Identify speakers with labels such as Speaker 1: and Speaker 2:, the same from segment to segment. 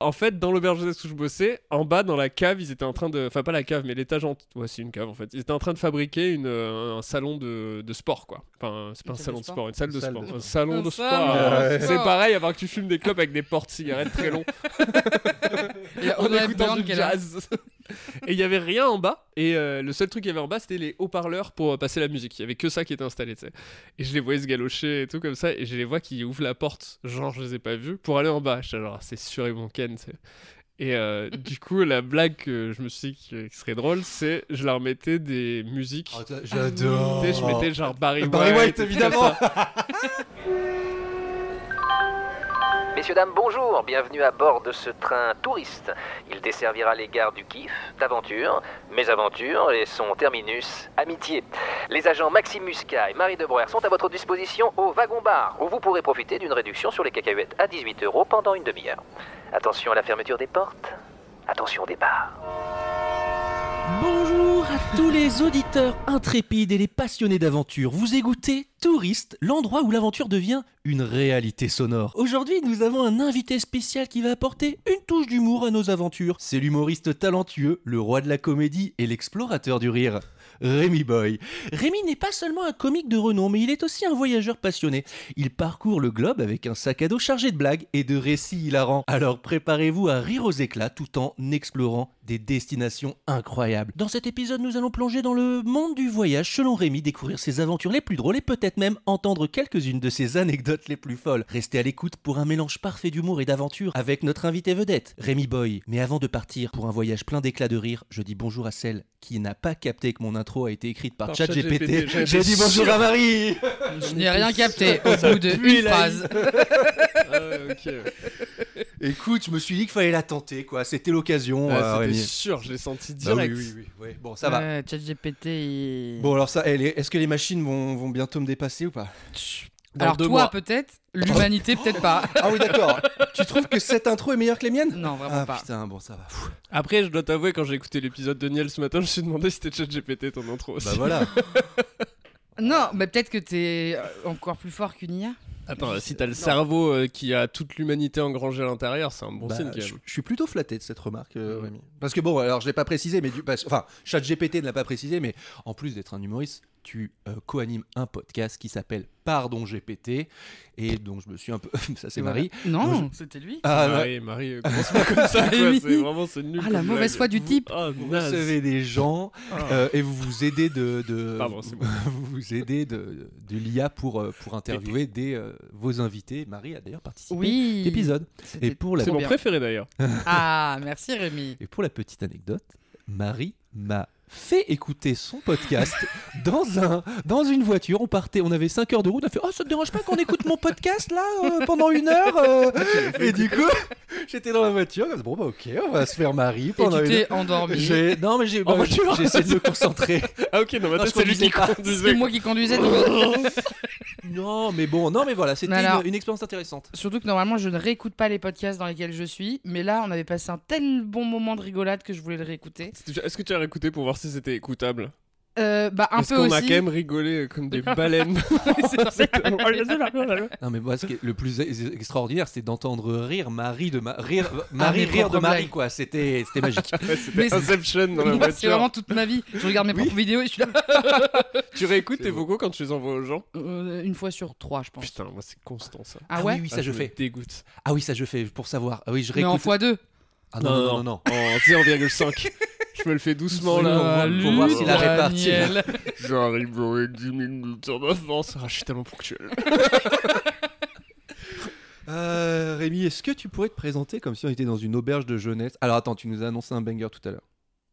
Speaker 1: En fait, dans l'auberge jeunesse où je bossais, en bas dans la cave, ils étaient en train de. Enfin, pas la cave, mais l'étage en. Ouais, c'est une cave en fait. Ils étaient en train de fabriquer une, euh, un salon de, de sport, quoi. Enfin, c'est pas un
Speaker 2: salle
Speaker 1: salon
Speaker 2: de
Speaker 1: de
Speaker 2: sport
Speaker 1: sport, une salle de
Speaker 2: Salle
Speaker 1: sport.
Speaker 2: de-
Speaker 1: Un salon
Speaker 3: Un
Speaker 1: de
Speaker 3: salon
Speaker 1: sport.
Speaker 2: de
Speaker 1: Ouais.
Speaker 3: sport.
Speaker 1: C'est pareil, avant que tu fumes des clopes avec des portes cigarettes très longs.
Speaker 3: Il y a
Speaker 1: en
Speaker 3: Audrey
Speaker 1: écoutant
Speaker 3: Hepburn
Speaker 1: du
Speaker 3: qui est là.
Speaker 1: jazz. Et il y avait rien en bas. Et euh, le seul truc qu'il y avait en bas, c'était les haut-parleurs pour euh, passer la musique. Il y avait que ça qui était installé, tu sais. Et je les voyais se galocher et tout comme ça. Et je les vois qui ouvrent la porte, genre je les ai pas vus, pour aller en bas. J'étais genre, Ah, c'est sûr, ils vont ken, tu sais. Et euh, du coup, la blague que je me suis dit que- qui serait drôle, c'est je leur mettais des musiques.
Speaker 2: Oh, t'as-
Speaker 1: Tu
Speaker 2: J'adore.
Speaker 1: sais, je mettais genre Barry White.
Speaker 2: Barry White,
Speaker 1: et tout comme
Speaker 2: évidemment.
Speaker 1: ça.
Speaker 4: Messieurs, dames, bonjour, bienvenue à bord de ce train touriste. Il desservira les gares du Kiff, d'Aventure, Mes Aventures et son terminus, Amitié. Les agents Maxime Muscat et Marie Debreuer sont à votre disposition au Wagon Bar, où vous pourrez profiter d'une réduction sur les cacahuètes à 18 euros pendant une demi-heure. Attention à la fermeture des portes, attention au départ.
Speaker 5: Bonjour à tous les auditeurs intrépides et les passionnés d'aventure. Vous écoutez Touriste, l'endroit où l'aventure devient une réalité sonore. Aujourd'hui, nous avons un invité spécial qui va apporter une touche d'humour à nos aventures. C'est l'humoriste talentueux, le roi de la comédie et l'explorateur du rire. Rémi Boy. Rémi n'est pas seulement un comique de renom, mais il est aussi un voyageur passionné. Il parcourt le globe avec un sac à dos chargé de blagues et de récits hilarants. Alors préparez-vous à rire aux éclats tout en explorant des destinations incroyables. Dans cet épisode, nous allons plonger dans le monde du voyage selon Rémi, découvrir ses aventures les plus drôles et peut-être même entendre quelques-unes de ses anecdotes les plus folles. Restez à l'écoute pour un mélange parfait d'humour et d'aventure avec notre invité vedette, Rémi Boy. Mais avant de partir pour un voyage plein d'éclats de rire, je dis bonjour à celle qui n'a pas capté que mon intro a été écrite par,
Speaker 1: Par
Speaker 5: ChatGPT.
Speaker 1: ChatGPT,
Speaker 5: J'ai dit bonjour à Marie
Speaker 3: Je n'ai rien capté au bout d'une phrase.
Speaker 1: Ah, ok.
Speaker 5: Écoute, je me suis dit qu'il fallait la tenter, quoi. C'était l'occasion. euh,
Speaker 1: Ah, C'était
Speaker 5: Rémi.
Speaker 1: sûr, je l'ai senti
Speaker 5: Bah oui,
Speaker 1: direct.
Speaker 5: oui, oui, oui. Bon, ça va.
Speaker 3: Euh, ChatGPT. il-
Speaker 5: Bon, alors ça, eh, les- est-ce que les machines vont, vont bientôt me dépasser ou pas
Speaker 3: Chut.
Speaker 1: Dans
Speaker 3: Alors
Speaker 1: deux
Speaker 3: toi
Speaker 1: mois.
Speaker 3: peut-être, l'humanité peut-être pas.
Speaker 5: Ah oui, d'accord. tu trouves que cette intro est meilleure que les miennes
Speaker 3: Non, vraiment
Speaker 5: Ah
Speaker 3: pas.
Speaker 5: putain, bon, ça va. Pfff.
Speaker 1: Après, je dois t'avouer, quand j'ai écouté l'épisode de Niel ce matin, je me suis demandé si c'était ChatGPT ton intro aussi.
Speaker 5: Bah voilà.
Speaker 3: Non, mais peut-être que t'es euh, encore plus fort qu'une IA.
Speaker 1: Attends, euh, si t'as le cerveau euh, qui a toute l'humanité engrangée à l'intérieur, c'est un bon
Speaker 5: Bah,
Speaker 1: signe quand
Speaker 5: je,
Speaker 1: même.
Speaker 5: je suis plutôt flatté de cette remarque, euh,
Speaker 1: Mhm.
Speaker 5: Rémi. Parce que bon, alors je l'ai pas précisé, mais du, parce- enfin, ChatGPT ne l'a pas précisé, mais en plus d'être un humoriste, tu euh, co-animes un podcast qui s'appelle Pardon GPT, et donc je me suis un peu, ça c'est Marie.
Speaker 3: Non, c'était lui.
Speaker 5: Ah,
Speaker 1: Marie, Marie, euh, commence pas comme ça, quoi.
Speaker 3: Oui.
Speaker 1: C'est vraiment, c'est nul.
Speaker 3: Ah,
Speaker 1: comme
Speaker 3: la mauvaise
Speaker 1: blague.
Speaker 3: foi du type.
Speaker 1: Ah,
Speaker 5: Vous
Speaker 1: naze. Ah.
Speaker 5: recevez des gens euh, et vous vous aidez de, de
Speaker 1: Pardon, c'est bon.
Speaker 5: vous vous aidez de, de l'IA pour euh, pour interviewer des euh, vos invités. Marie a d'ailleurs participé. à
Speaker 3: Oui.
Speaker 5: cet épisode.
Speaker 3: C'était
Speaker 5: Et pour la
Speaker 1: C'est
Speaker 3: trop
Speaker 1: mon
Speaker 3: bien.
Speaker 1: préféré d'ailleurs.
Speaker 3: Ah, merci Rémi.
Speaker 5: et pour la petite anecdote, Marie m'a fait écouter son podcast dans un dans une voiture. On partait, on avait 5 heures de route. On a fait oh ça te dérange pas qu'on écoute mon podcast là euh, pendant une heure euh Et du coup, j'étais dans la voiture. comme ça, Bon bah ok, on va se faire Marie
Speaker 3: Et
Speaker 5: pendant
Speaker 3: tu
Speaker 5: une heure.
Speaker 3: t'es endormi.
Speaker 5: J'ai- Non mais j'ai
Speaker 1: En
Speaker 5: bah,
Speaker 1: voiture
Speaker 5: j'ai essayé de me concentrer.
Speaker 1: Ah, ok, non, mais
Speaker 5: Non,
Speaker 1: attends,
Speaker 5: je
Speaker 1: c'est lui
Speaker 5: conduisais
Speaker 1: qui
Speaker 5: pas.
Speaker 3: C'est
Speaker 1: conduisait.
Speaker 3: moi qui conduisais. donc-
Speaker 5: Non, mais bon, non, mais voilà, c'était
Speaker 3: Mais alors-
Speaker 5: une, une expérience intéressante.
Speaker 3: Surtout que normalement je ne réécoute pas les podcasts dans lesquels je suis, mais là on avait passé un tel bon moment de rigolade que je voulais le réécouter.
Speaker 1: Est-ce que tu as réécouté pour voir si c'était écoutable
Speaker 3: Euh, bah un
Speaker 1: Parce
Speaker 3: peu
Speaker 1: qu'on
Speaker 3: aussi.
Speaker 1: a quand même rigolé euh, comme des baleines.
Speaker 5: Non, mais moi, ce qui est le plus e- extraordinaire, c'est d'entendre rire Marie de ma... rire,
Speaker 3: mes
Speaker 5: Marie rire
Speaker 3: propres
Speaker 5: de Marie,
Speaker 3: blagues.
Speaker 5: quoi. C'était, c'était magique.
Speaker 1: Ouais,
Speaker 3: Mais
Speaker 1: C'était
Speaker 3: c'est-
Speaker 1: Inception dans la
Speaker 3: Moi, bah, C'est
Speaker 1: voiture.
Speaker 3: vraiment toute ma vie. Je regarde mes propres vidéos et je suis là
Speaker 1: Tu réécoutes tes
Speaker 5: C'est bon.
Speaker 1: vocaux quand tu les envoies aux gens
Speaker 3: Euh, une fois sur trois, je pense.
Speaker 1: Putain, moi c'est constant ça.
Speaker 3: Ah ouais
Speaker 5: oui, oui, ça je
Speaker 1: me
Speaker 5: fais.
Speaker 1: Dégoûte.
Speaker 5: Ah oui, ça je fais pour savoir. Ah oui, je
Speaker 3: Mais
Speaker 5: réécoute.
Speaker 3: en fois deux.
Speaker 5: Ah non, non, non, non. non.
Speaker 1: En 0,5. Je me le fais doucement Oh là.
Speaker 5: Salut, pour voir si la répartie-
Speaker 3: Daniel.
Speaker 1: J'arriverai 10 minutes en avance. Ah, je suis tellement ponctuel.
Speaker 5: Euh, Rémi, est-ce que tu pourrais te présenter comme si on était dans une auberge de jeunesse Alors attends, tu nous as annoncé un banger tout à l'heure.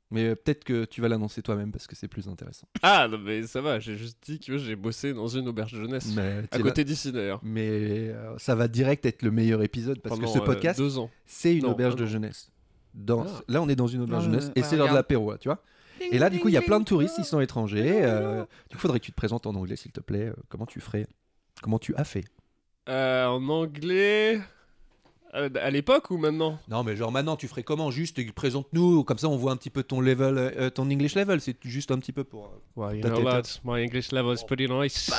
Speaker 5: Mais euh, peut-être que tu vas l'annoncer toi-même parce que c'est plus intéressant.
Speaker 1: Ah, non, mais ça va, j'ai juste dit que j'ai bossé dans une auberge de jeunesse.
Speaker 5: Mais,
Speaker 1: à
Speaker 5: t'es
Speaker 1: côté d'ici d'ailleurs.
Speaker 5: là- mais euh, ça va direct être le meilleur épisode parce
Speaker 1: Pendant,
Speaker 5: que ce
Speaker 1: euh,
Speaker 5: podcast,
Speaker 1: deux ans.
Speaker 5: c'est une
Speaker 1: non,
Speaker 5: auberge
Speaker 1: un
Speaker 5: de
Speaker 1: an.
Speaker 5: jeunesse. Dans,
Speaker 1: Ah.
Speaker 5: Là, on est dans une auberge de
Speaker 3: Non,
Speaker 5: jeunesse
Speaker 3: non,
Speaker 5: et
Speaker 3: ouais,
Speaker 5: c'est l'heure de
Speaker 3: regarde.
Speaker 5: l'apéro, là, tu vois. Et là, du coup, il y a plein de touristes, ils sont
Speaker 3: Hello,
Speaker 5: étrangers.
Speaker 3: hello.
Speaker 5: euh, du coup, faudrait que tu te présentes en anglais, s'il te plaît. Euh, Comment tu ferais Comment tu as fait
Speaker 1: Euh, en anglais. euh, à l'époque ou maintenant
Speaker 5: Non, mais genre maintenant, tu ferais comment Juste, présente-nous, comme ça, on voit un petit peu ton level, euh, ton English level. C'est juste un petit peu pour. euh,
Speaker 1: Well, you
Speaker 5: Ta
Speaker 1: know,
Speaker 5: tête, hein.
Speaker 1: lads, my English level is pretty nice.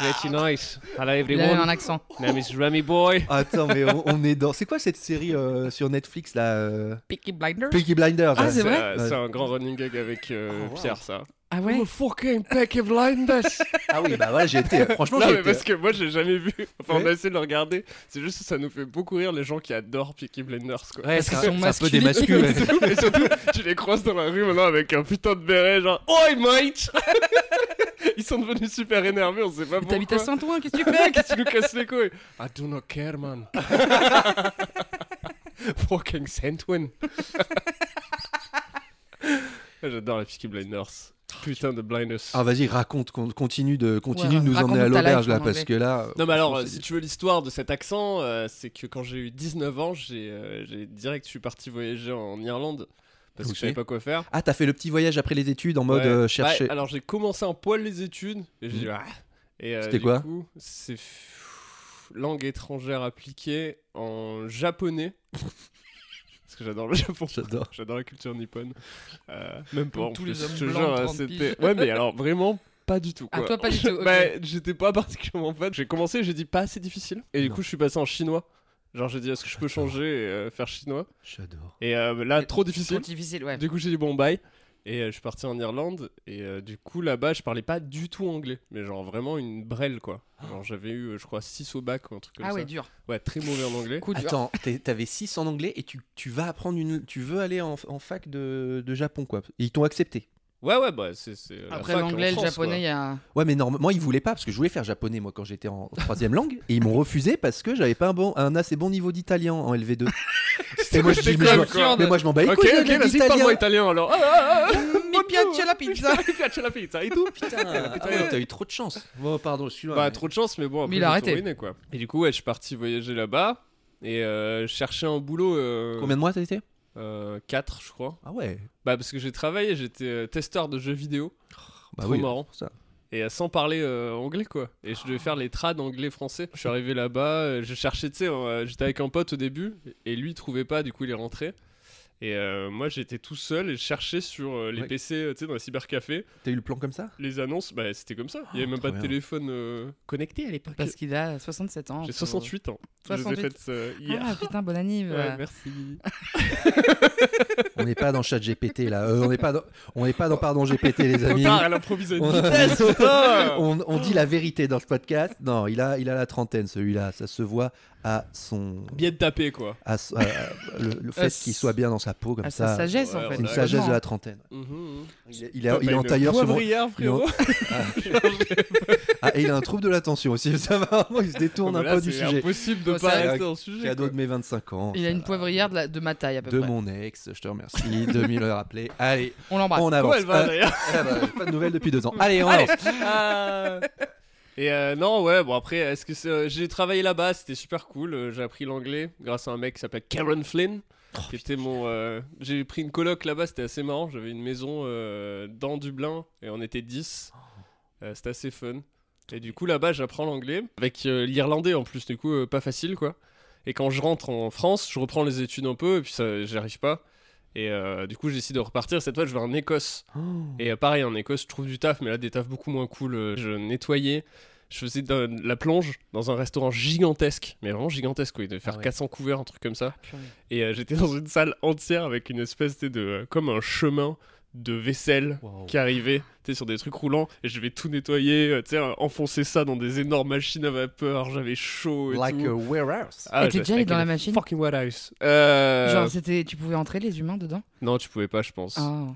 Speaker 1: Pretty nice. Hello
Speaker 3: Il avait
Speaker 1: everyone.
Speaker 3: un accent.
Speaker 1: Name is Remy Boy.
Speaker 5: Attends, mais on, on est dans. C'est quoi cette série euh, sur Netflix là euh,
Speaker 3: Peaky Blinders
Speaker 5: Peaky Blinders.
Speaker 3: Ah,
Speaker 5: là.
Speaker 3: c'est vrai
Speaker 1: euh, C'est un grand running gag avec euh,
Speaker 5: Oh, wow.
Speaker 1: Pierre, ça.
Speaker 3: Ah ouais
Speaker 1: fucking Peaky Blinders.
Speaker 5: Ah oui, bah voilà, j'ai été. Franchement,
Speaker 1: Non,
Speaker 5: j'ai
Speaker 1: mais
Speaker 5: été- euh.
Speaker 1: parce que moi, j'ai jamais vu. Enfin, on
Speaker 5: Ouais.
Speaker 1: a essayé de le regarder. C'est juste que ça nous fait beaucoup rire les gens qui adorent Peaky Blinders, quoi.
Speaker 5: Ouais,
Speaker 3: Parce
Speaker 5: c'est
Speaker 3: qu'ils sont
Speaker 5: un- c'est un peu des
Speaker 3: masculins.
Speaker 5: masculins.
Speaker 1: C'est ouf, et surtout, tu les croises dans la rue maintenant avec un putain de béret, genre Oi, mate Ils sont devenus super énervés, on sait pas
Speaker 3: Mais
Speaker 1: pourquoi.
Speaker 3: T'habites à Saint-Ouen, qu'est-ce que tu fais
Speaker 1: Tu nous casses les couilles. I do not care, man. Fucking Sandwin. J'adore les Peaky Blinders. Putain de blinders.
Speaker 5: Ah vas-y, raconte, con- continue de, continue
Speaker 3: Ouais,
Speaker 5: de nous emmener à
Speaker 3: raconte ta
Speaker 5: l'auberge
Speaker 3: life
Speaker 5: là,
Speaker 3: en
Speaker 5: parce
Speaker 3: anglais.
Speaker 5: que là.
Speaker 1: Non mais alors, euh, si
Speaker 5: c'est-
Speaker 1: tu veux l'histoire de cet accent, euh, c'est que quand j'ai eu 19 ans, j'ai euh, j'ai direct, je suis parti voyager en Irlande parce que je
Speaker 5: Ok.
Speaker 1: savais pas quoi faire.
Speaker 5: Ah, t'as fait le petit voyage après les études en mode
Speaker 1: Ouais.
Speaker 5: euh, chercher. Hmm.
Speaker 1: Ouais, alors j'ai commencé un poil les études et j'ai dit, Ah Et, euh,
Speaker 5: C'était
Speaker 1: du
Speaker 5: quoi
Speaker 1: coup, C'est f- langue étrangère appliquée en japonais. Parce que j'adore le Japon.
Speaker 5: J'adore.
Speaker 1: J'adore la culture nippone. Euh, même pas
Speaker 3: Comme
Speaker 1: en
Speaker 3: tous
Speaker 1: plus,
Speaker 3: les hommes
Speaker 1: je te
Speaker 3: blancs,
Speaker 1: jure,
Speaker 3: 30
Speaker 1: c'était-
Speaker 3: piges.
Speaker 1: Ouais, mais alors vraiment pas du tout.
Speaker 3: Ah,
Speaker 1: Quoi.
Speaker 3: toi, pas du tout, ok.
Speaker 1: Bah, j'étais pas particulièrement fan. J'ai commencé, j'ai dit pas assez difficile. Et du
Speaker 5: Non.
Speaker 1: coup, je suis passé en chinois. Genre, j'ai dit est-ce que je peux
Speaker 5: Attends.
Speaker 1: changer et euh, faire chinois
Speaker 5: J'adore.
Speaker 1: Et euh, là, trop difficile.
Speaker 3: Trop difficile, ouais.
Speaker 1: Du coup, j'ai dit bon bye. Et euh, je suis parti en Irlande. Et euh, du coup, là-bas, je parlais pas du tout anglais. Mais genre vraiment une brêle, quoi. Genre, j'avais eu, euh, je crois, 6 au bac ou un truc comme
Speaker 3: Ah
Speaker 1: ça.
Speaker 3: ouais, dur.
Speaker 1: Ouais, très mauvais en anglais.
Speaker 3: Coup dur.
Speaker 5: Attends, t'es- t'avais 6 en anglais et tu, tu vas apprendre une, tu veux aller en, en fac de, de Japon quoi. Et ils t'ont accepté.
Speaker 1: Ouais, ouais, bah, c'est. c'est la
Speaker 3: Après
Speaker 1: fac en
Speaker 3: l'anglais, le
Speaker 1: France,
Speaker 3: japonais, il
Speaker 1: quoi.
Speaker 3: y a.
Speaker 5: Ouais, mais normalement ils voulaient pas parce que je voulais faire japonais moi quand j'étais en troisième langue et ils m'ont refusé parce que j'avais pas un bon, un assez bon niveau d'italien en LV2. et moi je dis,
Speaker 1: C'était
Speaker 5: mais, je
Speaker 1: comme
Speaker 5: m'en-
Speaker 1: quoi.
Speaker 5: mais moi je m'en bats les
Speaker 1: Ah, bah, Ok,
Speaker 5: couilles,
Speaker 1: ok,
Speaker 5: j'ai de
Speaker 1: vas-y,
Speaker 5: l'italien.
Speaker 1: parle-moi italien alors. Ah, ah, ah, ah.
Speaker 3: Mi piace la pizza
Speaker 1: Mi piace la pizza et tout.
Speaker 5: Putain,
Speaker 1: Putain,
Speaker 5: ah ouais, t'as eu trop de chance. Bon, pardon, excuse-moi.
Speaker 1: Bah,
Speaker 5: mais-
Speaker 1: trop de chance, mais bon, après,
Speaker 3: Mais il a
Speaker 1: j'ai
Speaker 3: arrêté.
Speaker 1: tout ruiné, quoi. Et du coup, ouais, je suis parti voyager là-bas. Et euh, je cherchais un boulot. Euh,
Speaker 5: Combien de mois t'as été
Speaker 1: 4, je crois.
Speaker 5: Ah ouais.
Speaker 1: Bah, parce que j'ai travaillé, j'étais euh, testeur de jeux vidéo.
Speaker 5: Bah
Speaker 1: Trop
Speaker 5: oui.
Speaker 1: marrant.
Speaker 5: ça.
Speaker 1: Et euh, sans parler euh, anglais, quoi. Et je devais faire les trades anglais-français. Je suis arrivé là-bas, euh, je cherchais, tu sais, euh, j'étais avec un pote au début, et lui, il trouvait pas, du coup, il est rentré. Et euh, moi, j'étais tout seul et je cherchais sur euh, les
Speaker 5: Ouais.
Speaker 1: PC, euh, tu sais, dans les cybercafés,
Speaker 5: T'as eu le plan comme ça
Speaker 1: les annonces, bah, c'était comme ça. Il y avait même
Speaker 5: Ah, trop
Speaker 1: pas de
Speaker 5: bien.
Speaker 1: téléphone euh, connecté à l'époque. hein.
Speaker 3: Parce qu'il a 67 ans.
Speaker 1: J'ai
Speaker 3: faut-
Speaker 1: 68 ans. Je les ai
Speaker 3: 68.
Speaker 1: faites euh, hier.
Speaker 3: Ah putain, bon anniv.
Speaker 1: Ouais, merci.
Speaker 5: On n'est pas dans chat GPT là. Euh, on n'est pas dans, on n'est pas dans pardon GPT les
Speaker 1: Trop
Speaker 5: amis.
Speaker 1: tard, elle improvise à une
Speaker 5: On-
Speaker 1: vitesse, putain
Speaker 5: On, on dit la vérité dans ce podcast. Non, il a, il a la trentaine celui-là. Ça se voit à son,
Speaker 1: Bien tapé, quoi.
Speaker 5: à, so- à- à- le, le fait
Speaker 3: s-
Speaker 5: qu'il soit bien dans sa peau comme
Speaker 3: Ah, sa
Speaker 5: ça.
Speaker 3: sagesse en
Speaker 1: Ouais,
Speaker 3: fait.
Speaker 5: C'est une
Speaker 1: Ouais,
Speaker 5: sagesse de
Speaker 3: vraiment.
Speaker 5: la trentaine.
Speaker 1: Mhm.
Speaker 5: Il est, il est- il est
Speaker 1: T'as
Speaker 5: en
Speaker 1: une
Speaker 5: tailleur sur mon-
Speaker 1: poivrière,
Speaker 5: il est en-
Speaker 1: frérot.
Speaker 5: Ah, et il a un trouble de l'attention aussi. Ça va, vraiment, il se détourne
Speaker 1: Non,
Speaker 5: un
Speaker 1: mais Ah, bah là,
Speaker 5: peu du
Speaker 1: c'est
Speaker 5: sujet.
Speaker 1: impossible de
Speaker 3: Ouais,
Speaker 1: pas
Speaker 3: c'est
Speaker 1: rester dans le sujet.
Speaker 5: Cadeau
Speaker 1: quoi.
Speaker 5: de mes 25 ans.
Speaker 3: Il a une poivrière de, la- de ma taille à peu
Speaker 5: De
Speaker 3: près.
Speaker 5: mon ex, je te remercie de me le rappeler. Allez,
Speaker 3: On l'embrasse.
Speaker 5: on avance.
Speaker 1: Comment elle va
Speaker 5: Euh,
Speaker 1: d'ailleurs
Speaker 5: ah bah, pas de nouvelles depuis deux ans. Allez, on avance.
Speaker 3: Euh,
Speaker 1: Ah. Et euh, non, ouais, bon après, est-ce que c'est- euh, j'ai travaillé là-bas, c'était super cool. euh, j'ai appris l'anglais grâce à un mec qui s'appelle Karen Flynn. qui était mon. euh, j'ai pris une coloc là-bas, c'était assez marrant. J'avais une maison euh, dans Dublin et on était 10. Euh, c'était assez fun. Et du coup, là-bas, j'apprends l'anglais avec euh, l'irlandais en plus, du coup, euh, pas facile quoi. Et quand je rentre en France, je reprends les études un peu et puis ça, j'arrive pas. Et euh, du coup, je décide de repartir. Cette fois, je vais en Écosse.
Speaker 2: Oh.
Speaker 1: Et euh, pareil, en Écosse, je trouve du taf, mais là, des tafs beaucoup moins cool. Euh, Je nettoyais, je faisais de de la plonge dans un restaurant gigantesque, mais vraiment gigantesque, quoi. Il devait faire
Speaker 5: Ah ouais.
Speaker 1: 400 couverts, un truc comme ça.
Speaker 3: Purée.
Speaker 1: Et euh, j'étais dans une salle entière avec une espèce tu sais, de. euh, comme un chemin de vaisselle
Speaker 5: Wow.
Speaker 1: qui arrivait. Tu tu sais, sur des trucs roulants, et je vais tout nettoyer, euh, tu sais, euh, enfoncer ça dans des énormes machines à vapeur, j'avais chaud et
Speaker 2: Like
Speaker 1: tout.
Speaker 2: a warehouse.
Speaker 1: Ah,
Speaker 3: Et t'es
Speaker 1: je-
Speaker 3: déjà allé dans la
Speaker 1: like a
Speaker 3: machine
Speaker 1: Fucking what house. Euh,
Speaker 3: Genre, c'était, tu pouvais entrer les humains dedans
Speaker 1: Non, tu pouvais pas, je pense.
Speaker 3: Ah.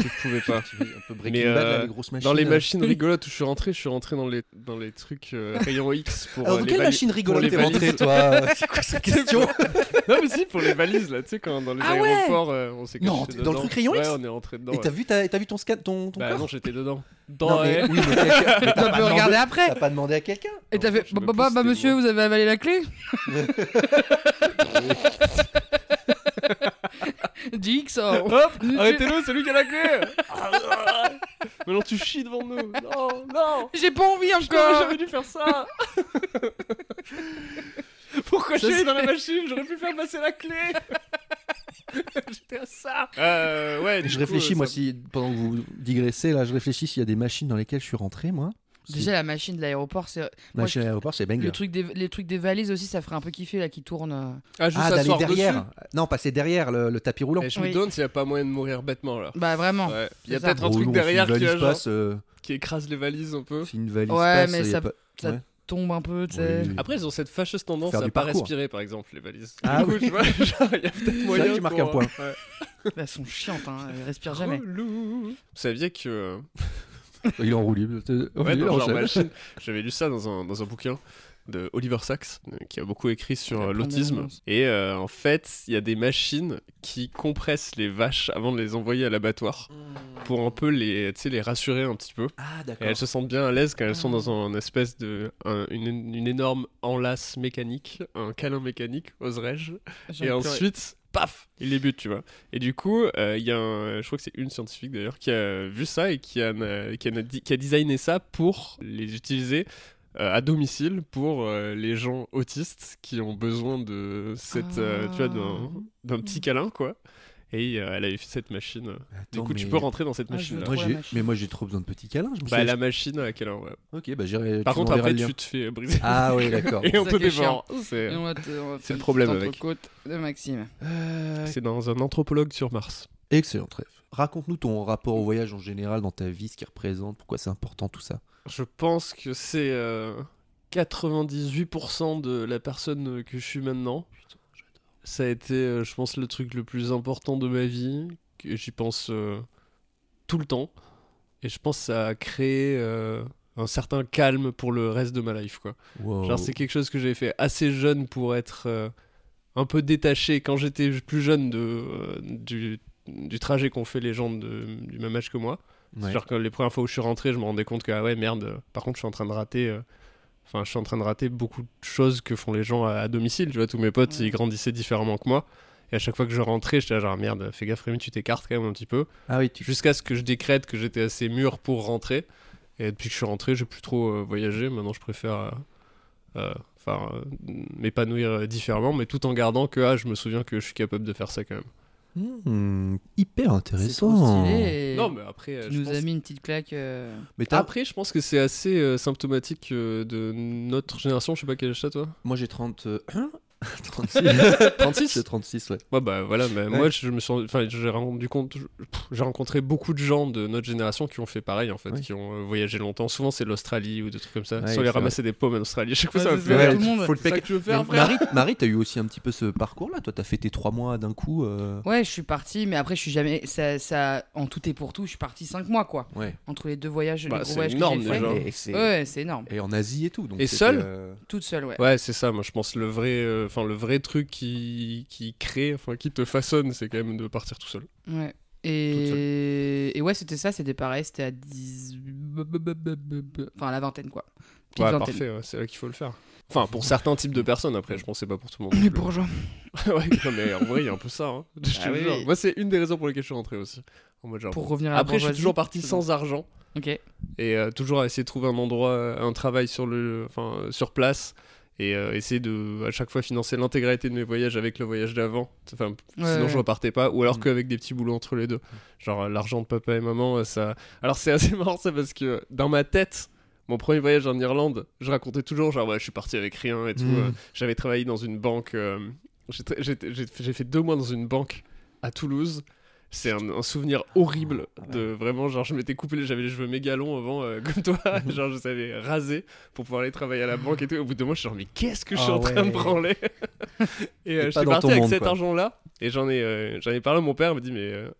Speaker 1: Tu pouvais pas.
Speaker 2: Tu veux un peu Breaking
Speaker 1: Mais,
Speaker 2: Bad,
Speaker 1: euh,
Speaker 2: là, les grosses machines.
Speaker 1: Dans les machines rigolotes où je suis rentré, je suis rentré dans les, dans les trucs euh, rayon X pour.
Speaker 5: Alors,
Speaker 1: euh,
Speaker 5: dans
Speaker 1: les
Speaker 5: quelle
Speaker 1: vali-
Speaker 5: machine
Speaker 1: pour les
Speaker 5: rigolote t'es
Speaker 1: valises.
Speaker 5: rentré, toi C'est quoi cette question
Speaker 1: Non, mais si, pour les valises, là, tu sais, quand dans les
Speaker 3: Ah ouais
Speaker 1: aéroports, euh, on s'est caché.
Speaker 5: Non, t'es dans
Speaker 1: dedans.
Speaker 5: le truc rayon X
Speaker 1: Ouais, on est rentré dedans.
Speaker 5: Et
Speaker 1: ouais.
Speaker 5: t'as vu, ta- t'as vu ton scan, ton, ton
Speaker 1: Bah
Speaker 5: corps
Speaker 1: non, j'étais dedans.
Speaker 5: Non,
Speaker 1: Dans
Speaker 5: mais,
Speaker 1: ouais.
Speaker 5: oui, mais quelqu'un- mais
Speaker 3: On
Speaker 5: t'as
Speaker 3: peut
Speaker 5: pas
Speaker 3: regarder
Speaker 5: demandé-
Speaker 3: après
Speaker 5: T'as pas demandé à quelqu'un
Speaker 3: Et t'as
Speaker 1: Non,
Speaker 3: fait,
Speaker 1: je me
Speaker 3: bah, bah,
Speaker 1: pousse
Speaker 3: bah,
Speaker 1: des
Speaker 3: monsieur,
Speaker 1: doigts.
Speaker 3: vous avez avalé la clé Dix, oh.
Speaker 1: Hop Arrêtez-le, c'est lui qui a la clé Maintenant, tu chies devant nous. Non, non
Speaker 3: J'ai pas envie
Speaker 1: J'aurais
Speaker 3: encore
Speaker 1: jamais dû faire ça Pourquoi je suis
Speaker 3: Ça,
Speaker 1: allé
Speaker 3: c'est-
Speaker 1: dans la machine J'aurais pu faire passer la clé J'étais à ça Euh, ouais, du
Speaker 5: Je
Speaker 1: coup,
Speaker 5: réfléchis,
Speaker 1: euh,
Speaker 5: moi,
Speaker 1: ça-
Speaker 5: si, pendant que vous digressez, là, je réfléchis s'il y a des machines dans lesquelles je suis rentré, moi.
Speaker 3: Déjà, la machine de l'aéroport, c'est.
Speaker 5: La
Speaker 3: Moi,
Speaker 5: machine à l'aéroport, c'est banger.
Speaker 3: Le truc des, les trucs des valises aussi, ça ferait un peu kiffer là qui tourne. euh.
Speaker 1: Ah, juste
Speaker 5: Ah, d'aller
Speaker 1: s'asseoir
Speaker 5: derrière.
Speaker 1: dessus.
Speaker 5: Non, passer derrière le, le tapis roulant.
Speaker 1: Eh, je me
Speaker 3: Oui.
Speaker 1: demande s'il n'y a pas moyen de mourir bêtement là.
Speaker 3: Bah vraiment.
Speaker 1: Ouais. Il y a
Speaker 3: c'est ça.
Speaker 1: peut-être un
Speaker 5: Oh
Speaker 1: truc
Speaker 5: non,
Speaker 1: derrière
Speaker 5: si une
Speaker 1: qui,
Speaker 5: valise
Speaker 1: a genre-
Speaker 5: passe, euh,
Speaker 1: qui écrase les valises un peu.
Speaker 5: si une valise
Speaker 3: Ouais,
Speaker 5: passe,
Speaker 3: mais
Speaker 5: y a
Speaker 3: ça-
Speaker 5: pas-
Speaker 3: ça-
Speaker 5: ouais.
Speaker 3: Tombe un peu, tu sais.
Speaker 5: Oui.
Speaker 1: Après, ils ont cette fâcheuse tendance
Speaker 5: Faire
Speaker 1: à
Speaker 5: du
Speaker 1: pas
Speaker 5: parcours.
Speaker 1: respirer, par exemple, les valises.
Speaker 5: Ah
Speaker 1: du coup, tu vois, genre, il y a peut-être moyen.
Speaker 5: que tu marques un
Speaker 1: qu'on-
Speaker 5: point.
Speaker 1: Ouais.
Speaker 3: Elles sont chiantes, hein. Elles respirent jamais.
Speaker 1: Relou. Vous saviez que euh,
Speaker 5: Il est enroulé.
Speaker 1: ouais, dans leur machine, j'avais lu ça dans un, dans un bouquin de Oliver Sacks euh, qui a beaucoup écrit sur
Speaker 3: La
Speaker 1: euh,
Speaker 3: première
Speaker 1: l'autisme
Speaker 3: annonce.
Speaker 1: et euh, en fait il y a des machines qui compressent les vaches avant de les envoyer à l'abattoir
Speaker 3: Hmm.
Speaker 1: pour un peu les tu sais, les rassurer un petit peu
Speaker 5: Ah,
Speaker 1: Et
Speaker 5: d'accord.
Speaker 1: elles se sentent bien à l'aise quand elles sont
Speaker 3: Ah.
Speaker 1: dans un espèce de. un- une, une énorme enlace mécanique, un câlin mécanique, oserais-je.
Speaker 3: J'ai
Speaker 1: Et
Speaker 3: envie de pleurer.
Speaker 1: ensuite, paf Il les bute, tu vois. Et du coup, euh, il y a un. Je crois que c'est une scientifique d'ailleurs qui a vu ça et qui a, qui a, qui a designé ça pour les utiliser. euh, à domicile pour euh, les gens autistes qui ont besoin de cette euh, tu vois d'un, d'un petit câlin quoi et euh, elle avait fait cette machine du
Speaker 5: Attends,
Speaker 1: coup tu
Speaker 5: mais-
Speaker 1: peux rentrer dans cette
Speaker 3: Ah, je
Speaker 1: machine là
Speaker 3: veux
Speaker 5: Moi,
Speaker 3: Trop la
Speaker 5: j'ai-
Speaker 3: machine.
Speaker 5: mais moi, j'ai trop besoin de petits câlins. je me
Speaker 1: bah
Speaker 5: suis-
Speaker 1: la machine à câlin ouais
Speaker 5: Ok, bah j'irai.
Speaker 1: par
Speaker 5: tu
Speaker 1: contre,
Speaker 5: m'enverras
Speaker 1: après,
Speaker 5: le lien.
Speaker 1: tu te fais euh, briser.
Speaker 5: Ah, oui, d'accord.
Speaker 1: Et on
Speaker 3: Ça
Speaker 1: te
Speaker 3: qui est
Speaker 1: dévore.
Speaker 3: Et
Speaker 1: C'est
Speaker 3: on va te- on va
Speaker 1: C'est le
Speaker 3: faire
Speaker 1: problème
Speaker 3: une
Speaker 1: avec.
Speaker 3: petite entrecôte de Maxime.
Speaker 1: c'est dans un anthropologue sur Mars.
Speaker 5: Excellent, trêve. Raconte-nous ton rapport au voyage en général dans ta vie, ce qu'il représente, pourquoi c'est important tout ça.
Speaker 1: Je pense que c'est euh, 98% de la personne euh, que je suis maintenant. Ça a été, euh, je pense, le truc le plus important de ma vie. que J'y pense euh, tout le temps. Et je pense que ça a créé euh, un certain calme pour le reste de ma life, quoi.
Speaker 5: Wow.
Speaker 1: Genre, c'est quelque chose que j'ai fait assez jeune pour être euh, un peu détaché quand j'étais plus jeune de, euh, du, du trajet qu'ont fait les gens de- du même âge que moi.
Speaker 5: Ouais.
Speaker 1: Genre, que les premières fois où je suis rentré, je me rendais compte que, ah ouais, merde, euh, par contre, je suis en train de rater. euh, Enfin, je suis en train de rater beaucoup de choses que font les gens à, à domicile. Tu vois, tous mes potes,
Speaker 3: Ouais.
Speaker 1: ils grandissaient différemment que moi. Et à chaque fois que je rentrais, j'étais là, genre, merde, fais gaffe, Rémi, tu t'écartes quand même un petit peu
Speaker 5: Ah oui, tu...
Speaker 1: jusqu'à ce que je décrète que j'étais assez mûr pour rentrer. Et depuis que je suis rentré, j'ai plus trop euh, voyagé. Maintenant, je préfère euh, euh, enfin, euh, m'épanouir euh, différemment, mais tout en gardant que ah, je me souviens que je suis capable de faire ça quand même.
Speaker 5: Hmm, hyper
Speaker 3: C'est trop
Speaker 5: intéressant.
Speaker 3: stylé. et
Speaker 1: Non, mais après, euh,
Speaker 3: Tu
Speaker 1: je
Speaker 3: nous
Speaker 1: pense...
Speaker 3: as mis une petite claque. euh,
Speaker 5: Mais t'as-
Speaker 1: après, je pense que c'est assez euh, symptomatique euh, de notre génération. Je sais pas quel âge t'as, toi
Speaker 5: moi j'ai 30... euh, hein 36
Speaker 1: 36
Speaker 5: J'ai 36, ouais.
Speaker 1: Ouais, bah voilà, mais
Speaker 5: Ouais.
Speaker 1: moi, je me suis enfin, j'ai rendu compte, je- pff, j'ai rencontré beaucoup de gens de notre génération qui ont fait pareil, en fait,
Speaker 5: Ouais.
Speaker 1: qui ont euh, voyagé longtemps. Souvent, c'est de l'Australie ou des trucs comme ça.
Speaker 5: Ouais,
Speaker 1: Soit
Speaker 5: c'est
Speaker 1: les
Speaker 5: vrai.
Speaker 1: ramasser des pommes en Australie. À chaque fois,
Speaker 3: Ouais,
Speaker 1: ça me
Speaker 3: c'est
Speaker 1: fait
Speaker 3: ça.
Speaker 1: rire.
Speaker 3: tout le monde.
Speaker 5: Faut le
Speaker 1: C'est ça
Speaker 5: pack-
Speaker 1: que je veux
Speaker 5: Mais
Speaker 1: faire, frère.
Speaker 5: Marie, Marie, t'as eu aussi un petit peu ce parcours là, toi t'as fait tes 3 mois d'un coup. euh,
Speaker 3: Ouais, je suis parti, mais après, je suis jamais. Ça, ça, en tout et pour tout, je suis parti 5 mois, quoi.
Speaker 5: Ouais.
Speaker 3: Entre les deux voyages,
Speaker 1: Bah,
Speaker 3: les gros
Speaker 1: c'est
Speaker 3: voyages que
Speaker 1: énorme,
Speaker 3: j'ai faits.
Speaker 1: déjà.
Speaker 5: Et, c'est-
Speaker 3: Ouais, ouais, c'est énorme.
Speaker 5: et en Asie et tout. Donc
Speaker 1: Et
Speaker 5: c'était,
Speaker 1: seul
Speaker 5: euh,
Speaker 3: Toute seule, ouais.
Speaker 1: Ouais, c'est ça. Moi, je pense le vrai, euh, enfin le vrai truc qui qui crée, enfin qui te façonne, c'est quand même de partir tout seul.
Speaker 3: Ouais.
Speaker 1: Toute
Speaker 3: Et... et ouais, c'était ça, c'était pareil, c'était à 10. Enfin, à la vingtaine, quoi. Petite
Speaker 1: Ouais,
Speaker 3: vingtaine.
Speaker 1: parfait. ouais, c'est là qu'il faut le faire. Enfin, pour certains types de personnes, après, je pense que c'est pas pour tout le monde. non
Speaker 3: Les
Speaker 1: plus.
Speaker 3: bourgeois.
Speaker 1: ouais, non, mais en vrai, il y a un peu ça. hein. Je te
Speaker 3: Ah oui,
Speaker 1: jure.
Speaker 3: oui.
Speaker 1: Moi, c'est une des raisons pour lesquelles je suis rentré aussi. En mode genre,
Speaker 3: Pour
Speaker 1: bon.
Speaker 3: revenir à la
Speaker 1: Après, je suis
Speaker 3: bourgeoisie.
Speaker 1: toujours parti
Speaker 3: C'est bon.
Speaker 1: sans argent.
Speaker 3: Ok.
Speaker 1: et euh, toujours à essayer de trouver un endroit, euh, un travail sur, le, enfin, euh, sur place et euh, essayer de à chaque fois financer l'intégralité de mes voyages avec le voyage d'avant. Enfin, sinon
Speaker 3: ouais.
Speaker 1: je repartais pas ou alors
Speaker 5: Mm.
Speaker 1: qu'avec des petits boulots entre les deux. Genre euh, l'argent de papa et maman, euh, ça. Alors c'est assez marrant ça parce que euh, dans ma tête. Mon premier voyage en Irlande, je racontais toujours, genre, ouais, je suis parti avec rien et tout.
Speaker 5: Mm.
Speaker 1: euh, J'avais travaillé dans une banque. euh, j'ai tra- j'ai- J'ai j'ai fait deux mois dans une banque à Toulouse. C'est un, un souvenir horrible
Speaker 5: Ah,
Speaker 1: de vraiment, genre, je m'étais coupé, les- j'avais les cheveux méga longs avant, euh, comme toi, genre, je savais raser pour pouvoir aller travailler à la banque et tout. Au bout de moi, je suis genre, mais qu'est-ce que je suis
Speaker 5: Ah
Speaker 1: en train de
Speaker 5: ouais.
Speaker 1: branler Et euh,
Speaker 5: pas
Speaker 1: je suis
Speaker 5: dans
Speaker 1: parti
Speaker 5: ton
Speaker 1: avec
Speaker 5: monde,
Speaker 1: cet
Speaker 5: quoi.
Speaker 1: argent-là, et j'en ai, euh, j'en ai parlé à mon père, il m'a dit, mais euh,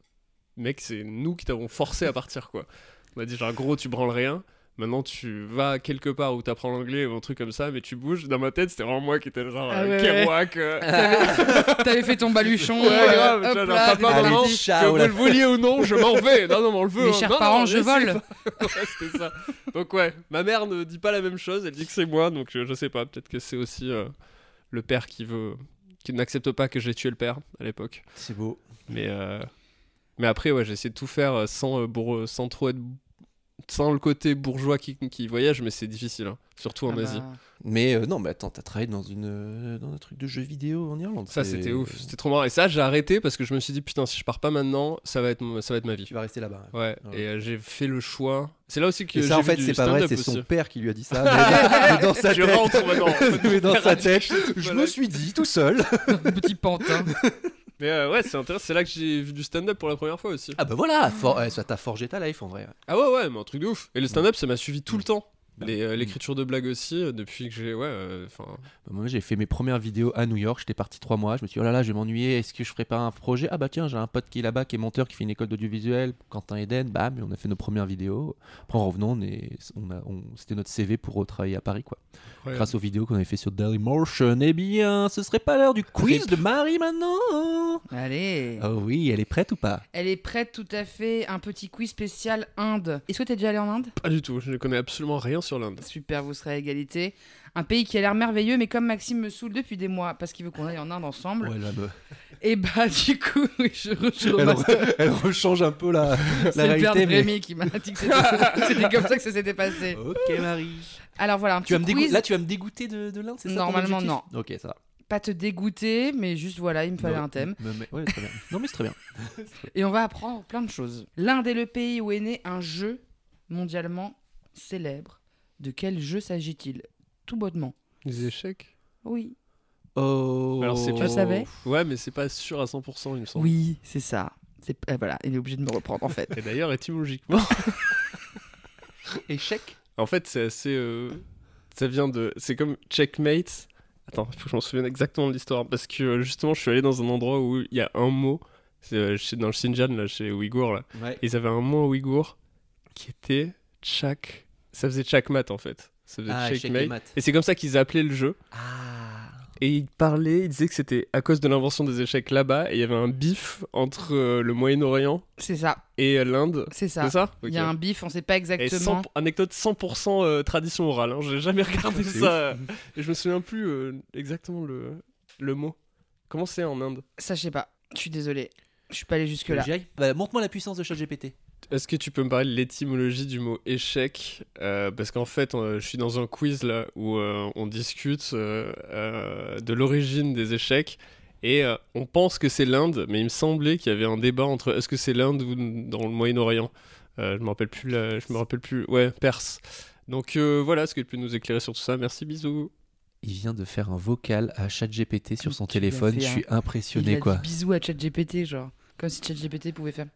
Speaker 1: mec, c'est nous qui t'avons forcé à partir, quoi. On m'a dit, genre, gros, tu branles rien. Maintenant, tu vas quelque part où t'apprends l'anglais ou un truc comme ça, mais tu bouges. Dans ma tête, c'était vraiment moi qui étais genre
Speaker 3: Ah
Speaker 1: euh,
Speaker 3: ouais, ouais.
Speaker 1: Kerouac, euh,
Speaker 3: T'avais fait ton baluchon.
Speaker 1: Ouais,
Speaker 3: euh,
Speaker 1: grave,
Speaker 3: hop
Speaker 1: tu vois, genre,
Speaker 3: là,
Speaker 1: papa,
Speaker 3: t'es
Speaker 5: maman,
Speaker 3: parti.
Speaker 5: je-
Speaker 1: que
Speaker 5: Ciao,
Speaker 1: vous
Speaker 5: la-
Speaker 1: le vouliez ou non, je m'en vais. Non, non, mais on le veut.
Speaker 3: Mes
Speaker 1: hein.
Speaker 3: chers
Speaker 1: Non, non,
Speaker 3: parents, je
Speaker 1: laissez
Speaker 3: vole. Ah
Speaker 1: pas. ouais, c'était ça. Donc, ouais, ma mère ne dit pas la même chose. Elle dit que c'est moi. Donc, euh, je, je sais pas. Peut-être que c'est aussi euh, le père qui veut. qui n'accepte pas que j'ai tué le père à l'époque.
Speaker 5: C'est beau.
Speaker 1: Mais, euh, mais après, ouais, j'ai essayé de tout faire euh, sans, euh, bourre- sans trop être. sans le côté bourgeois qui, qui voyage, mais c'est difficile. hein. Surtout en
Speaker 3: Ah
Speaker 1: Asie.
Speaker 3: bah,
Speaker 5: Mais euh, non, mais attends, t'as travaillé dans, une, euh, dans un truc de jeu vidéo en Irlande.
Speaker 1: Ça,
Speaker 5: c'est-
Speaker 1: c'était ouf. C'était trop marrant. Et ça, j'ai arrêté parce que je me suis dit, putain, si je pars pas maintenant, ça va être, mon- ça va être ma vie.
Speaker 5: Tu vas rester là-bas.
Speaker 1: Ouais,
Speaker 5: Ouais.
Speaker 1: et euh, j'ai fait le choix. C'est là aussi que
Speaker 5: Et
Speaker 1: j'ai
Speaker 5: ça, en
Speaker 1: vu
Speaker 5: fait,
Speaker 1: du
Speaker 5: c'est pas vrai,
Speaker 1: stand-up
Speaker 5: c'est son
Speaker 1: aussi.
Speaker 5: père qui lui a dit ça. Mais, mais dans sa
Speaker 1: Je
Speaker 5: tête.
Speaker 1: rentre maintenant.
Speaker 5: mais dans sa tête, je
Speaker 1: Voilà.
Speaker 5: me suis dit tout seul.
Speaker 3: Petit pantin.
Speaker 1: Mais euh, ouais, c'est intéressant. C'est là que j'ai vu du stand-up pour la première fois aussi.
Speaker 5: Ah bah voilà, for- ouais, ça t'a forgé ta life en vrai. ouais.
Speaker 1: Ah ouais, ouais, mais un truc de ouf. Et le stand-up, ça m'a suivi tout le temps.
Speaker 5: Bah.
Speaker 1: Les, euh, L'écriture de blagues aussi, euh, depuis que j'ai. Ouais, euh, enfin.
Speaker 5: Bah, moi, j'ai fait mes premières vidéos à New York. J'étais parti trois mois. Je me suis dit, oh là là, je vais m'ennuyer. Est-ce que je ferais pas un projet Ah bah tiens, j'ai un pote qui est là-bas, qui est monteur, qui fait une école d'audiovisuel, Quentin Eden. Bam, et on a fait nos premières vidéos. Après, en revenant, on est, on a, on, c'était notre CV pour euh, travailler à Paris, quoi.
Speaker 1: Ouais.
Speaker 5: Grâce aux vidéos qu'on avait fait sur Dailymotion. Eh bien, ce serait pas l'heure du quiz de Marie maintenant
Speaker 3: Allez.
Speaker 5: Oh oui, elle est prête ou pas
Speaker 3: Elle est prête tout à fait. Un petit quiz spécial Inde. Est-ce que t'es déjà allé en Inde
Speaker 1: Pas du tout, je ne connais absolument rien sur l'Inde.
Speaker 3: Super, vous serez à égalité. Un pays qui a l'air merveilleux, mais comme Maxime me saoule depuis des mois parce qu'il veut qu'on aille en Inde ensemble,
Speaker 5: Ouais, la meuf.
Speaker 3: et bah du coup, oui, je, je
Speaker 5: Elle,
Speaker 3: remasse-
Speaker 5: re- elle rechange un peu la, la
Speaker 3: C'est le père de
Speaker 5: réalité. mais-
Speaker 3: Rémi qui m'a dit que c'était c'était comme ça que ça s'était passé.
Speaker 5: Ok, Marie.
Speaker 3: Alors voilà, un
Speaker 5: Tu vas
Speaker 3: petit
Speaker 5: me dégoûter-
Speaker 3: quiz.
Speaker 5: Là, tu vas me dégoûter de, de l'Inde, c'est ça ton
Speaker 3: Normalement,
Speaker 5: objectif
Speaker 3: non.
Speaker 5: Ok, ça va.
Speaker 3: Pas te dégoûter, mais juste voilà, il me fallait
Speaker 5: Ouais,
Speaker 3: un thème.
Speaker 5: me- me- ouais, très bien. Non, mais c'est très bien.
Speaker 3: Et on va apprendre plein de choses. L'Inde est le pays où est né un jeu mondialement célèbre. De quel jeu s'agit-il Tout bonnement.
Speaker 1: Les échecs
Speaker 3: Oui.
Speaker 5: Oh.
Speaker 1: Alors, c'est
Speaker 3: Tu le savais
Speaker 1: Ouais, mais c'est pas sûr à 100%, il me semble.
Speaker 3: Oui, c'est ça. C'est- euh, voilà, il est obligé de me reprendre en fait.
Speaker 1: Et d'ailleurs, étymologiquement,
Speaker 5: Échec
Speaker 1: en fait, c'est assez. euh, Ça vient de. C'est comme checkmate. Attends, il faut que je m'en souvienne exactement de l'histoire. Parce que euh, justement, je suis allé dans un endroit où il y a un mot. C'est euh, chez- dans le Xinjiang, là, chez Ouïghour, là.
Speaker 5: Ouais.
Speaker 1: Ils avaient un mot ouïghour qui était chak. Ça faisait chakmat en fait. Ça faisait
Speaker 5: Ah, échec
Speaker 1: checkmate.
Speaker 5: et
Speaker 1: Et,
Speaker 5: mat.
Speaker 1: c'est comme ça qu'ils appelaient le jeu.
Speaker 5: Ah.
Speaker 1: Et ils parlaient, ils disaient que c'était à cause de l'invention des échecs là-bas. Et il y avait un bif entre euh, le Moyen-Orient
Speaker 3: C'est ça,
Speaker 1: et euh, l'Inde.
Speaker 3: c'est ça.
Speaker 1: C'est ça
Speaker 3: Il y a
Speaker 1: Ok.
Speaker 3: un bif, on sait pas
Speaker 1: Et 100
Speaker 3: exactement.
Speaker 1: anecdote 100% euh, tradition orale. hein. J'ai jamais regardé
Speaker 5: C'est
Speaker 1: ça. Et je me souviens plus euh, exactement le, le mot. Comment c'est en Inde
Speaker 3: Ça, je sais pas. Je suis désolée. Je suis pas allée
Speaker 5: Que
Speaker 3: jusque-là.
Speaker 5: j'y aille Bah, montre-moi la puissance de ChatGPT.
Speaker 1: Est-ce que tu peux me parler de l'étymologie du mot échec Euh, Parce qu'en fait, euh, je suis dans un quiz là où euh, on discute euh, euh, de l'origine des échecs et euh, on pense que c'est l'Inde, mais il me semblait qu'il y avait un débat entre est-ce que c'est l'Inde ou dans le Moyen-Orient Euh, Je me rappelle plus. la- je me rappelle plus. Ouais, Perse. Donc euh, voilà, est-ce que tu peux nous éclairer sur tout ça Merci, bisous.
Speaker 5: Il vient de faire un vocal à ChatGPT sur
Speaker 3: Comme
Speaker 5: son
Speaker 3: tu l'as
Speaker 5: téléphone.
Speaker 3: fait,
Speaker 5: Je
Speaker 3: hein.
Speaker 5: suis
Speaker 3: Il a
Speaker 5: impressionné,
Speaker 3: dit
Speaker 5: quoi.
Speaker 3: bisous à ChatGPT, genre. Comme si ChatGPT pouvait faire.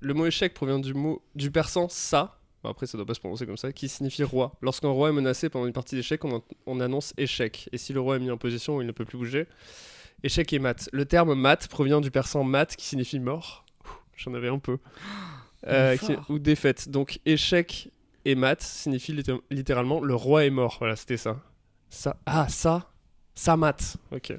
Speaker 1: Le mot échec provient du mot du persan sa. Bon, Après, ça doit pas se prononcer comme ça, qui signifie roi. Lorsqu'un roi est menacé pendant une partie d'échec, on, an- on annonce échec. Et si le roi est mis en position où il ne peut plus bouger, échec et mat. Le terme mat provient du persan mat, qui signifie mort. Ouh, J'en avais un peu. Euh,
Speaker 3: il est
Speaker 1: qui-
Speaker 3: fort.
Speaker 1: ou défaite. Donc échec et mat signifie litté- littéralement le roi est mort. Voilà, c'était ça. Ça, ah ça, ça mat. Ok.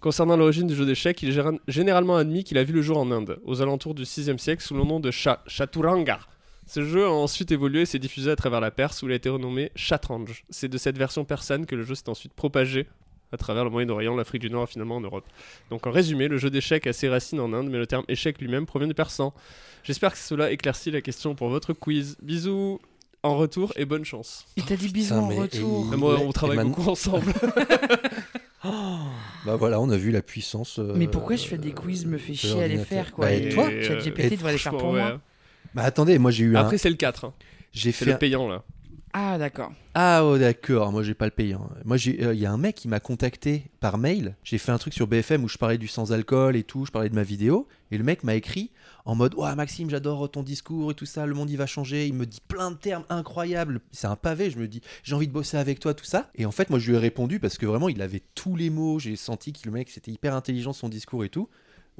Speaker 1: Concernant l'origine du jeu d'échecs, il est géra- généralement admis qu'il a vu le jour en Inde, aux alentours du 6e siècle, sous le nom de Cha- Chaturanga. Ce jeu a ensuite évolué et s'est diffusé à travers la Perse, où il a été renommé Shatranj. C'est de cette version persane que le jeu s'est ensuite propagé à travers le Moyen-Orient, l'Afrique du Nord et finalement en Europe. Donc en résumé, le jeu d'échecs a ses racines en Inde, mais le terme échec lui-même provient du persan. J'espère que cela éclaircit la question pour votre quiz. Bisous en retour et bonne chance.
Speaker 3: Il t'a dit bisous
Speaker 5: putain,
Speaker 3: en
Speaker 5: mais-
Speaker 3: retour.
Speaker 5: et-
Speaker 1: Moi,
Speaker 5: ouais,
Speaker 1: on travaille
Speaker 5: man-
Speaker 1: beaucoup ensemble.
Speaker 5: Bah voilà, on a vu la puissance. euh,
Speaker 3: Mais pourquoi je fais des quiz, me fait chier à les faire, quoi.
Speaker 5: Bah, et
Speaker 3: Et
Speaker 5: toi
Speaker 1: euh,
Speaker 3: ChatGPT devrait les faire
Speaker 1: franchement,
Speaker 3: pour
Speaker 1: ouais.
Speaker 3: moi.
Speaker 5: Bah attendez, moi j'ai eu un.
Speaker 1: Après, c'est le 4. hein.
Speaker 5: J'ai
Speaker 1: C'est
Speaker 5: fait.
Speaker 1: le payant, là.
Speaker 3: Ah, d'accord.
Speaker 5: Ah oh, d'accord, moi j'ai pas le payant. Moi j'ai, euh, il y a un mec qui m'a contacté par mail. J'ai fait un truc sur BFM où je parlais du sans alcool et tout, je parlais de ma vidéo et le mec m'a écrit en mode "Ouah Maxime, j'adore ton discours et tout ça, le monde il va changer." Il me dit plein de termes incroyables. C'est un pavé, je me dis "J'ai envie de bosser avec toi tout ça." Et en fait, moi je lui ai répondu parce que vraiment il avait tous les mots, j'ai senti que le mec c'était hyper intelligent son discours et tout.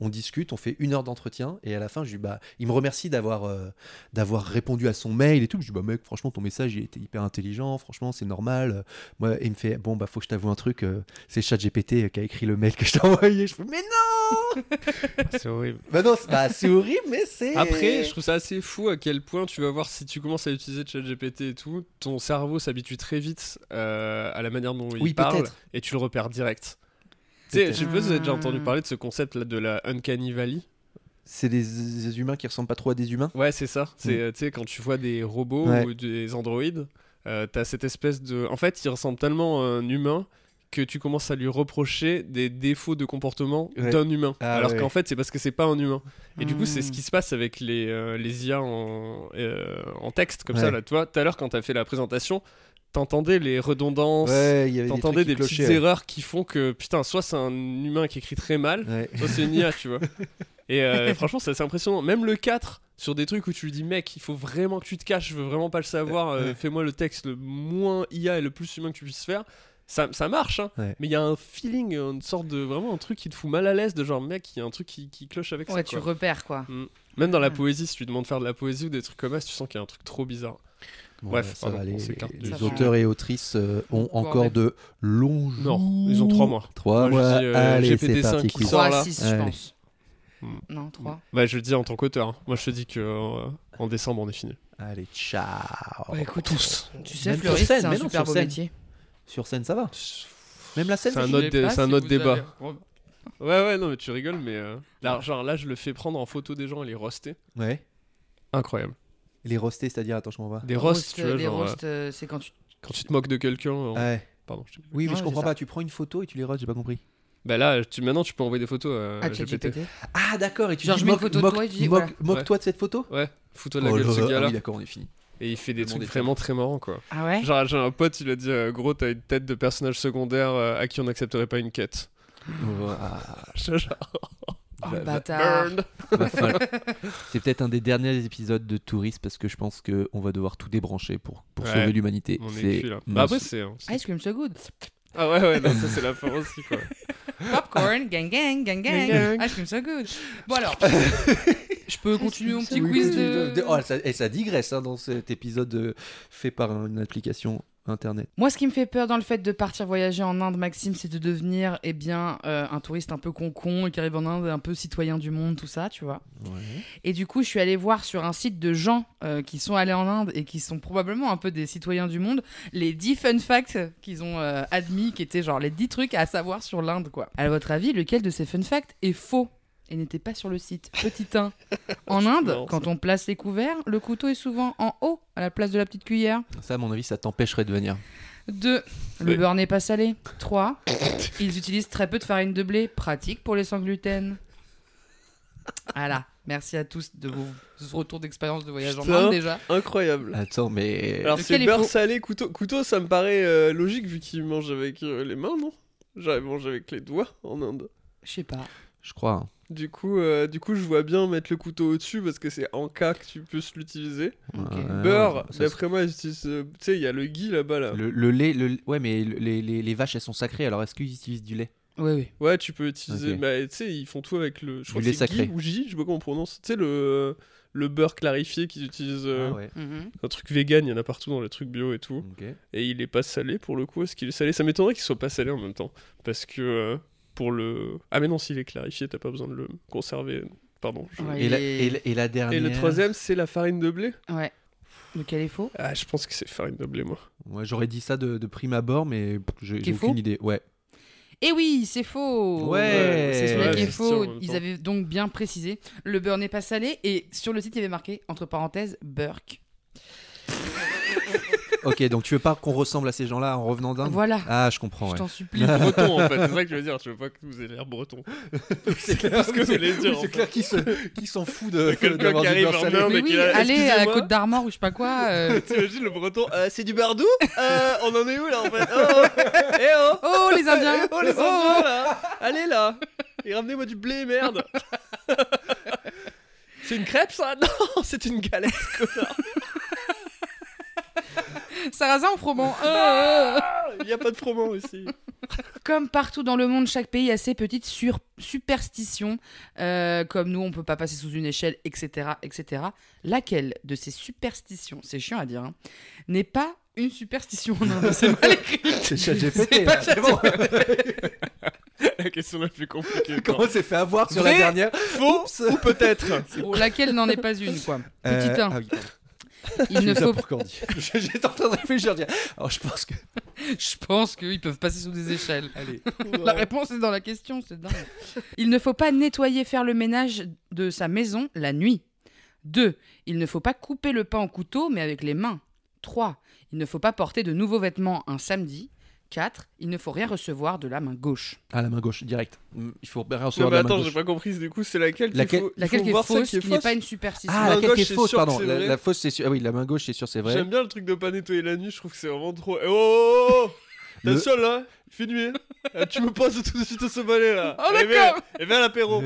Speaker 5: On discute, on fait une heure d'entretien et à la fin, je lui bah, il me remercie d'avoir euh, d'avoir répondu à son mail et tout. Je lui dis, bah mec, franchement, ton message, il était hyper intelligent, franchement, c'est normal. Moi, il me fait, bon, bah, faut que je t'avoue un truc, euh, c'est ChatGPT qui a écrit le mail que je t'ai envoyé. Je fais, mais non
Speaker 1: C'est horrible.
Speaker 5: Bah non, c'est pas c'est horrible, mais c'est.
Speaker 1: Après, je trouve ça assez fou à quel point tu vas voir si tu commences à utiliser ChatGPT et tout, ton cerveau s'habitue très vite euh, à la manière dont il
Speaker 5: Oui,
Speaker 1: parle
Speaker 5: peut-être.
Speaker 1: et tu le repères direct. Tu sais, je sais pas si vous avez déjà entendu
Speaker 3: Ah.
Speaker 1: parler de ce concept là de la Uncanny Valley.
Speaker 5: C'est des, des humains qui ressemblent pas trop à des humains.
Speaker 1: Ouais, c'est ça. C'est euh, tu sais quand tu vois des robots
Speaker 5: Mm. Ouais.
Speaker 1: ou des androïdes, euh, t'as cette espèce de. En fait, il ressemble tellement à un humain que tu commences à lui reprocher des défauts de comportement
Speaker 5: Ouais.
Speaker 1: d'un humain.
Speaker 5: Ah,
Speaker 1: Alors
Speaker 5: ouais, Mm.
Speaker 1: qu'en
Speaker 5: ouais.
Speaker 1: fait, c'est parce que c'est pas un humain. Et du coup, c'est ce
Speaker 3: Hmm.
Speaker 1: qui se passe avec les, euh, les IA en, euh, en texte, comme ça,
Speaker 5: Ouais.
Speaker 1: là. Tu vois, tout à l'heure, quand t'as fait la présentation, t'entendais les redondances,
Speaker 5: Ouais, il y avait des trucs
Speaker 1: t'entendais
Speaker 5: qui
Speaker 1: des, petites
Speaker 5: clochaient, ouais.
Speaker 1: erreurs qui font que, putain, soit c'est un humain qui écrit très mal,
Speaker 5: Ouais.
Speaker 1: Oh, c'est une IA, tu vois. Et euh, franchement, c'est assez impressionnant. Même le 4, sur des trucs où tu lui dis, mec, il faut vraiment que tu te caches, je veux vraiment pas le savoir, euh,
Speaker 5: Ouais.
Speaker 1: fais-moi le texte le moins IA et le plus humain que tu puisses faire. Ça, ça marche, hein.
Speaker 5: Ouais.
Speaker 1: mais il y a un feeling, une sorte de vraiment un truc qui te fout mal à l'aise, de genre mec, il y a un truc qui, qui cloche avec ça.
Speaker 3: Ouais, tu
Speaker 1: quoi.
Speaker 3: repères, quoi.
Speaker 1: Même dans la
Speaker 3: Ouais.
Speaker 1: poésie, si tu lui demandes de faire de la poésie ou des trucs comme ça, si tu sens qu'il y a un truc trop bizarre.
Speaker 5: Bon,
Speaker 1: Bref,
Speaker 5: bah, ça
Speaker 1: pardon,
Speaker 5: va
Speaker 1: on
Speaker 5: aller.
Speaker 1: s'écarte
Speaker 5: les
Speaker 3: du sujet.
Speaker 5: auteurs et autrices euh, ont
Speaker 3: Encore
Speaker 5: encore
Speaker 3: des-
Speaker 5: de longs jours.
Speaker 1: Non, ils ont trois mois.
Speaker 5: Trois
Speaker 1: Moi, je
Speaker 5: mois.
Speaker 1: dis, euh,
Speaker 5: Allez,
Speaker 1: GPT-5
Speaker 5: c'est parti.
Speaker 1: qui
Speaker 5: quiz.
Speaker 1: sort.
Speaker 3: 3
Speaker 1: là.
Speaker 3: 6, je
Speaker 5: Ouais.
Speaker 3: pense.
Speaker 1: Hmm.
Speaker 3: Non, 3.
Speaker 1: Bah, je le dis en tant qu'auteur. hein. Moi, je te dis que euh, en décembre, on est fini.
Speaker 5: Allez, ciao.
Speaker 1: écoute, tous.
Speaker 3: Bah, Tu sais,
Speaker 5: Même sur
Speaker 3: fleuriste,
Speaker 5: scène,
Speaker 3: c'est un
Speaker 5: mais non,
Speaker 3: super
Speaker 5: sur
Speaker 3: beau
Speaker 5: scène.
Speaker 3: métier.
Speaker 5: Sur scène, ça va. Même la scène,
Speaker 1: C'est un
Speaker 3: Je
Speaker 1: autre,
Speaker 3: l'ai
Speaker 1: dé-
Speaker 3: pas,
Speaker 1: c'est un
Speaker 3: si
Speaker 1: autre
Speaker 3: vous
Speaker 1: débat.
Speaker 3: avez-
Speaker 1: Ouais, ouais, non, mais tu rigoles, mais euh, là, genre là, je le fais prendre en photo des gens et les roaster.
Speaker 5: Ouais.
Speaker 1: Incroyable.
Speaker 5: Les roastés, c'est-à-dire, attends, je comprends pas.
Speaker 1: Des roasts,
Speaker 3: Roast,
Speaker 1: tu vois,
Speaker 3: les
Speaker 1: genre,
Speaker 3: roasts, euh, c'est quand tu.
Speaker 1: euh, quand tu te moques de quelqu'un. euh,
Speaker 5: Ouais.
Speaker 1: Pardon. je t'ai-
Speaker 5: Oui,
Speaker 3: Ouais,
Speaker 5: mais je
Speaker 3: c'est
Speaker 5: comprends
Speaker 3: ça.
Speaker 5: pas. Tu prends une photo et tu les rotes, j'ai pas compris.
Speaker 1: Bah là, tu, maintenant, tu peux envoyer des photos euh, à
Speaker 3: Ah,
Speaker 1: GPT.
Speaker 3: ChatGPT.
Speaker 5: Ah, d'accord. Et tu
Speaker 3: Genre,
Speaker 5: dis,
Speaker 3: je mets une
Speaker 5: moque-
Speaker 3: photo de
Speaker 5: moque-
Speaker 3: toi et tu dis,
Speaker 5: moque-
Speaker 3: voilà.
Speaker 5: Moque-toi de cette photo
Speaker 1: Ouais, fous-toi de la
Speaker 5: Oh
Speaker 1: gueule,
Speaker 5: là
Speaker 1: ce
Speaker 5: là,
Speaker 1: gars-là.
Speaker 5: ah oui, d'accord, on est fini.
Speaker 1: Et il fait des
Speaker 5: Le monde
Speaker 1: trucs
Speaker 5: est
Speaker 1: vraiment très marrants, quoi.
Speaker 3: Ah ouais
Speaker 1: Genre, j'ai un pote, il a dit, euh, gros, t'as une tête de personnage secondaire euh, à qui on n'accepterait pas une quête.
Speaker 5: Ah,
Speaker 1: Genre,
Speaker 3: Oh,
Speaker 5: va-
Speaker 3: le
Speaker 5: va-
Speaker 3: bâtard.
Speaker 1: burn.
Speaker 5: va falloir- Ah, C'est peut-être un des derniers épisodes de Touriste parce que je pense qu'on va devoir tout débrancher pour, pour
Speaker 1: Ouais.
Speaker 5: sauver l'humanité.
Speaker 1: On est
Speaker 5: C'est
Speaker 1: cuit, là. Bah
Speaker 5: mince.
Speaker 1: après, c'est. hein, c'est-
Speaker 3: Ice cream so good.
Speaker 1: Ah ouais, ouais, non, ça, c'est la fin aussi, quoi.
Speaker 3: Popcorn, gang gang, gang gang.
Speaker 1: Gang, gang.
Speaker 3: Ice cream so good. Bon alors, je peux continuer mon petit
Speaker 5: Oui,
Speaker 3: quiz
Speaker 5: oui,
Speaker 3: de.
Speaker 5: de- oh, ça- et ça digresse hein, dans cet épisode euh, fait par une application internet.
Speaker 3: Moi, ce qui me fait peur dans le fait de partir voyager en Inde, Maxime, c'est de devenir, eh bien, euh, un touriste un peu con-con et qui arrive en Inde, un peu citoyen du monde, tout ça, tu vois. Et du coup, je suis allée voir sur un site de gens euh, qui sont allés en Inde et qui sont probablement un peu des citoyens du monde, les 10 fun facts qu'ils ont euh, admis, qui étaient genre les 10 trucs à savoir sur l'Inde, quoi. À votre avis, lequel de ces fun facts est faux et n'était pas sur le site Petit 1. En Inde,
Speaker 1: marrant,
Speaker 3: quand on place les couverts, le couteau est souvent en haut, à la place de la petite cuillère.
Speaker 5: Ça, à mon avis, ça t'empêcherait de venir.
Speaker 3: 2. Le
Speaker 1: Oui.
Speaker 3: beurre n'est pas salé. 3. Ils utilisent très peu de farine de blé, pratique pour les sans gluten. Voilà. Merci à tous de vos retours d'expérience de voyage en
Speaker 1: Putain.
Speaker 3: Inde déjà.
Speaker 1: Incroyable.
Speaker 5: Attends, mais.
Speaker 1: Alors
Speaker 3: Lequel
Speaker 1: c'est
Speaker 3: il
Speaker 1: beurre
Speaker 3: faut
Speaker 1: salé, couteau. Couteau, ça me paraît euh, logique vu qu'il mange avec euh, les mains, non J'avais mangé avec les doigts en Inde.
Speaker 3: Je sais pas.
Speaker 5: Je crois. hein.
Speaker 1: Du coup, euh, du coup, je vois bien mettre le couteau au-dessus parce que c'est en cas que tu peux l'utiliser.
Speaker 3: Ok.
Speaker 5: Ouais,
Speaker 1: beurre,
Speaker 5: Ah ça
Speaker 1: d'après moi, ils utilisent, euh, tu sais, il y a le gui là-bas là.
Speaker 5: Le, le lait, le, ouais, mais le- les, les, les vaches elles sont sacrées, alors est-ce qu'ils utilisent du lait
Speaker 3: Oui, oui.
Speaker 1: Ouais, tu peux utiliser.
Speaker 5: Ok.
Speaker 1: Mais tu sais, ils font tout avec le. Je crois
Speaker 5: Du
Speaker 1: que
Speaker 5: lait
Speaker 1: c'est
Speaker 5: sacré.
Speaker 1: ghi ou ghi, je sais pas comment on prononce. Tu sais le le beurre clarifié qu'ils utilisent. euh,
Speaker 5: Ah ouais.
Speaker 3: Mm-hmm.
Speaker 1: Un truc vegan, il y en a partout dans les trucs bio et tout. Et il est pas salé pour le coup. Est-ce qu'il est salé Ça m'étonnerait qu'il soit pas salé en même temps. Parce que euh, pour le. Ah, mais non, s'il est clarifié, t'as pas besoin de le conserver. Pardon. je-
Speaker 3: Ouais.
Speaker 5: Et, la,
Speaker 3: Et-
Speaker 5: et, la- et la dernière.
Speaker 1: Et le troisième, c'est la farine de blé
Speaker 3: Ouais. Lequel est faux
Speaker 1: Ah, je pense que c'est farine de blé, moi.
Speaker 5: Ouais, J'aurais dit ça de, de prime abord, mais pff, j'ai
Speaker 3: Qui
Speaker 5: j'ai
Speaker 3: est faux
Speaker 5: aucune idée. Ouais.
Speaker 3: Eh oui, c'est faux
Speaker 5: Ouais.
Speaker 3: C'est
Speaker 5: Ouais,
Speaker 3: celui qui est
Speaker 1: c'est sûr, en
Speaker 3: faux.
Speaker 1: même
Speaker 3: Ils
Speaker 1: temps.
Speaker 3: avaient donc bien précisé. Le beurre n'est pas salé et sur le site, il y avait marqué, entre parenthèses, Burke.
Speaker 5: Ok, donc tu veux pas qu'on ressemble à ces gens-là en revenant d'Inde
Speaker 3: Voilà,
Speaker 5: Ah, je comprends.
Speaker 3: je
Speaker 5: ouais.
Speaker 3: t'en supplie.
Speaker 1: Plus breton en fait, c'est ça que je veux dire. Je veux pas que vous ayez l'air breton. c'est clair ce que je voulais dire. en
Speaker 5: C'est
Speaker 1: fait.
Speaker 5: clair qui s'en fout de
Speaker 1: Quelqu'un qui arrive en Inde
Speaker 3: Mais
Speaker 1: et qui
Speaker 3: oui,
Speaker 1: a-
Speaker 3: allez à la
Speaker 1: Excusez-moi.
Speaker 3: Côte d'Armor ou je sais pas quoi. euh.
Speaker 1: T'imagines le breton Euh, C'est du bardou Euh, On en est où là en fait oh, oh, Eh oh
Speaker 3: Oh les Indiens
Speaker 1: Oh les Indiens là Allez là Et ramenez-moi du blé, merde C'est une crêpe ça Non, c'est une galette connard
Speaker 3: Sarrasin ou froment Euh,
Speaker 5: Ah.
Speaker 1: Il n'y a pas de froment ici
Speaker 3: Comme partout dans le monde, chaque pays a ses petites sur- superstitions. euh, comme nous, on peut pas passer sous une échelle, etc., etc. Laquelle de ces superstitions, c'est chiant à dire, hein, n'est pas une superstition en Inde C'est mal écrit.
Speaker 5: C'est ChatGPT.
Speaker 3: C'est
Speaker 5: là.
Speaker 3: pas
Speaker 5: C'est bon.
Speaker 1: La question la plus compliquée.
Speaker 5: Comment on s'est fait avoir sur
Speaker 1: Vrai
Speaker 5: la dernière
Speaker 1: Faux ou peut-être
Speaker 3: Bon, laquelle n'en est pas une, quoi. Petit
Speaker 5: Euh,
Speaker 3: un.
Speaker 5: Ah oui, pardon.
Speaker 3: Il
Speaker 5: Je
Speaker 3: ne
Speaker 5: sais
Speaker 3: faut
Speaker 5: pas pourquoi on dit. J'étais en train de réfléchir. je dis, Alors je pense que.
Speaker 3: Je pense qu'ils peuvent passer sous des échelles. La réponse est dans la question, c'est dingue. Il ne faut pas nettoyer, faire le ménage de sa maison la nuit. 2. Il ne faut pas couper le pain au couteau, mais avec les mains. 3. Il ne faut pas porter de nouveaux vêtements un samedi. 4. Il ne faut rien recevoir de la main gauche.
Speaker 5: Ah, la main gauche, direct. Mm, Il faut bien
Speaker 1: Non
Speaker 5: recevoir
Speaker 1: mais
Speaker 5: de la main
Speaker 1: attends, j'ai
Speaker 5: gauche.
Speaker 1: pas compris. Du coup, c'est laquelle qu'il
Speaker 5: Laquelle-
Speaker 1: faut, il
Speaker 3: Laquelle
Speaker 1: faut
Speaker 3: qui est
Speaker 1: voir celle
Speaker 3: fausse, qui n'est pas une superstition.
Speaker 5: Ah,
Speaker 1: main
Speaker 5: laquelle
Speaker 1: gauche,
Speaker 5: qui est
Speaker 1: c'est
Speaker 5: fausse,
Speaker 1: sûr que
Speaker 5: pardon.
Speaker 1: c'est
Speaker 5: La,
Speaker 1: vrai.
Speaker 5: la fausse, c'est sûr. Ah oui, la main gauche, c'est sûr, c'est vrai.
Speaker 1: J'aime bien le truc de pas nettoyer la nuit, je trouve que c'est vraiment trop. Eh, Oh, oh, oh, oh T'es
Speaker 5: Le-
Speaker 1: seul là Il fait nuit. hein Ah, tu me passes tout de suite ce balai là.
Speaker 3: Oh,
Speaker 1: Et viens,
Speaker 3: d'accord.
Speaker 1: et viens à l'apéro.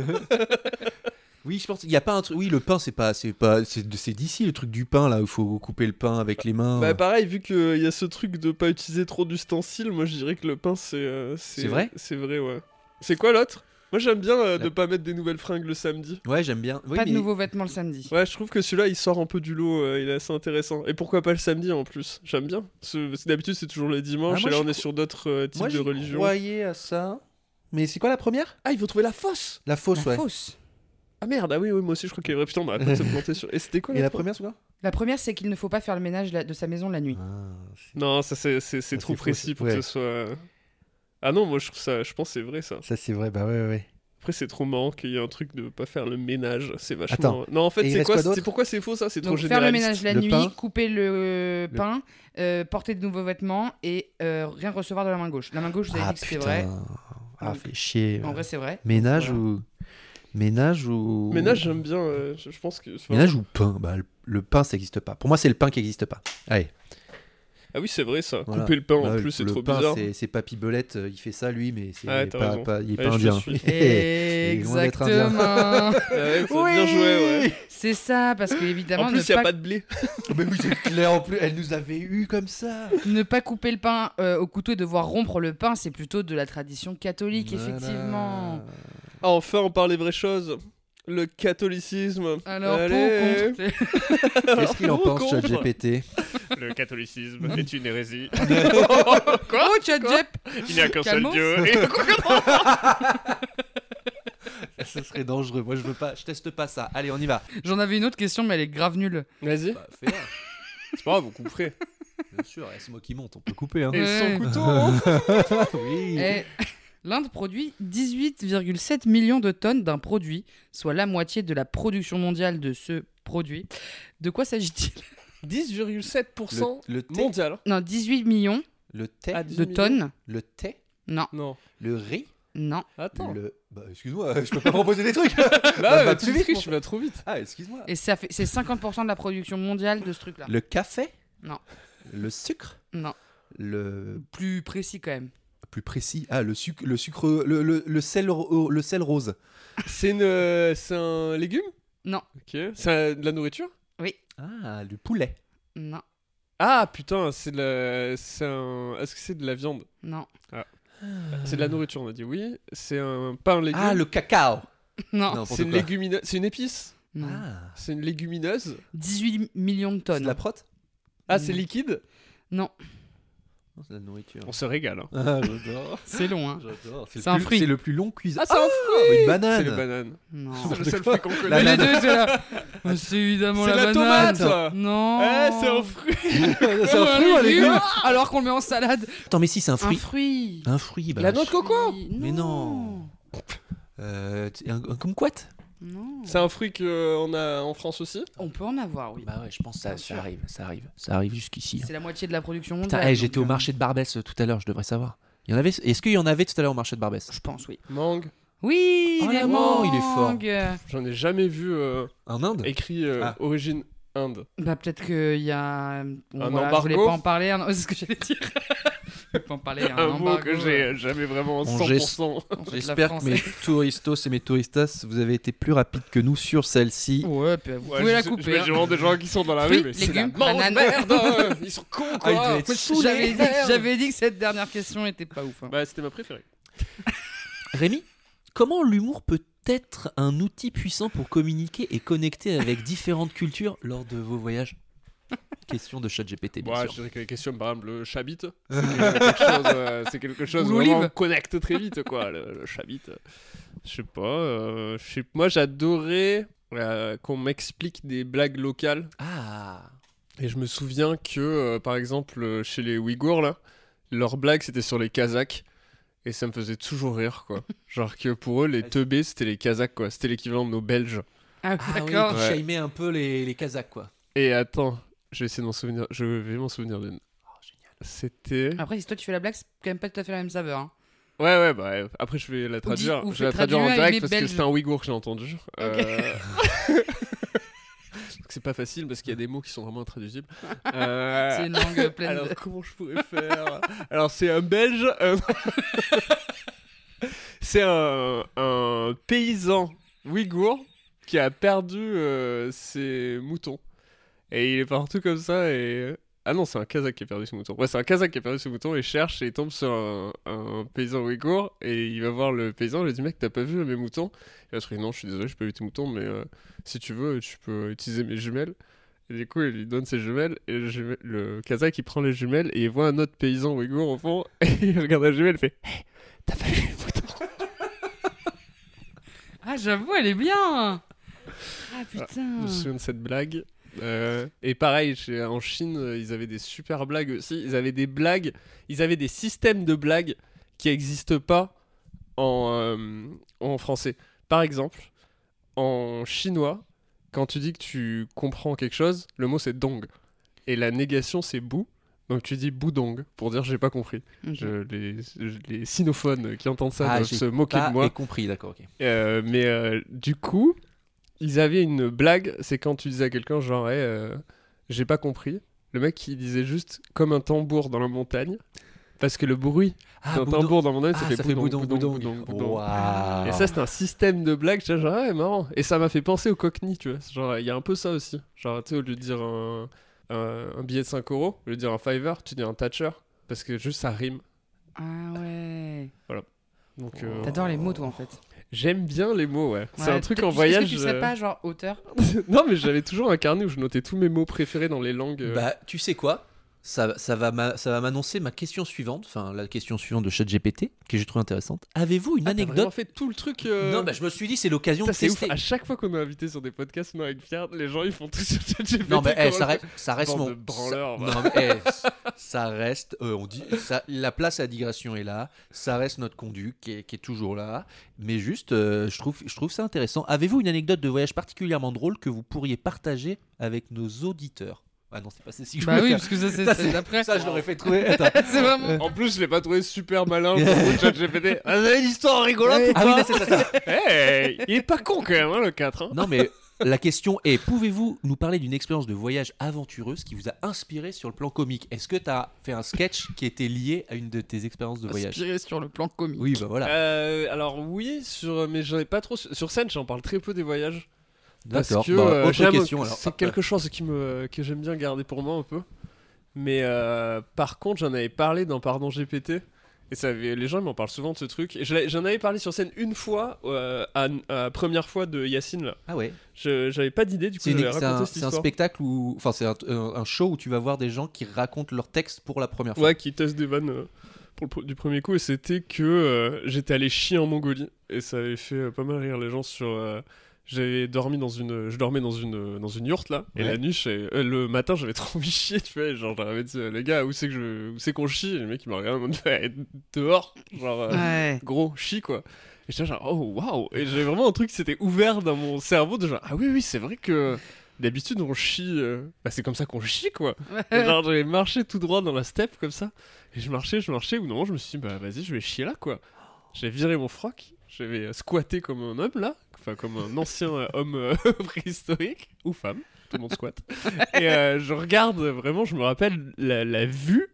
Speaker 5: Oui, je pense. Il y a pas un truc. Oui, le pain, c'est pas, c'est pas, c'est de- c'est d'ici le truc du pain là où faut couper le pain avec les mains.
Speaker 1: Bah pareil, vu qu'il y a ce truc de pas utiliser trop d'ustensiles, moi je dirais que le pain c'est. euh,
Speaker 5: C'est vrai
Speaker 1: C'est vrai, ouais. C'est quoi l'autre Moi j'aime bien euh, de
Speaker 5: La-
Speaker 1: pas mettre des nouvelles fringues le samedi.
Speaker 5: Ouais, j'aime bien. Oui,
Speaker 3: pas
Speaker 5: mais-
Speaker 3: de nouveaux vêtements le samedi.
Speaker 1: Ouais, je trouve que celui-là il sort un peu du lot, euh, il est assez intéressant. Et pourquoi pas le samedi en plus J'aime bien. Ce- parce que D'habitude c'est toujours le dimanche,
Speaker 5: Ah, moi,
Speaker 1: et là on
Speaker 5: j'y
Speaker 1: est sur d'autres euh, types
Speaker 5: Moi,
Speaker 1: de
Speaker 5: j'y
Speaker 1: religions.
Speaker 5: croyais à ça. Mais c'est quoi la première
Speaker 1: Ah, il faut trouver la fosse
Speaker 5: La
Speaker 3: La
Speaker 5: fausse, ouais.
Speaker 3: fausse.
Speaker 1: Ah merde, ah oui, oui, moi aussi je crois qu'elle est vraie. Putain, on m'a raconté de se planter sur. Et c'était quoi
Speaker 5: Et la
Speaker 1: l'autre
Speaker 5: première, c'est quoi
Speaker 3: La première, c'est qu'il ne faut pas faire le ménage la- de sa maison la nuit.
Speaker 1: Non, ça c'est- c'est c'est
Speaker 5: Ah,
Speaker 1: trop
Speaker 5: c'est faux,
Speaker 1: précis
Speaker 5: c'est-
Speaker 1: pour
Speaker 5: ouais.
Speaker 1: que ce soit. Ah non, moi je trouve ça, je pense que c'est vrai ça.
Speaker 5: Ça, c'est vrai. Bah ouais, ouais.
Speaker 1: Après c'est trop marrant qu'il y ait un truc de pas faire le ménage, c'est vachement.
Speaker 5: Attends.
Speaker 1: Non en fait
Speaker 5: Et il
Speaker 1: c'est
Speaker 5: reste
Speaker 1: quoi,
Speaker 5: quoi
Speaker 1: c'est
Speaker 5: d'autre
Speaker 1: pourquoi c'est faux ça, c'est trop
Speaker 3: Donc faire
Speaker 1: généraliste.
Speaker 3: le ménage la
Speaker 5: Le
Speaker 3: nuit,
Speaker 5: pain.
Speaker 3: couper le, pain, euh, porter de nouveaux vêtements et euh, rien recevoir de la main gauche. La main gauche, vous avez
Speaker 5: Ah
Speaker 3: dit que c'était vrai.
Speaker 5: putain. Ah,
Speaker 3: Donc,
Speaker 5: fait chier.
Speaker 3: En vrai, c'est vrai.
Speaker 5: Ménage
Speaker 3: Voilà.
Speaker 5: ou ménage ou
Speaker 1: Ménage j'aime bien, euh, je, je pense que. enfin,
Speaker 5: Ménage ou pain Bah le, le pain ça n'existe pas. Pour moi c'est le pain qui n'existe pas. Allez.
Speaker 1: Ah oui c'est vrai ça,
Speaker 5: Voilà.
Speaker 1: couper le pain
Speaker 5: Bah,
Speaker 1: en plus c'est
Speaker 5: le
Speaker 1: trop
Speaker 5: pain,
Speaker 1: bizarre.
Speaker 5: c'est- C'est Papy Belette, euh, il fait ça lui mais c'est
Speaker 1: Ouais, t'as
Speaker 5: pas,
Speaker 1: raison.
Speaker 5: pas- il est
Speaker 1: Ouais,
Speaker 5: pas
Speaker 1: je te
Speaker 5: indien.
Speaker 1: suis.
Speaker 5: Et loin d'être indien.
Speaker 3: Exactement.
Speaker 1: Ah ouais, c'est
Speaker 3: Oui
Speaker 1: bien joué ouais.
Speaker 3: C'est ça, parce que évidemment,
Speaker 1: en
Speaker 3: ne,
Speaker 1: plus, il a
Speaker 3: pas,
Speaker 1: pas de blé.
Speaker 5: mais oui, c'est clair en plus, elle nous avait eu comme ça.
Speaker 3: ne pas couper le pain euh, au couteau et devoir rompre le pain, c'est plutôt de la tradition catholique, effectivement.
Speaker 1: Ah, enfin, on parle des vraies choses. Le catholicisme.
Speaker 3: Alors,
Speaker 1: Allez.
Speaker 3: pour ou contre
Speaker 5: Qu'est-ce qu'il en
Speaker 1: Pour ou
Speaker 5: pense
Speaker 1: contre
Speaker 5: ChatGPT
Speaker 1: Le catholicisme est une hérésie.
Speaker 3: Oh, tchat, Jep
Speaker 1: Il n'y a qu'un
Speaker 3: Calmos.
Speaker 1: Et...
Speaker 5: Ça serait dangereux. Moi je veux pas, je teste pas ça. Allez, on y va.
Speaker 3: J'en avais une autre question, mais elle est grave nulle.
Speaker 1: Vas-y.
Speaker 5: Bah fais
Speaker 1: C'est pas grave, vous couperez.
Speaker 5: bien sûr, c'est moi qui monte, on peut couper hein.
Speaker 1: Et
Speaker 3: Ouais.
Speaker 1: son couteau.
Speaker 5: oui.
Speaker 3: Euh, Eh, L'Inde produit 18,7 millions de tonnes d'un produit, soit la moitié de la production mondiale de ce produit. De quoi s'agit-il
Speaker 1: 10,7%
Speaker 5: Le, le thé,
Speaker 1: mondial. hein.
Speaker 3: Non, 18 millions
Speaker 5: le thé,
Speaker 1: Ah,
Speaker 3: de tonnes.
Speaker 5: le thé,
Speaker 3: Non,
Speaker 1: Non.
Speaker 5: le riz,
Speaker 3: non.
Speaker 1: Attends.
Speaker 5: le bah excuse-moi, je peux pas proposer des trucs.
Speaker 1: Là,
Speaker 5: va
Speaker 1: euh,
Speaker 5: plus
Speaker 1: tu
Speaker 5: vite,
Speaker 1: triches,
Speaker 5: mon
Speaker 1: tu vas trop vite.
Speaker 5: Ah, excuse-moi.
Speaker 3: Et ça fait, c'est 50% de la production mondiale de ce truc-là.
Speaker 5: Le café
Speaker 3: Non.
Speaker 5: Le sucre
Speaker 3: Non.
Speaker 5: Le
Speaker 3: Plus précis quand même.
Speaker 5: plus précis, ah le sucre le sucre le, le, le sel ro- euh, le sel rose.
Speaker 1: C'est une, euh, c'est un légume
Speaker 3: Non.
Speaker 1: Ok. C'est euh, de la nourriture
Speaker 5: Ah, le poulet.
Speaker 3: Non,
Speaker 1: Ah putain, c'est de la, c'est un, est-ce que c'est de la viande
Speaker 3: non,
Speaker 1: C'est de
Speaker 3: Euh.
Speaker 1: la nourriture, on a dit oui. C'est un, pas un légume.
Speaker 5: Ah, le Ah, cacao.
Speaker 3: non.
Speaker 5: n'importe
Speaker 1: c'est une
Speaker 5: quoi.
Speaker 1: légumineuse, c'est une épice.
Speaker 3: non.
Speaker 5: Ah,
Speaker 1: C'est une légumineuse.
Speaker 3: 18 millions de
Speaker 5: c'est
Speaker 3: tonnes.
Speaker 5: de la prote
Speaker 1: Ah,
Speaker 3: Mm.
Speaker 1: c'est liquide.
Speaker 3: Non,
Speaker 5: Non, c'est de la nourriture.
Speaker 1: On se régale. hein.
Speaker 5: Ah, j'adore.
Speaker 3: c'est long, hein.
Speaker 5: J'adore.
Speaker 3: C'est un fruit.
Speaker 5: C'est le plus long cuisine.
Speaker 1: Ah, c'est un fruit.
Speaker 5: une
Speaker 1: C'est
Speaker 5: banane.
Speaker 1: les bananes.
Speaker 2: Ah,
Speaker 3: Non.
Speaker 1: C'est le
Speaker 5: De
Speaker 1: seul
Speaker 5: quoi
Speaker 1: fruit qu'on connaît.
Speaker 5: La
Speaker 3: Mais les
Speaker 5: banane.
Speaker 3: deux, c'est la... Mais c'est évidemment
Speaker 1: C'est la
Speaker 3: banane.
Speaker 1: tomate.
Speaker 3: Non.
Speaker 1: Eh, c'est un fruit.
Speaker 5: c'est un fruit,
Speaker 3: Oh,
Speaker 5: un
Speaker 3: légume,
Speaker 5: légume.
Speaker 3: Alors qu'on le met en salade.
Speaker 5: Attends, mais si c'est un
Speaker 3: Un
Speaker 5: fruit.
Speaker 3: fruit.
Speaker 5: Un fruit, bah.
Speaker 1: La noix de coco.
Speaker 3: Oui,
Speaker 5: Mais non. Euh, t- un, un kumquat
Speaker 3: Non.
Speaker 1: C'est un fruit qu'on a en France aussi
Speaker 3: On peut en avoir, oui.
Speaker 5: Bah ouais, je pense que
Speaker 3: Bien
Speaker 5: ça,
Speaker 3: sûr.
Speaker 5: ça arrive, ça arrive, ça arrive jusqu'ici. hein.
Speaker 3: C'est la moitié de la production mondiale.
Speaker 5: Putain, hey, j'étais
Speaker 3: donc,
Speaker 5: au
Speaker 3: euh,
Speaker 5: marché de Barbès euh, tout à l'heure, je devrais savoir. Il y en avait Est-ce qu'il y en avait tout à l'heure au marché de Barbès
Speaker 3: Je pense, oui.
Speaker 1: Mangue.
Speaker 3: Oui,
Speaker 5: Oh,
Speaker 3: les
Speaker 5: la mort, il est fort.
Speaker 3: mangues.
Speaker 1: J'en ai jamais vu euh,
Speaker 2: En Inde
Speaker 1: écrit euh,
Speaker 2: Ah.
Speaker 1: origine Inde.
Speaker 3: Bah peut-être qu'il y a... Bon,
Speaker 1: Un
Speaker 3: voilà,
Speaker 1: embargo.
Speaker 3: Je voulais pas en parler, un- c'est ce que j'allais dire. je voulais pas en parler, il y a un,
Speaker 1: Un, mot
Speaker 3: embargo.
Speaker 1: que j'ai euh, jamais vraiment
Speaker 2: On geste.
Speaker 1: 100%.
Speaker 3: en fait, la
Speaker 2: J'espère
Speaker 3: France
Speaker 2: que mes touristos et mes touristas, vous avez été plus rapides que nous sur celle-ci.
Speaker 3: est- Ouais, puis vous
Speaker 1: Ouais,
Speaker 3: pouvez
Speaker 1: je
Speaker 3: la
Speaker 1: sais-
Speaker 3: couper.
Speaker 1: j'imagine
Speaker 3: hein.
Speaker 1: vraiment des gens qui sont dans la
Speaker 3: Fruits,
Speaker 1: rue, mais c'est la
Speaker 3: légumes,
Speaker 1: mangue,
Speaker 3: bananes.
Speaker 1: merde, hein, ils sont cons
Speaker 2: Ah, il
Speaker 1: quoi.
Speaker 2: devait être
Speaker 1: Sous
Speaker 3: J'avais
Speaker 1: les
Speaker 3: dit,
Speaker 1: verres.
Speaker 3: j'avais dit que cette dernière question était pas ouf. hein.
Speaker 1: Bah c'était ma préférée.
Speaker 5: Rémi, comment Oh, l'humour peut être un outil puissant pour communiquer et connecter avec différentes cultures lors de vos voyages Question de chat GPT, bien
Speaker 1: Moi,
Speaker 5: sûr.
Speaker 1: je dirais que les questions, par exemple, le chabit, c'est quelque chose, euh, c'est quelque chose
Speaker 3: Ou
Speaker 1: vraiment
Speaker 3: l'olive.
Speaker 1: qu'on connecte très vite, quoi. Le, le chabit, euh, je sais pas. euh, je sais- moi, j'adorais euh, qu'on m'explique des blagues locales.
Speaker 5: Ah
Speaker 1: Et je me souviens que, euh, par exemple, euh, chez les Ouïghours, là, leur blague, c'était sur les Kazakhs. Et ça me faisait toujours rire, quoi. Genre que pour eux, les teubés, c'était les Kazakhs, quoi. C'était l'équivalent de nos Belges.
Speaker 3: Ah,
Speaker 5: Ah oui,
Speaker 3: d'accord.
Speaker 1: Ouais.
Speaker 5: tu chimais un peu les, les Kazakhs, quoi.
Speaker 1: Et attends, je vais essayer de m'en souvenir. Je vais m'en souvenir d'une. C'était.
Speaker 3: Après, si toi tu fais la blague, c'est quand même pas tout à fait la même saveur. hein.
Speaker 1: Ouais, ouais, bah ouais. après je vais la traduire.
Speaker 3: ou
Speaker 1: je
Speaker 3: fais
Speaker 1: vais la traduire en
Speaker 3: traduire à
Speaker 1: direct
Speaker 3: aimer
Speaker 1: parce que
Speaker 3: belge.
Speaker 1: c'était un Ouïghour que j'ai entendu. Euh, Donc c'est pas facile parce qu'il y a des mots qui sont vraiment intraduisibles. Euh,
Speaker 3: C'est une langue pleine
Speaker 1: Alors
Speaker 3: de.
Speaker 1: comment je pourrais faire Alors c'est un Belge. euh, c'est un, un paysan Ouïghour qui a perdu euh, ses moutons. Et il est partout comme ça et... Ah non, c'est un Kazakh qui a perdu ses moutons. Ouais, c'est un Kazakh qui a perdu ses moutons et cherche et il tombe sur un, un paysan ouïghour et il va voir le paysan. Il lui dit Mec, t'as pas vu mes moutons Il a dit Non, je suis désolé, j'ai pas vu tes moutons, mais euh, si tu veux, tu peux utiliser mes jumelles. Et du coup, il lui donne ses jumelles et le, jume- le Kazakh il prend les jumelles et il voit un autre paysan ouïghour au fond et il regarde la jumelle et fait Hé, t'as pas vu mes moutons
Speaker 3: Ah, j'avoue, elle est bien. Ah
Speaker 1: Je
Speaker 3: putain.
Speaker 1: me souviens de cette blague. Euh, et pareil, chez- en Chine, euh, ils avaient des super blagues aussi. Ils avaient des blagues, ils avaient des systèmes de blagues qui n'existent pas en, euh, en français. Par exemple, en chinois, quand tu dis que tu comprends quelque chose, le mot c'est dong. Et la négation c'est bou. Donc tu dis boudong pour dire j'ai pas compris.
Speaker 3: Ok.
Speaker 1: Je- les, je- les sinophones qui entendent ça
Speaker 5: Ah,
Speaker 1: doivent
Speaker 5: j'ai
Speaker 1: se moquer
Speaker 5: Pas
Speaker 1: de moi.
Speaker 5: mais compris, d'accord, ok.
Speaker 1: Euh, mais euh, du coup, ils avaient une blague, c'est quand tu disais à quelqu'un genre Hey, euh, j'ai pas compris. Le mec il disait juste comme un tambour dans la montagne parce que le bruit
Speaker 5: Ah,
Speaker 1: d'un
Speaker 5: boudon-
Speaker 1: tambour dans la montagne
Speaker 5: Ah,
Speaker 1: ça fait boudon,
Speaker 5: boudon,
Speaker 1: boudon,
Speaker 5: boudon.
Speaker 1: boudon, boudon.
Speaker 5: Waouh.
Speaker 2: Ah.
Speaker 1: Et ça c'est un système de blagues, tu vois, genre ouais marrant. Et ça m'a fait penser au cockney, tu vois. C'est Genre il y a un peu ça aussi. Genre tu sais au lieu de dire un, un- un billet de 5 euros, au lieu de dire un fiver, tu dis un thatcher parce que juste ça rime.
Speaker 3: Ah ouais.
Speaker 1: Donc euh,
Speaker 3: T'adores les mots, toi, en fait.
Speaker 1: j'aime bien les mots, ouais. c'est
Speaker 3: Ouais,
Speaker 1: un truc
Speaker 3: peut-être-
Speaker 1: en
Speaker 3: est-ce que
Speaker 1: voyage.
Speaker 3: Tu serais
Speaker 1: euh,
Speaker 3: pas genre auteur
Speaker 1: non, mais j'avais toujours un carnet où je notais tous mes mots préférés dans les langues. euh.
Speaker 5: Bah, tu sais quoi ça, ça va m'a- ça va m'annoncer ma question suivante, enfin la question suivante de ChatGPT, que j'ai trouvé intéressante. Avez-vous une
Speaker 1: Ah, t'as vraiment
Speaker 5: anecdote
Speaker 1: fait tout le truc. euh,
Speaker 5: Non, bah, je me suis dit, c'est l'occasion de
Speaker 1: putain, c'est ouf.
Speaker 5: tester.
Speaker 1: À chaque fois qu'on est invité sur des podcasts, non, avec Pierre, les gens ils font tout sur ChatGPT.
Speaker 5: Non, mais eh,
Speaker 1: comment le-
Speaker 5: ça reste, ça reste
Speaker 1: Bande
Speaker 5: mon.
Speaker 1: de branleurs,
Speaker 5: ça-
Speaker 1: va.
Speaker 5: non, mais, eh, c- ça reste. euh, on dit, ça, la place à la digression est là. Ça reste notre conduite qui est, qui est toujours là. Mais juste, euh, je, trouve, je trouve ça intéressant. Avez-vous une anecdote de voyage particulièrement drôle que vous pourriez partager avec nos auditeurs Ah non, c'est pas celle-ci que je
Speaker 3: Bah
Speaker 5: voulais
Speaker 3: oui,
Speaker 5: faire.
Speaker 3: parce que ça, c'est
Speaker 5: Ça,
Speaker 3: c'est d'après.
Speaker 5: Ça, je l'aurais fait trouver. Attends.
Speaker 3: C'est vraiment.
Speaker 1: En plus, je l'ai pas trouvé super malin pour vous, ChatGPT. Ah, vous avez une histoire rigolote ou
Speaker 5: Ah oui,
Speaker 1: pas
Speaker 5: là, c'est ça, c'est ça.
Speaker 1: Hey, Il est pas con quand même, hein, le 4. hein.
Speaker 5: Non, mais la question est pouvez-vous nous parler d'une expérience de voyage aventureuse qui vous a inspiré sur le plan comique Est-ce que tu as fait un sketch qui était lié à une de tes expériences de voyage
Speaker 3: Inspiré sur le plan comique.
Speaker 5: Oui, bah voilà.
Speaker 1: Euh, alors oui, sur, mais j'en ai pas trop sur scène, j'en parle très peu des voyages. Parce
Speaker 5: D'accord.
Speaker 1: que,
Speaker 5: Bah,
Speaker 1: euh,
Speaker 5: autre
Speaker 1: j'aime-
Speaker 5: question alors.
Speaker 1: C'est quelque chose qui me, que j'aime bien garder pour moi un peu. Mais euh, par contre, j'en avais parlé dans Pardon GPT. Et ça, avait- les gens ils m'en parlent souvent de ce truc. Et je l'ai- j'en avais parlé sur scène une fois, euh, à, à première fois de Yacine. Là.
Speaker 5: Ah ouais.
Speaker 1: Je- J'avais pas d'idée, du coup,
Speaker 5: C'est une-
Speaker 1: j'avais
Speaker 5: c'est un,
Speaker 1: raconté cette
Speaker 5: c'est un
Speaker 1: histoire.
Speaker 5: spectacle où, enfin, c'est un, un- un show où tu vas voir des gens qui racontent leur texte pour la première fois.
Speaker 1: Ouais, qui teste des vannes euh, pour le pr- du premier coup. Et c'était que euh, j'étais allé chier en Mongolie. Et ça avait fait euh, pas mal rire les gens sur. euh, j'avais dormi dans une, je dormais dans une, euh, dans une yourte là, et
Speaker 5: Ouais.
Speaker 1: la nuit, j'avais- euh, le matin, j'avais trop envie de chier, tu vois, et genre j'avais dit, euh, les gars, où c'est que je, où c'est qu'on chie, et le mec il m'a regardé en mode, Bah, dehors, genre, euh,
Speaker 3: Ouais.
Speaker 1: gros, chie quoi. Et j'étais genre, oh waouh! Et j'ai vraiment un truc qui s'était ouvert dans mon cerveau de genre, ah oui, oui, c'est vrai que d'habitude on chie. euh, Bah, c'est comme ça qu'on chie, quoi. Et genre, j'avais marché tout droit dans la steppe comme ça. Et je marchais, je marchais, ou non, je me suis dit, bah vas-y, je vais chier là, quoi. J'ai viré mon froc, j'avais euh, squatté comme un homme là, enfin comme un ancien euh, homme euh, préhistorique, ou femme, tout le monde squatte. Et euh, je regarde, vraiment, je me rappelle, la, la vue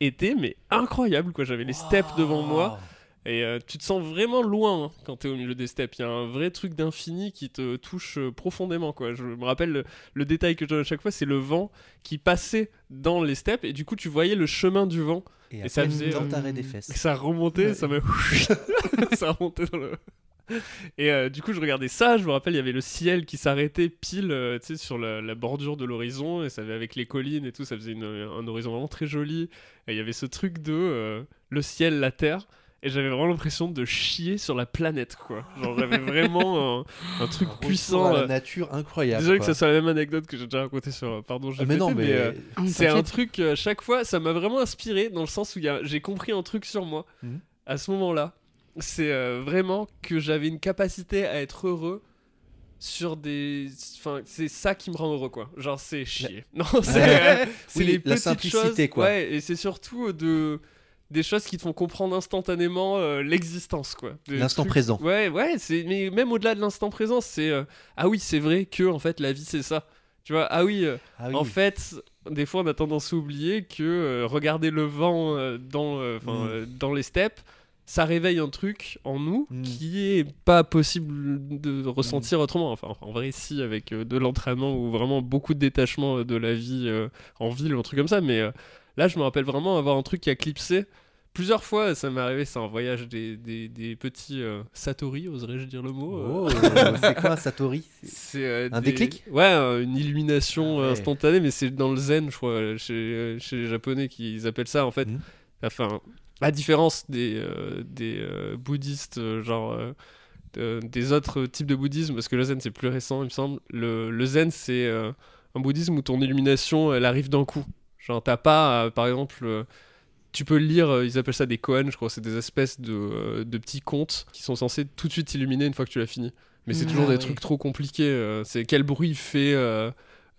Speaker 1: était mais incroyable, quoi. J'avais les steppes devant moi. Et euh, tu te sens vraiment loin hein, quand t'es au milieu des steppes. Il y a un vrai truc d'infini qui te touche euh, profondément. Quoi. Je me rappelle le, le détail que je donne à chaque fois, c'est le vent qui passait dans les steppes et du coup tu voyais le chemin du vent.
Speaker 5: Et,
Speaker 1: ça faisait,
Speaker 5: dans
Speaker 1: euh,
Speaker 5: t'arrêt des
Speaker 1: Et
Speaker 5: fesses.
Speaker 1: ça remontait, ça me... ça remontait dans le... Et euh, du coup je regardais ça, je me rappelle il y avait le ciel qui s'arrêtait pile euh, tu sais, sur la, la bordure de l'horizon et ça avait avec les collines et tout, ça faisait une- un horizon vraiment très joli. Et il y avait ce truc de euh, le ciel, la terre. Et j'avais vraiment l'impression de chier sur la planète, quoi. Genre, j'avais vraiment un, un truc puissant.
Speaker 2: à
Speaker 1: euh.
Speaker 2: la nature incroyable.
Speaker 1: Désolé
Speaker 2: quoi.
Speaker 1: que ça soit la même anecdote que j'ai déjà racontée sur. euh, Pardon, j'ai
Speaker 2: Ah, mais non, mais
Speaker 1: euh,
Speaker 3: Ah,
Speaker 1: c'est un
Speaker 3: t'inquiète.
Speaker 1: truc, euh, chaque fois, ça m'a vraiment inspiré dans le sens où il y a- j'ai compris un truc sur moi
Speaker 2: Mhm.
Speaker 1: à ce moment-là. C'est euh, vraiment que j'avais une capacité à être heureux sur des. Enfin, c'est ça qui me rend heureux, quoi. Genre, c'est chier. Non, c'est euh, c'est
Speaker 2: Oui,
Speaker 1: les
Speaker 2: la
Speaker 1: petites
Speaker 2: simplicité,
Speaker 1: choses.
Speaker 2: quoi.
Speaker 1: Ouais, et c'est surtout euh, de. Des choses qui te font comprendre instantanément euh, l'existence, quoi. Des
Speaker 2: L'instant
Speaker 1: trucs-
Speaker 2: présent.
Speaker 1: Ouais, ouais, c'est mais même au-delà de l'instant présent, c'est euh, ah oui, c'est vrai que en fait la vie c'est ça. Tu vois, ah oui, euh,
Speaker 2: Ah oui.
Speaker 1: en fait, des fois, on a tendance à oublier que euh, regarder le vent euh, dans, euh, 'fin,
Speaker 2: Mm.
Speaker 1: euh, dans les steppes, ça réveille un truc en nous
Speaker 2: Mm.
Speaker 1: qui est pas possible de ressentir autrement. Enfin, en vrai, si, avec euh, de l'entraînement ou vraiment beaucoup de détachement euh, de la vie euh, en ville ou un truc comme ça. Mais euh, là, je me rappelle vraiment avoir un truc qui a clipsé. Plusieurs fois, ça m'est arrivé, c'est un voyage des, des- des petits euh, Satori, oserais-je dire le mot euh,
Speaker 2: Oh, c'est quoi un Satori
Speaker 1: c'est euh,
Speaker 2: Un
Speaker 1: des-
Speaker 2: déclic
Speaker 1: Ouais, euh, une illumination
Speaker 2: Ah
Speaker 1: euh,
Speaker 2: ouais.
Speaker 1: instantanée, mais c'est dans le zen, je crois, euh, chez, euh, chez les japonais qu'ils appellent ça en fait.
Speaker 2: Mhm.
Speaker 1: Enfin, à différence des, euh, des euh, bouddhistes, euh, genre euh, de- des autres types de bouddhisme, parce que le zen c'est plus récent, il me semble. Le, le zen c'est euh, un bouddhisme où ton illumination elle arrive d'un coup. Genre, t'as pas, euh, par exemple, euh, tu peux lire, euh, ils appellent ça des koans, je crois, c'est des espèces de, euh, de petits contes qui sont censés tout de suite illuminer une fois que tu l'as fini. Mais c'est
Speaker 3: Mm.
Speaker 1: toujours
Speaker 3: Ah
Speaker 1: des
Speaker 3: ouais.
Speaker 1: trucs trop compliqués. euh, c'est quel bruit fait euh,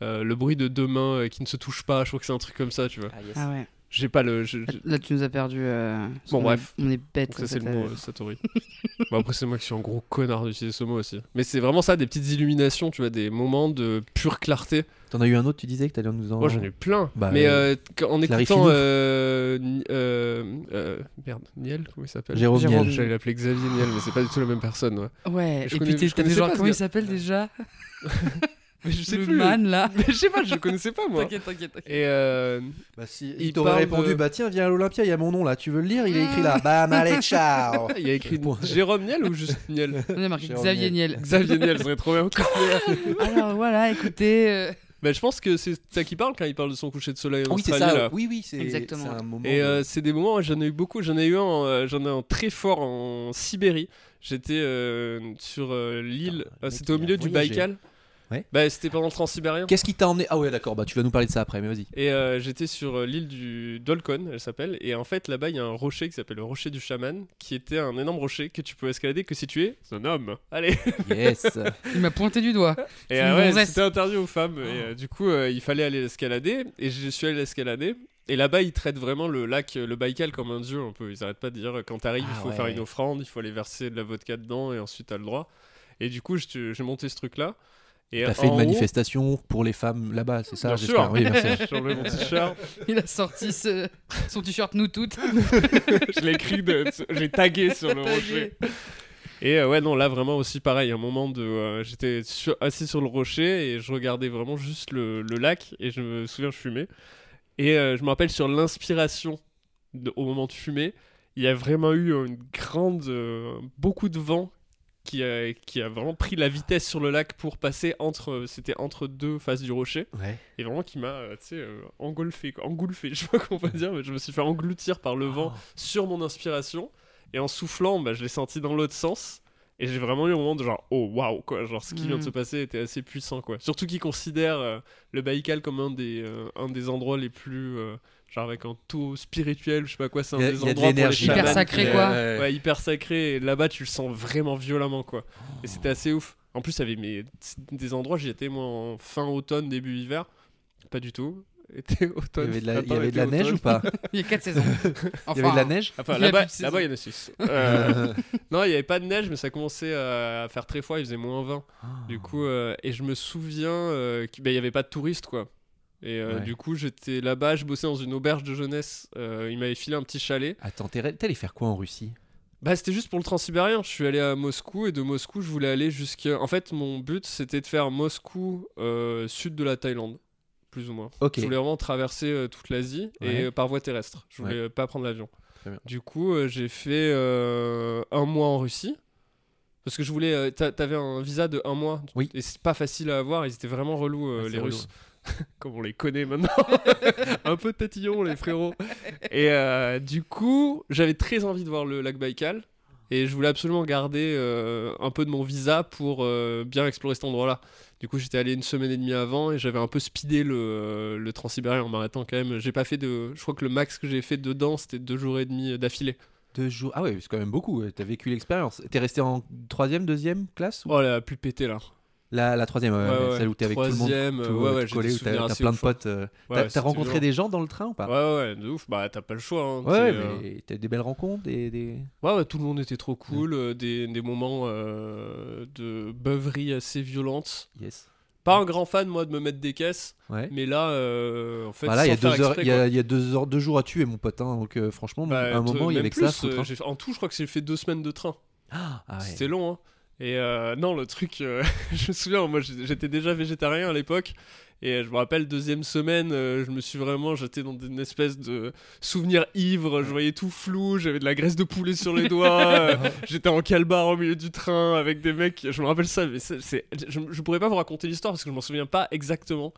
Speaker 1: euh, le bruit de deux mains euh, qui ne se touchent pas. Je crois que c'est un truc comme ça, tu vois.
Speaker 5: Ah, yes.
Speaker 3: Ah ouais.
Speaker 1: J'ai pas le. je- je-
Speaker 3: Là, tu nous as perdu. euh, parce
Speaker 1: Bon,
Speaker 3: qu'on
Speaker 1: bref.
Speaker 3: est- on est bête.
Speaker 1: Donc ça, c'est le mot euh, Satori. Bon, après, c'est moi qui suis un gros connard d'utiliser ce mot aussi. Mais c'est vraiment ça, des petites illuminations, tu vois, des moments de pure clarté.
Speaker 2: T'en as eu un autre, tu disais que t'allais nous en.
Speaker 1: Moi, j'en ai plein.
Speaker 2: Bah,
Speaker 1: mais
Speaker 2: euh,
Speaker 1: euh, quand- en
Speaker 2: clarifie-nous.
Speaker 1: écoutant. euh, Ni- euh, euh, merde, Niel, comment il s'appelle
Speaker 2: Jérôme
Speaker 3: Jérôme.
Speaker 2: Niel.
Speaker 1: J'allais l'appeler Xavier Niel, mais c'est pas du tout la même personne. Ouais.
Speaker 3: Ouais.
Speaker 1: euh, Je
Speaker 3: Et
Speaker 1: connais-
Speaker 3: puis t'es-
Speaker 1: je
Speaker 3: t'as des
Speaker 1: connaissais
Speaker 3: gens
Speaker 1: pas ce
Speaker 3: comment il
Speaker 1: gars.
Speaker 3: s'appelle déjà
Speaker 1: Mais je sais
Speaker 3: Le
Speaker 1: plus.
Speaker 3: man là.
Speaker 1: Mais je sais pas, je le connaissais pas moi.
Speaker 3: T'inquiète, t'inquiète. t'inquiète.
Speaker 1: Et euh,
Speaker 2: Bah, si,
Speaker 1: Il
Speaker 2: il t'aurait
Speaker 1: parle
Speaker 2: répondu
Speaker 1: de-
Speaker 2: Bah, tiens, viens à l'Olympia, il y a mon nom là, tu veux le lire Il est écrit là. Bam, allez, ciao
Speaker 1: Ah, il y a écrit
Speaker 2: Point.
Speaker 1: Jérôme Niel ou juste Niel
Speaker 3: On a marqué
Speaker 2: Jérôme
Speaker 3: Xavier Niel.
Speaker 1: Xavier Niel, ça serait trop bien.
Speaker 3: Alors voilà, écoutez. euh,
Speaker 1: mais Bah, je pense que c'est ça qu'il parle quand il parle de son coucher de soleil en
Speaker 2: Oui, c'est
Speaker 1: Australie,
Speaker 2: ça.
Speaker 1: là.
Speaker 2: Oui, oui, c'est
Speaker 3: Exactement.
Speaker 2: c'est un moment.
Speaker 1: Et
Speaker 2: de-
Speaker 1: euh, c'est des moments, où j'en ai eu beaucoup. J'en ai eu un, euh, j'en ai un très fort en Sibérie. J'étais euh, sur euh, l'île, euh,
Speaker 2: Putain, le mec,
Speaker 1: c'était au
Speaker 2: il a
Speaker 1: milieu du
Speaker 2: voyagé.
Speaker 1: Baïkal.
Speaker 2: Ouais.
Speaker 1: Bah, c'était pendant le transsibérien.
Speaker 2: Qu'est-ce qui t'a emmené Ah, ouais, d'accord, bah, tu vas nous parler de ça après, mais vas-y.
Speaker 1: Et euh, j'étais sur euh, l'île du Dolcon, elle s'appelle. Et en fait, là-bas, il y a un rocher qui s'appelle le rocher du chaman, qui était un énorme rocher que tu peux escalader que si tu es un homme. Allez
Speaker 2: Yes
Speaker 3: Il m'a pointé du doigt.
Speaker 1: Et
Speaker 2: Mmh,
Speaker 3: Une
Speaker 1: euh, ouais,
Speaker 3: gonzesse.
Speaker 1: c'était interdit aux femmes. Et euh, du coup, euh, il fallait aller l'escalader. Et je suis allé l'escalader. Et là-bas, ils traitent vraiment le lac, euh, le Baïkal, comme un dieu un peu. Ils arrêtent pas de dire euh, quand t'arrives, il
Speaker 2: Ah
Speaker 1: faut
Speaker 2: ouais.
Speaker 1: faire une offrande, il faut aller verser de la vodka dedans, et ensuite t'as le droit. Et du coup, je- j'ai monté ce truc-là. Et
Speaker 2: T'as fait
Speaker 1: en
Speaker 2: une
Speaker 1: haut-
Speaker 2: manifestation pour les femmes là-bas, c'est ça
Speaker 1: Bien
Speaker 2: j'espère.
Speaker 1: sûr.
Speaker 2: Oui, merci.
Speaker 1: J'ai enlevé mon t-shirt.
Speaker 3: Il a sorti ce- son t-shirt Nous toutes.
Speaker 1: je l'ai écrit, de- j'ai tagué sur le rocher. Et euh, ouais, non, là vraiment aussi pareil, un moment de. euh, J'étais sur- assis sur le rocher et je regardais vraiment juste le, le lac et je me souviens, je fumais. Et euh, je me rappelle sur l'inspiration de- au moment de fumer, il y a vraiment eu une grande. euh, beaucoup de vent qui a, qui a vraiment pris la vitesse sur le lac pour passer entre. euh, C'était entre deux faces du rocher
Speaker 2: Ouais.
Speaker 1: et vraiment qui m'a euh, tu sais euh, engolfé quoi. engouffé je sais pas comment on va dire mais je me suis fait engloutir par le vent sur mon inspiration et en soufflant bah, je l'ai senti dans l'autre sens et j'ai vraiment eu un moment de genre oh waouh quoi genre ce qui vient de
Speaker 3: Mm.
Speaker 1: se passer était assez puissant quoi surtout qu'ils considèrent euh, le Baïkal comme un des euh, un des endroits les plus euh, genre avec un tout spirituel, je sais pas quoi, c'est un
Speaker 2: Il y a-
Speaker 1: des
Speaker 2: il y a de
Speaker 1: endroits pour les
Speaker 2: l'énergie.
Speaker 1: chamans.
Speaker 3: Hyper sacré, quoi.
Speaker 2: Ouais.
Speaker 1: Ouais, hyper sacré. Et là-bas, tu le sens vraiment violemment, quoi. Et
Speaker 2: Oh.
Speaker 1: c'était assez ouf. En plus, il y avait mes- des endroits, j'y étais moi en fin automne, début hiver. Pas du tout. Était
Speaker 2: Il y
Speaker 1: automne.
Speaker 2: avait de la, il y
Speaker 1: printemps,
Speaker 2: avait de
Speaker 1: été
Speaker 2: la neige
Speaker 1: automne.
Speaker 2: ou pas
Speaker 3: Il y a 4 saisons.
Speaker 2: Il y avait de la
Speaker 3: Enfin,
Speaker 2: neige
Speaker 1: Enfin,
Speaker 3: Il y a
Speaker 1: là-bas,
Speaker 3: plus de
Speaker 1: là-bas, il y en a six. Euh, non, il n'y avait pas de neige, mais ça commençait euh, à faire très froid, il faisait moins 20. Du coup, euh, et je me souviens euh, qu'il n'y avait pas de touristes, quoi. Et euh,
Speaker 2: Ouais.
Speaker 1: du coup, j'étais là-bas, je bossais dans une auberge de jeunesse. Euh, il m'avait filé un petit chalet.
Speaker 2: Attends, t'es t'es allé faire quoi en Russie
Speaker 1: Bah, c'était juste pour le transsibérien. Je suis allé à Moscou et de Moscou, je voulais aller jusqu'à. En fait, mon but, c'était de faire Moscou, euh, sud de la Thaïlande, plus ou moins.
Speaker 2: Ok.
Speaker 1: Je voulais vraiment traverser euh, toute l'Asie
Speaker 2: Ouais.
Speaker 1: et euh, par voie terrestre. Je voulais
Speaker 2: Ouais.
Speaker 1: euh, pas prendre l'avion.
Speaker 2: Très bien.
Speaker 1: Du coup, euh, j'ai fait euh, un mois en Russie. Parce que je voulais. euh, t'a- T'avais un visa de un mois.
Speaker 2: Oui.
Speaker 1: Et c'est pas facile à avoir. Ils étaient vraiment relous, euh,
Speaker 2: Ah, c'est
Speaker 1: les
Speaker 2: relou.
Speaker 1: Russes. Comme on les connaît maintenant. un peu tatillon, les frérots. Et euh, du coup, j'avais très envie de voir le lac Baïkal. Et je voulais absolument garder euh, un peu de mon visa pour euh, bien explorer cet endroit-là. Du coup, j'étais allé une semaine et demie avant et j'avais un peu speedé le, euh, le Transsibérien en m'arrêtant quand même. J'ai pas fait de. Je crois que le max que j'ai fait dedans, c'était deux jours et demi d'affilée.
Speaker 2: Deux jours. Ah ouais, c'est quand même beaucoup. ouais. T'as vécu l'expérience. T'es resté en troisième, deuxième classe ou-
Speaker 1: Oh, la plus pété là.
Speaker 2: la, la troisième, ouais,
Speaker 1: Ouais,
Speaker 2: ouais,
Speaker 1: ouais.
Speaker 2: celle où t'es avec tout le monde.
Speaker 1: Troisième,
Speaker 2: tout-
Speaker 1: euh, ouais,
Speaker 2: tout
Speaker 1: ouais, j'ai
Speaker 2: collé,
Speaker 1: des
Speaker 2: où t'as-
Speaker 1: souvenirs
Speaker 2: t'as
Speaker 1: assez
Speaker 2: plein de
Speaker 1: ouf. hein.
Speaker 2: potes. euh,
Speaker 1: Ouais,
Speaker 2: t'as-
Speaker 1: ouais,
Speaker 2: t'as
Speaker 1: c'était
Speaker 2: rencontré
Speaker 1: dur.
Speaker 2: des gens dans le train ou pas
Speaker 1: Ouais, ouais, ouais, de ouf. Bah, t'as pas le choix. hein.
Speaker 2: Ouais,
Speaker 1: C'est,
Speaker 2: ouais,
Speaker 1: euh,
Speaker 2: mais t'as eu des belles rencontres, des, des-
Speaker 1: Ouais, ouais, tout le monde était trop cool, euh, des, des moments euh, de beuverie assez violente.
Speaker 2: yes.
Speaker 1: Pas un grand fan, moi, de me mettre des caisses,
Speaker 2: Ouais.
Speaker 1: mais là, euh, en fait,
Speaker 2: Bah là, il y a
Speaker 1: sans faire
Speaker 2: deux heures,
Speaker 1: exprès,
Speaker 2: il y a-
Speaker 1: quoi.
Speaker 2: il y a deux heures, deux jours à tuer, mon pote. hein, donc euh, franchement,
Speaker 1: Bah,
Speaker 2: à un
Speaker 1: t-
Speaker 2: moment, il y
Speaker 1: même
Speaker 2: avait que
Speaker 1: plus,
Speaker 2: ça. à foutre,
Speaker 1: euh,
Speaker 2: hein.
Speaker 1: j'ai fait- en tout, je crois que j'ai fait deux semaines de train.
Speaker 2: Ah ouais.
Speaker 1: C'était long, hein. Et euh, non, le truc, euh, je me souviens, moi j'- j'étais déjà végétarien à l'époque. Et euh, je me rappelle, deuxième semaine, euh, je me suis vraiment, j'étais dans une espèce de souvenir ivre, je voyais tout flou, j'avais de la graisse de poulet sur les doigts, euh, j'étais en calbar au milieu du train avec des mecs, je me rappelle ça, mais c'est, c'est- je, je pourrais pas vous raconter l'histoire parce que je m'en souviens pas exactement,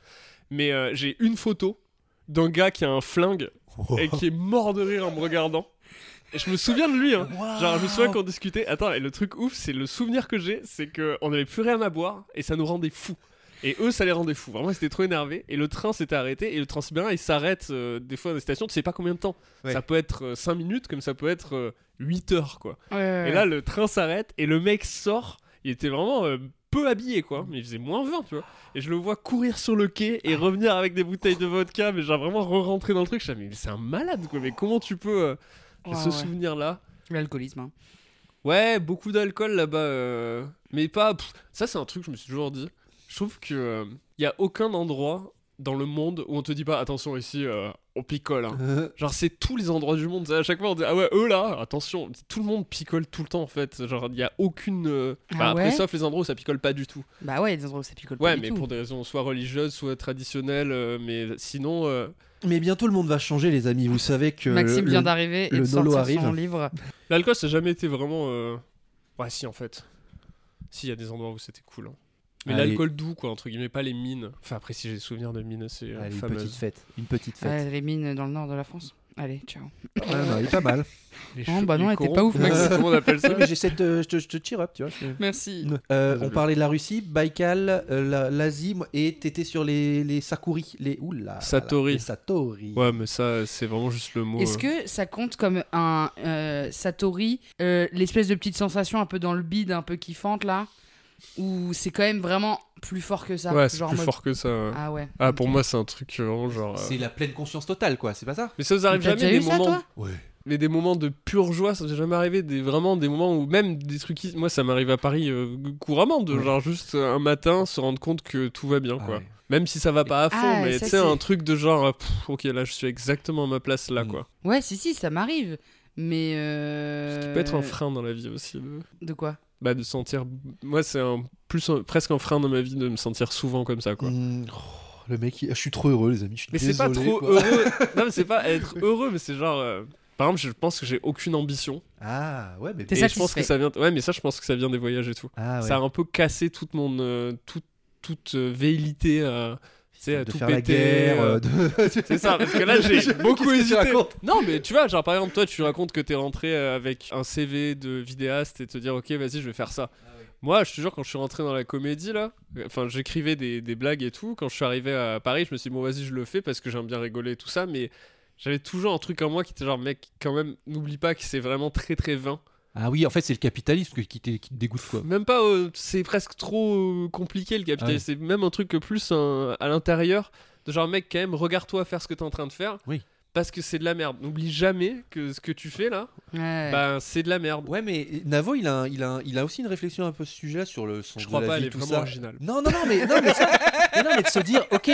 Speaker 1: mais euh, j'ai une photo d'un gars qui a un flingue et qui est mort de rire en me regardant. Et je me souviens de lui, hein. Genre, je me
Speaker 3: Ah.
Speaker 1: souviens qu'on discutait. Attends, et le truc ouf, c'est le souvenir que j'ai, c'est qu'on n'avait plus rien à boire et ça nous rendait fous. Et eux, ça les rendait fous. Vraiment, ils étaient trop énervés. Et le train s'était arrêté. Et le transsibérien, il s'arrête euh, des fois dans des stations, tu sais pas combien de temps.
Speaker 2: Ouais.
Speaker 1: Ça peut être 5 minutes, comme ça peut être 8 heures, quoi.
Speaker 3: ouais, ouais, ouais.
Speaker 1: Et là, le train s'arrête et le mec sort. Il était vraiment euh, peu habillé, quoi. Mais il faisait moins 20, tu vois. Et je le vois courir sur le quai et revenir avec des bouteilles de vodka. Mais genre vraiment re-rentrer dans le truc. Je me mais c'est un malade, quoi. Mais comment tu peux. euh, j'ai
Speaker 3: Ouais,
Speaker 1: ce
Speaker 3: ouais.
Speaker 1: souvenir-là.
Speaker 3: L'alcoolisme. hein.
Speaker 1: Ouais, beaucoup d'alcool là-bas. euh, Mais pas. pff, ça, c'est un truc que je me suis toujours dit. Je trouve que. euh, y a aucun endroit dans le monde où on te dit pas attention ici, euh, on picole. hein.
Speaker 2: Euh,
Speaker 1: Genre, c'est tous les endroits du monde. À chaque fois, on dit Ah ouais, eux là, attention. Tout le monde picole tout le temps en fait. Genre, il n'y a aucune. euh,
Speaker 3: Ah
Speaker 1: bah,
Speaker 3: ouais
Speaker 1: Après, sauf les endroits où ça picole pas du tout.
Speaker 3: Bah ouais, il y a des endroits où ça picole
Speaker 1: Ouais,
Speaker 3: pas du
Speaker 1: mais
Speaker 3: tout.
Speaker 1: pour des raisons soit religieuses, soit traditionnelles. euh, mais sinon. euh,
Speaker 2: Mais bientôt, le monde va changer, les amis. Vous savez que.
Speaker 3: Maxime
Speaker 2: le-
Speaker 3: vient d'arriver et
Speaker 2: le
Speaker 3: de
Speaker 2: Nolo
Speaker 3: sortir son
Speaker 2: arrive.
Speaker 3: livre.
Speaker 1: L'alcool, ça n'a jamais été vraiment. euh, Ouais, si, en fait. Si, il y a des endroits où c'était cool. hein. Mais
Speaker 2: Allez.
Speaker 1: l'alcool doux, quoi, entre guillemets, pas les mines. Enfin, après, si j'ai des souvenirs de mines assez euh,
Speaker 2: Allez, une petite
Speaker 1: fameuses.
Speaker 2: fête. Une petite fête.
Speaker 3: Ouais, Ah, les mines dans le nord de la France. Allez, ciao.
Speaker 2: Ah, non, il est pas mal.
Speaker 1: Les
Speaker 3: Non,
Speaker 1: cheveux-
Speaker 3: bah
Speaker 1: les
Speaker 3: non, elle était
Speaker 1: corons.
Speaker 3: pas ouf, Max.
Speaker 1: Comment on appelle ça
Speaker 2: Ouais, mais j'essaie de. Je te, je te cheer up, tu vois. je-
Speaker 3: Merci.
Speaker 2: Euh,
Speaker 1: Désolé.
Speaker 2: on parlait de la Russie, Baïkal, euh, la- l'Asie, moi, et t'étais sur les, les Sakuri, les oula,
Speaker 1: Satori.
Speaker 2: les Satori.
Speaker 1: Ouais, mais ça, c'est vraiment juste le mot.
Speaker 3: Est-ce
Speaker 1: euh.
Speaker 3: que ça compte comme un euh, Satori, euh, l'espèce de petite sensation un peu dans le bide, un peu kiffante là Ou c'est quand même vraiment plus fort que ça
Speaker 1: Ouais, c'est
Speaker 3: genre
Speaker 1: plus
Speaker 3: mode-
Speaker 1: fort que ça. ouais.
Speaker 3: Ah ouais.
Speaker 1: Ah, pour moi, c'est un truc euh, vraiment genre. euh,
Speaker 2: C'est la pleine conscience totale, quoi, c'est pas ça
Speaker 1: Mais ça vous arrive
Speaker 3: T'as
Speaker 1: jamais
Speaker 3: déjà
Speaker 1: des
Speaker 3: eu ça,
Speaker 1: moments.
Speaker 3: toi
Speaker 2: Ouais.
Speaker 1: mais des moments de pure joie, ça vous est jamais arrivé. Des, vraiment des moments où même des trucs. qui- Moi, ça m'arrive à Paris euh, couramment, de
Speaker 2: Ouais.
Speaker 1: genre juste euh, un matin se rendre compte que tout va bien,
Speaker 2: Ah,
Speaker 1: quoi. Même si ça va pas à fond,
Speaker 3: Ah,
Speaker 1: mais
Speaker 3: ça,
Speaker 1: tu sais,
Speaker 3: c'est-
Speaker 1: un truc de genre, euh, pff, ok, là je suis exactement à ma place là,
Speaker 2: Mm.
Speaker 1: quoi.
Speaker 3: Ouais, si, si, ça m'arrive. Mais. Euh...
Speaker 1: Ce qui peut être un frein dans la vie aussi. De...
Speaker 3: De quoi
Speaker 1: Bah, de sentir. Moi, c'est un... plus un- presque un frein dans ma vie de me sentir souvent comme ça,
Speaker 2: Mm.
Speaker 1: quoi.
Speaker 2: hmm, oh, le mec, je suis trop heureux, les amis.
Speaker 1: Mais c'est pas trop heureux. non, mais c'est pas être heureux, mais c'est genre. euh, Par exemple, je pense que j'ai aucune ambition.
Speaker 2: Ah, ouais, mais.
Speaker 3: T'es
Speaker 1: Et je pense
Speaker 3: satisfait.
Speaker 1: que ça vient. Ouais, mais ça, je pense que ça vient des voyages et tout.
Speaker 2: Ah, ouais.
Speaker 1: Ça a un peu cassé toute mon. euh, toute, toute euh, véhilité. euh, tu sais, à
Speaker 2: de
Speaker 1: tout
Speaker 2: faire la
Speaker 1: péter.
Speaker 2: guerre.
Speaker 1: euh,
Speaker 2: euh, de-
Speaker 1: C'est ça, parce que là j'ai beaucoup
Speaker 2: Qu'est-ce que tu
Speaker 1: hésité.
Speaker 2: racontes
Speaker 1: Non, mais tu vois, genre par exemple, toi tu racontes que t'es rentré euh, avec un CV de vidéaste et te dire, ok, vas-y, je vais faire ça. Moi, je te jure, quand je suis rentré dans la comédie là, euh, enfin, j'écrivais des, des blagues et tout. Quand je suis arrivé à Paris, je me suis dit, bon, vas-y, je le fais parce que j'aime bien rigoler et tout ça, mais J'avais toujours un truc en moi qui était genre, mec, quand même, n'oublie pas que c'est vraiment très très vain.
Speaker 5: Ah oui, en fait, c'est le capitalisme que- qui, te- qui te dégoûte, quoi.
Speaker 1: Même pas, euh, c'est presque trop euh, compliqué le capitalisme. C'est même un truc que plus un- à l'intérieur, de genre, mec, quand même, regarde-toi faire ce que t'es en train de faire.
Speaker 5: Oui.
Speaker 1: Parce que c'est de la merde. N'oublie jamais que ce que tu fais là,
Speaker 3: Ouais.
Speaker 1: bah, c'est de la merde.
Speaker 5: Ouais, mais Navo, il a, un- il, a, un- il a aussi une réflexion un peu sur ce sujet-là, sur le sens
Speaker 1: Je
Speaker 5: de
Speaker 1: crois
Speaker 5: la
Speaker 1: pas,
Speaker 5: vie,
Speaker 1: elle est
Speaker 5: tout
Speaker 1: vraiment
Speaker 5: ça.
Speaker 1: originale.
Speaker 5: Non, non, non, mais, non, mais, ça- mais non, mais de se dire, ok,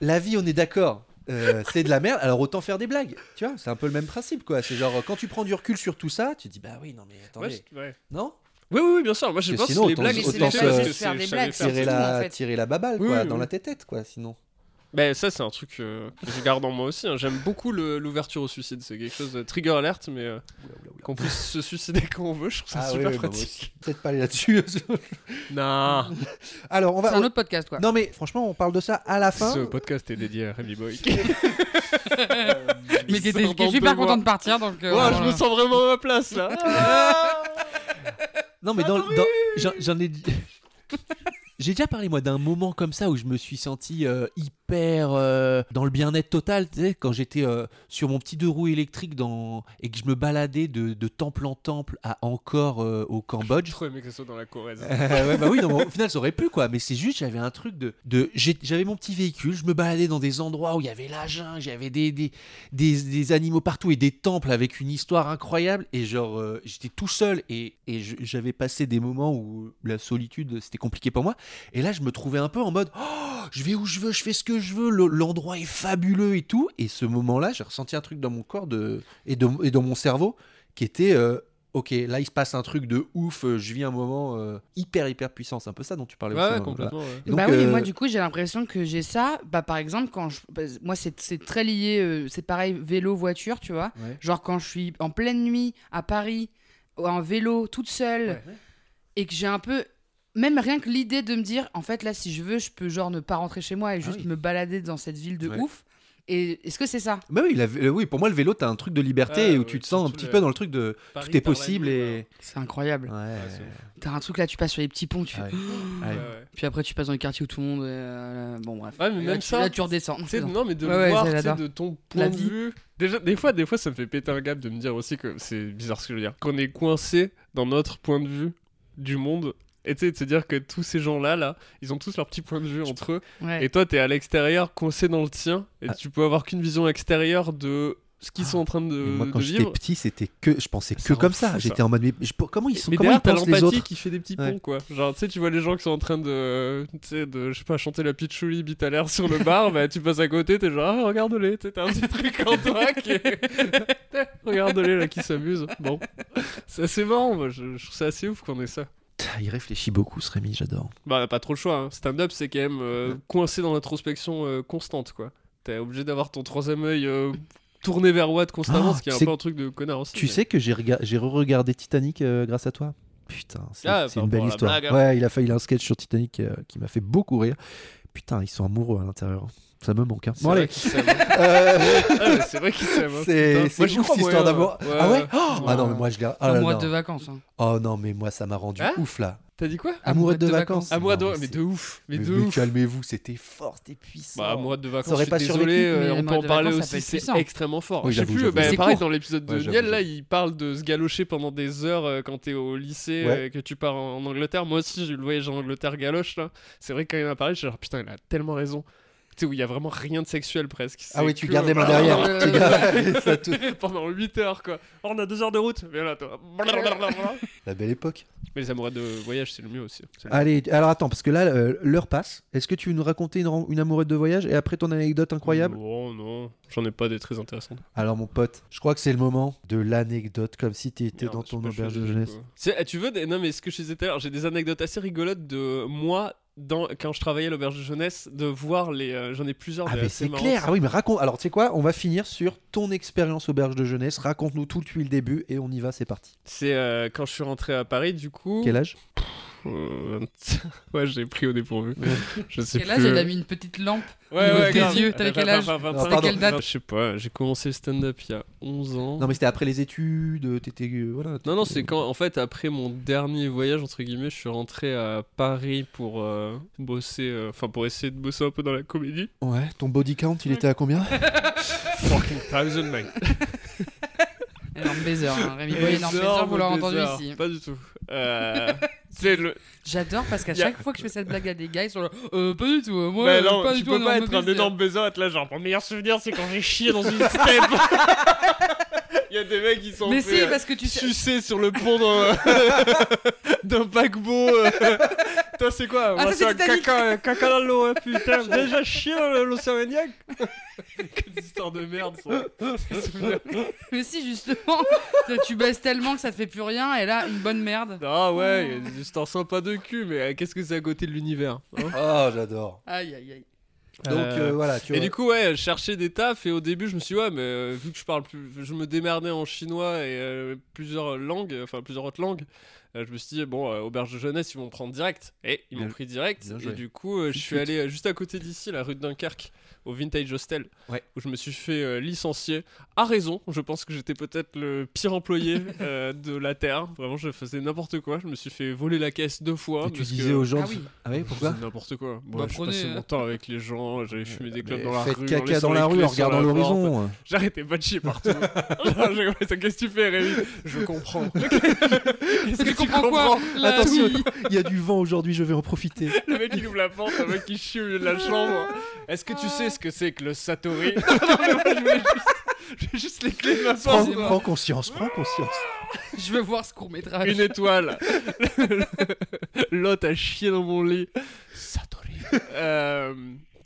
Speaker 5: la vie, on est d'accord, euh, c'est de la merde, alors autant faire des blagues. Tu vois, c'est un peu le même principe, quoi. C'est genre, quand tu prends du recul sur tout ça, tu te dis, bah oui, non, mais attendez,
Speaker 1: Ouais, je- ouais.
Speaker 5: non
Speaker 1: Oui, oui, oui, bien sûr. Moi, je
Speaker 5: Parce
Speaker 1: pense
Speaker 5: que sinon,
Speaker 1: que les
Speaker 5: autant-
Speaker 1: blagues, c'est
Speaker 5: autant
Speaker 1: les choses
Speaker 5: se-
Speaker 1: que
Speaker 3: faire
Speaker 1: je savais
Speaker 3: des blagues,
Speaker 1: faire.
Speaker 5: tirer
Speaker 3: tout,
Speaker 5: la,
Speaker 3: en fait.
Speaker 5: tirer la baballe,
Speaker 1: Oui,
Speaker 5: quoi,
Speaker 1: oui,
Speaker 5: dans
Speaker 1: oui.
Speaker 5: la tête quoi, sinon.
Speaker 1: Mais ça, c'est un truc euh, que je garde en moi aussi. hein. J'aime beaucoup le- l'ouverture au suicide. C'est quelque chose de trigger alert, mais euh, qu'on puisse se suicider quand on veut, je trouve ça
Speaker 5: Ah oui,
Speaker 1: super
Speaker 5: oui, bah, moi
Speaker 1: pratique.
Speaker 5: Peut-être pas aller là-dessus.
Speaker 1: Non,
Speaker 5: alors, on
Speaker 3: C'est
Speaker 5: va.
Speaker 3: un autre podcast, quoi.
Speaker 5: Non, mais franchement, on parle de ça à la fin.
Speaker 1: ce podcast est dédié à Remy Boy.
Speaker 3: mais qui
Speaker 1: Ils
Speaker 3: était, qui est
Speaker 1: s'entendent
Speaker 3: super
Speaker 1: de moi.
Speaker 3: content de partir, donc. euh,
Speaker 1: Ouais,
Speaker 3: voilà.
Speaker 1: je me sens vraiment à ma place là.
Speaker 5: Non, mais dans,
Speaker 6: Dans- j'en- J'en ai. J'ai déjà parlé moi d'un moment comme ça où je me suis senti euh, hyper euh, dans le bien-être total, tu sais, quand j'étais euh, sur mon petit deux roues électrique dans... et que je me baladais de, de temple en temple à encore euh, au Cambodge.
Speaker 1: J'ai trop aimé que ce soit dans la Corrèze.
Speaker 5: Euh, ouais, bah oui, non, mais au final, ça aurait pu, quoi. Mais c'est juste, j'avais un truc de. de j'ai- j'avais mon petit véhicule, je me baladais dans des endroits où il y avait la jungle, j'avais des, des, des, des animaux partout et des temples avec une histoire incroyable. Et genre, euh, j'étais tout seul et, et je- j'avais passé des moments où la solitude, c'était compliqué pour moi. Et là, je me trouvais un peu en mode. Oh, je vais où je veux, je fais ce que je veux, le- l'endroit est fabuleux et tout. Et ce moment-là, j'ai ressenti un truc dans mon corps de, et, de, et dans mon cerveau qui était. euh, Ok, là il se passe un truc de ouf, euh, je vis un moment euh, hyper hyper puissant, c'est un peu ça dont tu parlais
Speaker 1: Ouais,
Speaker 5: aussi,
Speaker 1: ouais,
Speaker 5: hein, voilà.
Speaker 1: complètement. ouais.
Speaker 5: Et donc,
Speaker 3: bah oui,
Speaker 5: euh,
Speaker 3: moi du coup j'ai l'impression que j'ai ça. Bah par exemple quand je, bah, moi c'est c'est très lié, euh, c'est pareil vélo voiture, tu vois.
Speaker 5: Ouais.
Speaker 3: Genre quand je suis en pleine nuit à Paris en vélo toute seule
Speaker 1: Ouais.
Speaker 3: et que j'ai un peu même rien que l'idée de me dire en fait là si je veux je peux genre ne pas rentrer chez moi et juste
Speaker 5: Ah oui.
Speaker 3: me balader dans cette ville de
Speaker 5: Ouais.
Speaker 3: ouf. Et est-ce que c'est ça
Speaker 5: Bah oui, la- euh, oui, pour moi le vélo, t'as un truc de liberté
Speaker 1: Ouais,
Speaker 5: où
Speaker 1: ouais,
Speaker 5: tu te
Speaker 1: c'est
Speaker 5: sens un
Speaker 1: tout
Speaker 5: petit
Speaker 1: le-
Speaker 5: peu dans le truc de
Speaker 1: Paris,
Speaker 5: tout est
Speaker 1: par la
Speaker 5: possible
Speaker 1: nuit,
Speaker 5: et.
Speaker 3: C'est incroyable.
Speaker 5: Ouais.
Speaker 1: ouais. Ouais, c'est ouf.
Speaker 3: T'as un truc là, tu passes sur les petits ponts, tu fais-
Speaker 5: Ouais.
Speaker 1: Ouais,
Speaker 5: Ouais.
Speaker 1: ouais.
Speaker 3: puis après tu passes dans les quartiers où tout le monde. est, euh, Bon bref.
Speaker 1: Ouais, mais
Speaker 3: là,
Speaker 1: même
Speaker 3: tu,
Speaker 1: ça,
Speaker 3: là, tu redescends.
Speaker 1: Tu sais, non, mais de
Speaker 3: Ouais,
Speaker 1: le
Speaker 3: ouais,
Speaker 1: voir,
Speaker 3: ça,
Speaker 1: tu sais,
Speaker 3: j'adore.
Speaker 1: de ton
Speaker 3: La
Speaker 1: point de
Speaker 3: vie.
Speaker 1: vue. Déjà, des fois, des fois, ça me fait péter un gap de me dire aussi que c'est bizarre ce que je veux dire. Qu'on est coincé dans notre point de vue du monde. Et tu sais, de se dire que tous ces gens-là, là, ils ont tous leur petit point de vue entre eux.
Speaker 3: Ouais.
Speaker 1: Et toi, t'es à l'extérieur, coincé dans le tien. Et
Speaker 5: Ah.
Speaker 1: tu peux avoir qu'une vision extérieure de ce qu'ils
Speaker 5: Ah.
Speaker 1: sont en train de,
Speaker 5: Et Moi
Speaker 1: de
Speaker 5: quand j'étais
Speaker 1: vivre.
Speaker 5: petit, c'était que je pensais
Speaker 1: Ça
Speaker 5: que
Speaker 1: rend
Speaker 5: comme
Speaker 1: fou,
Speaker 5: ça.
Speaker 1: ça.
Speaker 5: J'étais en mode mais je- comment ils sont
Speaker 1: Mais
Speaker 5: comment
Speaker 1: derrière,
Speaker 5: ils
Speaker 1: t'as
Speaker 5: pensent les
Speaker 1: l'empathie
Speaker 5: autres
Speaker 1: qui fait des petits
Speaker 5: Ouais.
Speaker 1: ponts, quoi. Genre, tu sais, tu vois les gens qui sont en train de, euh, tu sais, de, je sais pas, chanter la pitchouli bite à l'air sur le bar, bah, tu passes à côté, t'es genre, ah, regarde-les, tu sais, t'as un petit truc en toi qui est- regarde-les, là, qui s'amusent. Bon. C'est assez marrant, moi, je, je trouve ça assez ouf qu'on ait ça.
Speaker 5: Putain, Il réfléchit beaucoup, ce Rémi, j'adore.
Speaker 1: Bah, on a pas trop le choix, hein. Stand-up, c'est quand même euh, coincé dans l'introspection euh, constante, quoi. T'es obligé d'avoir ton troisième œil euh, tourné vers Watt constamment,
Speaker 5: Ah,
Speaker 1: ce qui est
Speaker 5: tu
Speaker 1: un
Speaker 5: sais-
Speaker 1: peu un truc de connard aussi.
Speaker 5: Tu
Speaker 1: mais-
Speaker 5: sais que j'ai rega- j'ai re-regardé Titanic euh, grâce à toi Putain, c'est
Speaker 1: Ah,
Speaker 5: c'est
Speaker 1: par rapport
Speaker 5: une
Speaker 1: à
Speaker 5: belle
Speaker 1: la
Speaker 5: histoire.
Speaker 1: blague, hein.
Speaker 5: Ouais, il a failli un sketch sur Titanic euh, qui m'a fait beaucoup rire. Putain, ils sont amoureux à l'intérieur. Ça me manque. Hein.
Speaker 1: C'est
Speaker 5: Bon,
Speaker 1: vrai
Speaker 5: allez.
Speaker 1: qu'ils s'aiment, hein.
Speaker 5: Euh,
Speaker 1: Ah, mais c'est vrai qu'ils s'aiment. hein,
Speaker 5: c'est
Speaker 1: putain.
Speaker 5: c'est
Speaker 1: Moi, j'y
Speaker 5: ouf,
Speaker 1: crois
Speaker 5: cette
Speaker 1: moyen,
Speaker 5: histoire d'amour.
Speaker 1: ouais.
Speaker 5: Ah ouais,
Speaker 1: Ouais.
Speaker 5: Oh Ah non,
Speaker 3: Ouais.
Speaker 5: mais moi je l'ai. Ah,
Speaker 3: Un
Speaker 5: là,
Speaker 3: mois
Speaker 5: non.
Speaker 3: de vacances. hein.
Speaker 5: Oh non, mais moi ça m'a rendu
Speaker 1: Hein
Speaker 5: ouf là.
Speaker 1: T'as dit quoi
Speaker 5: Amoureux de vacances.
Speaker 1: À Ah, moi
Speaker 5: Non,
Speaker 1: de mais
Speaker 5: c'est-
Speaker 1: de ouf, mais
Speaker 5: Mais,
Speaker 1: de
Speaker 5: mais
Speaker 1: ouf.
Speaker 5: calmez-vous, c'était fort, c'était puissant.
Speaker 1: Bah, moi de vacances,
Speaker 5: Ça
Speaker 1: je
Speaker 5: aurait
Speaker 1: suis
Speaker 5: pas
Speaker 1: désolé,
Speaker 5: survécu,
Speaker 1: euh,
Speaker 3: mais
Speaker 1: on
Speaker 3: moi,
Speaker 1: peut en
Speaker 3: de
Speaker 1: parler
Speaker 3: vacances, ça
Speaker 1: aussi,
Speaker 3: peut être
Speaker 1: c'est
Speaker 3: puissant.
Speaker 1: extrêmement fort.
Speaker 5: Oui,
Speaker 1: je sais
Speaker 5: j'avoue,
Speaker 1: plus,
Speaker 5: j'avoue.
Speaker 1: bah,
Speaker 3: C'est
Speaker 1: pareil
Speaker 3: court.
Speaker 1: dans l'épisode de
Speaker 5: Ouais, j'avoue,
Speaker 1: Niel, là,
Speaker 5: j'avoue.
Speaker 1: il parle de se galocher pendant des heures euh, quand t'es au lycée,
Speaker 5: Ouais.
Speaker 1: euh, que tu pars en, en Angleterre. Moi aussi, j'ai eu le voyage en Angleterre galoche, là. C'est vrai que quand il en a parlé, je suis genre, putain, il a tellement raison. Tu sais, où il y a vraiment rien de sexuel presque.
Speaker 5: Ah
Speaker 1: C'est
Speaker 5: oui, tu
Speaker 1: que-
Speaker 5: gardes les mains derrière.
Speaker 3: Euh,
Speaker 5: tu gardes- ça, tout-
Speaker 1: Pendant 8 heures, quoi. Oh, on a 2 heures de route. Mais là, toi. blablabla.
Speaker 5: La belle époque.
Speaker 1: Mais les amoureux de voyage, c'est le mieux aussi. C'est le
Speaker 5: Allez, alors attends, parce que là, euh, l'heure passe. Est-ce que tu veux nous raconter une, ran- une amoureuse de voyage et après ton anecdote incroyable
Speaker 1: Non, non, j'en ai pas des très intéressantes.
Speaker 5: Alors mon pote, je crois que c'est le moment de l'anecdote, comme si tu étais
Speaker 1: Merde,
Speaker 5: dans
Speaker 1: je
Speaker 5: ton
Speaker 1: sais pas, je
Speaker 5: auberge
Speaker 1: suis
Speaker 5: de
Speaker 1: désolé,
Speaker 5: jeunesse.
Speaker 1: quoi. C'est- eh, Tu veux des... Non, mais ce que je disais tout à l'heure, j'ai des anecdotes assez rigolotes de moi dans... quand je travaillais à l'auberge de jeunesse, de voir les. euh, J'en ai plusieurs.
Speaker 5: Ah
Speaker 1: des
Speaker 5: mais
Speaker 1: assez
Speaker 5: c'est
Speaker 1: marrantes.
Speaker 5: clair, ah oui mais raconte, alors tu sais quoi, on va finir sur ton expérience auberge de jeunesse, raconte-nous tout depuis le début et on y va, c'est parti.
Speaker 1: C'est euh, quand je suis rentré à Paris, du coup.
Speaker 5: Quel âge
Speaker 1: euh, 20. ouais, j'ai pris au dépourvu. je sais
Speaker 3: Quel
Speaker 1: plus.
Speaker 3: âge elle a mis une petite lampe
Speaker 1: Ouais,
Speaker 3: niveau
Speaker 1: ouais,
Speaker 3: de tes
Speaker 1: grave.
Speaker 3: yeux T'avais quel âge
Speaker 1: Vingt- vingt-
Speaker 2: Non,
Speaker 1: vingt-
Speaker 2: pardon.
Speaker 3: Quelle date
Speaker 1: Je sais pas, j'ai commencé le stand-up il y a 11 ans.
Speaker 2: Non, mais c'était après les études, t'étais. euh, Voilà,
Speaker 1: Non, non, c'est quand, en fait, après mon dernier voyage, entre guillemets, je suis rentré à Paris pour euh, bosser, euh, enfin, pour essayer de bosser un peu dans la comédie.
Speaker 2: Ouais, ton body count, il était à combien
Speaker 1: Euh, Fucking thousand, mec.
Speaker 3: Énorme baiser, hein. Rémi Boy, énorme baiser, vous l'aurez entendu
Speaker 1: Bizarre.
Speaker 3: ici.
Speaker 1: Pas du tout. Euh, c'est le.
Speaker 3: J'adore parce qu'à
Speaker 1: Y a-
Speaker 3: chaque fois que je fais cette blague à des gars, ils sont là, euh, pas du tout, euh, moi,
Speaker 1: Mais
Speaker 3: euh,
Speaker 1: non,
Speaker 3: pas
Speaker 1: tu
Speaker 3: du tout,
Speaker 1: peux pas
Speaker 3: énorme
Speaker 1: être un
Speaker 3: baiser.
Speaker 1: énorme baiser, être là, genre, mon meilleur souvenir, c'est quand j'ai chié dans une steppe. Il y a des mecs qui sont
Speaker 3: Mais
Speaker 1: fait,
Speaker 3: si,
Speaker 1: euh,
Speaker 3: parce que tu sais.
Speaker 1: sucés sur le pont d'un- d'un paquebot. euh. Toi, c'est quoi
Speaker 3: Ah,
Speaker 1: Moi,
Speaker 3: ça, c'est
Speaker 1: un
Speaker 3: Titanic.
Speaker 1: caca, caca dans l'eau, hein, putain. Déjà chié dans l'océan Indien Quelle histoire de merde, ça.
Speaker 3: Mais si, justement, tu baisses tellement que ça te fait plus rien, et là, une bonne merde.
Speaker 1: Ah ouais, il y a des histoires sympas de cul, mais euh, qu'est-ce que c'est à côté de l'univers hein
Speaker 2: Oh, j'adore.
Speaker 3: Aïe, aïe, aïe.
Speaker 2: Donc
Speaker 1: Euh,
Speaker 2: euh, voilà, tu
Speaker 1: Et
Speaker 2: vois.
Speaker 1: du coup, ouais, je cherchais des tafs et au début, je me suis dit, ouais, mais euh, vu que je parle plus, je me démerdais en chinois et euh, plusieurs langues, euh, enfin plusieurs autres langues, euh, je me suis dit, bon, euh, auberge de jeunesse, ils vont prendre direct. Et ils m'ont
Speaker 2: Bien-
Speaker 1: pris direct.
Speaker 2: bien
Speaker 1: Et
Speaker 2: joué.
Speaker 1: du coup, euh, je suis allé euh, juste à côté d'ici, la rue de Dunkerque, au Vintage Hostel,
Speaker 2: Ouais.
Speaker 1: où je me suis fait euh, licencier. À raison, je pense que j'étais peut-être le pire employé euh, de la Terre. Vraiment, je faisais n'importe quoi. Je me suis fait voler la caisse deux fois.
Speaker 2: Et
Speaker 1: hein,
Speaker 2: tu
Speaker 1: parce
Speaker 2: disais
Speaker 1: que-
Speaker 2: aux
Speaker 3: Ah
Speaker 2: gens. de-
Speaker 3: oui.
Speaker 2: Ah oui, pourquoi
Speaker 1: c'est n'importe quoi.
Speaker 3: Bah,
Speaker 1: Moi, je
Speaker 3: prenez,
Speaker 1: passais
Speaker 3: hein.
Speaker 1: mon temps avec les gens, j'avais fumé des clubs
Speaker 2: Mais
Speaker 1: dans la
Speaker 2: Euh, faites
Speaker 1: rue. en
Speaker 2: caca
Speaker 1: laissant
Speaker 2: dans
Speaker 1: les
Speaker 2: la
Speaker 1: clés
Speaker 2: rue en
Speaker 1: sur
Speaker 2: regardant
Speaker 1: la porte.
Speaker 2: l'horizon. hein.
Speaker 1: J'arrêtais pas de chier partout. J'ai compris ça, Qu'est-ce que tu fais, Rémi Je comprends. Qu'est-ce
Speaker 3: Tu comprends quoi La
Speaker 2: Attention,
Speaker 3: douille.
Speaker 2: il y a du vent aujourd'hui, je vais en profiter.
Speaker 1: Le mec, il ouvre la porte, le mec, il chie au milieu de la chambre. Est-ce que tu sais ce que c'est que le Satori Non, mais moi, je voulais juste- je voulais juste les clés de ma
Speaker 2: Prends,
Speaker 1: porte.
Speaker 2: prends conscience, prends conscience.
Speaker 3: Je veux voir ce court-métrage.
Speaker 1: Une étoile. L'hôte a chié dans mon lit. Satori. Euh,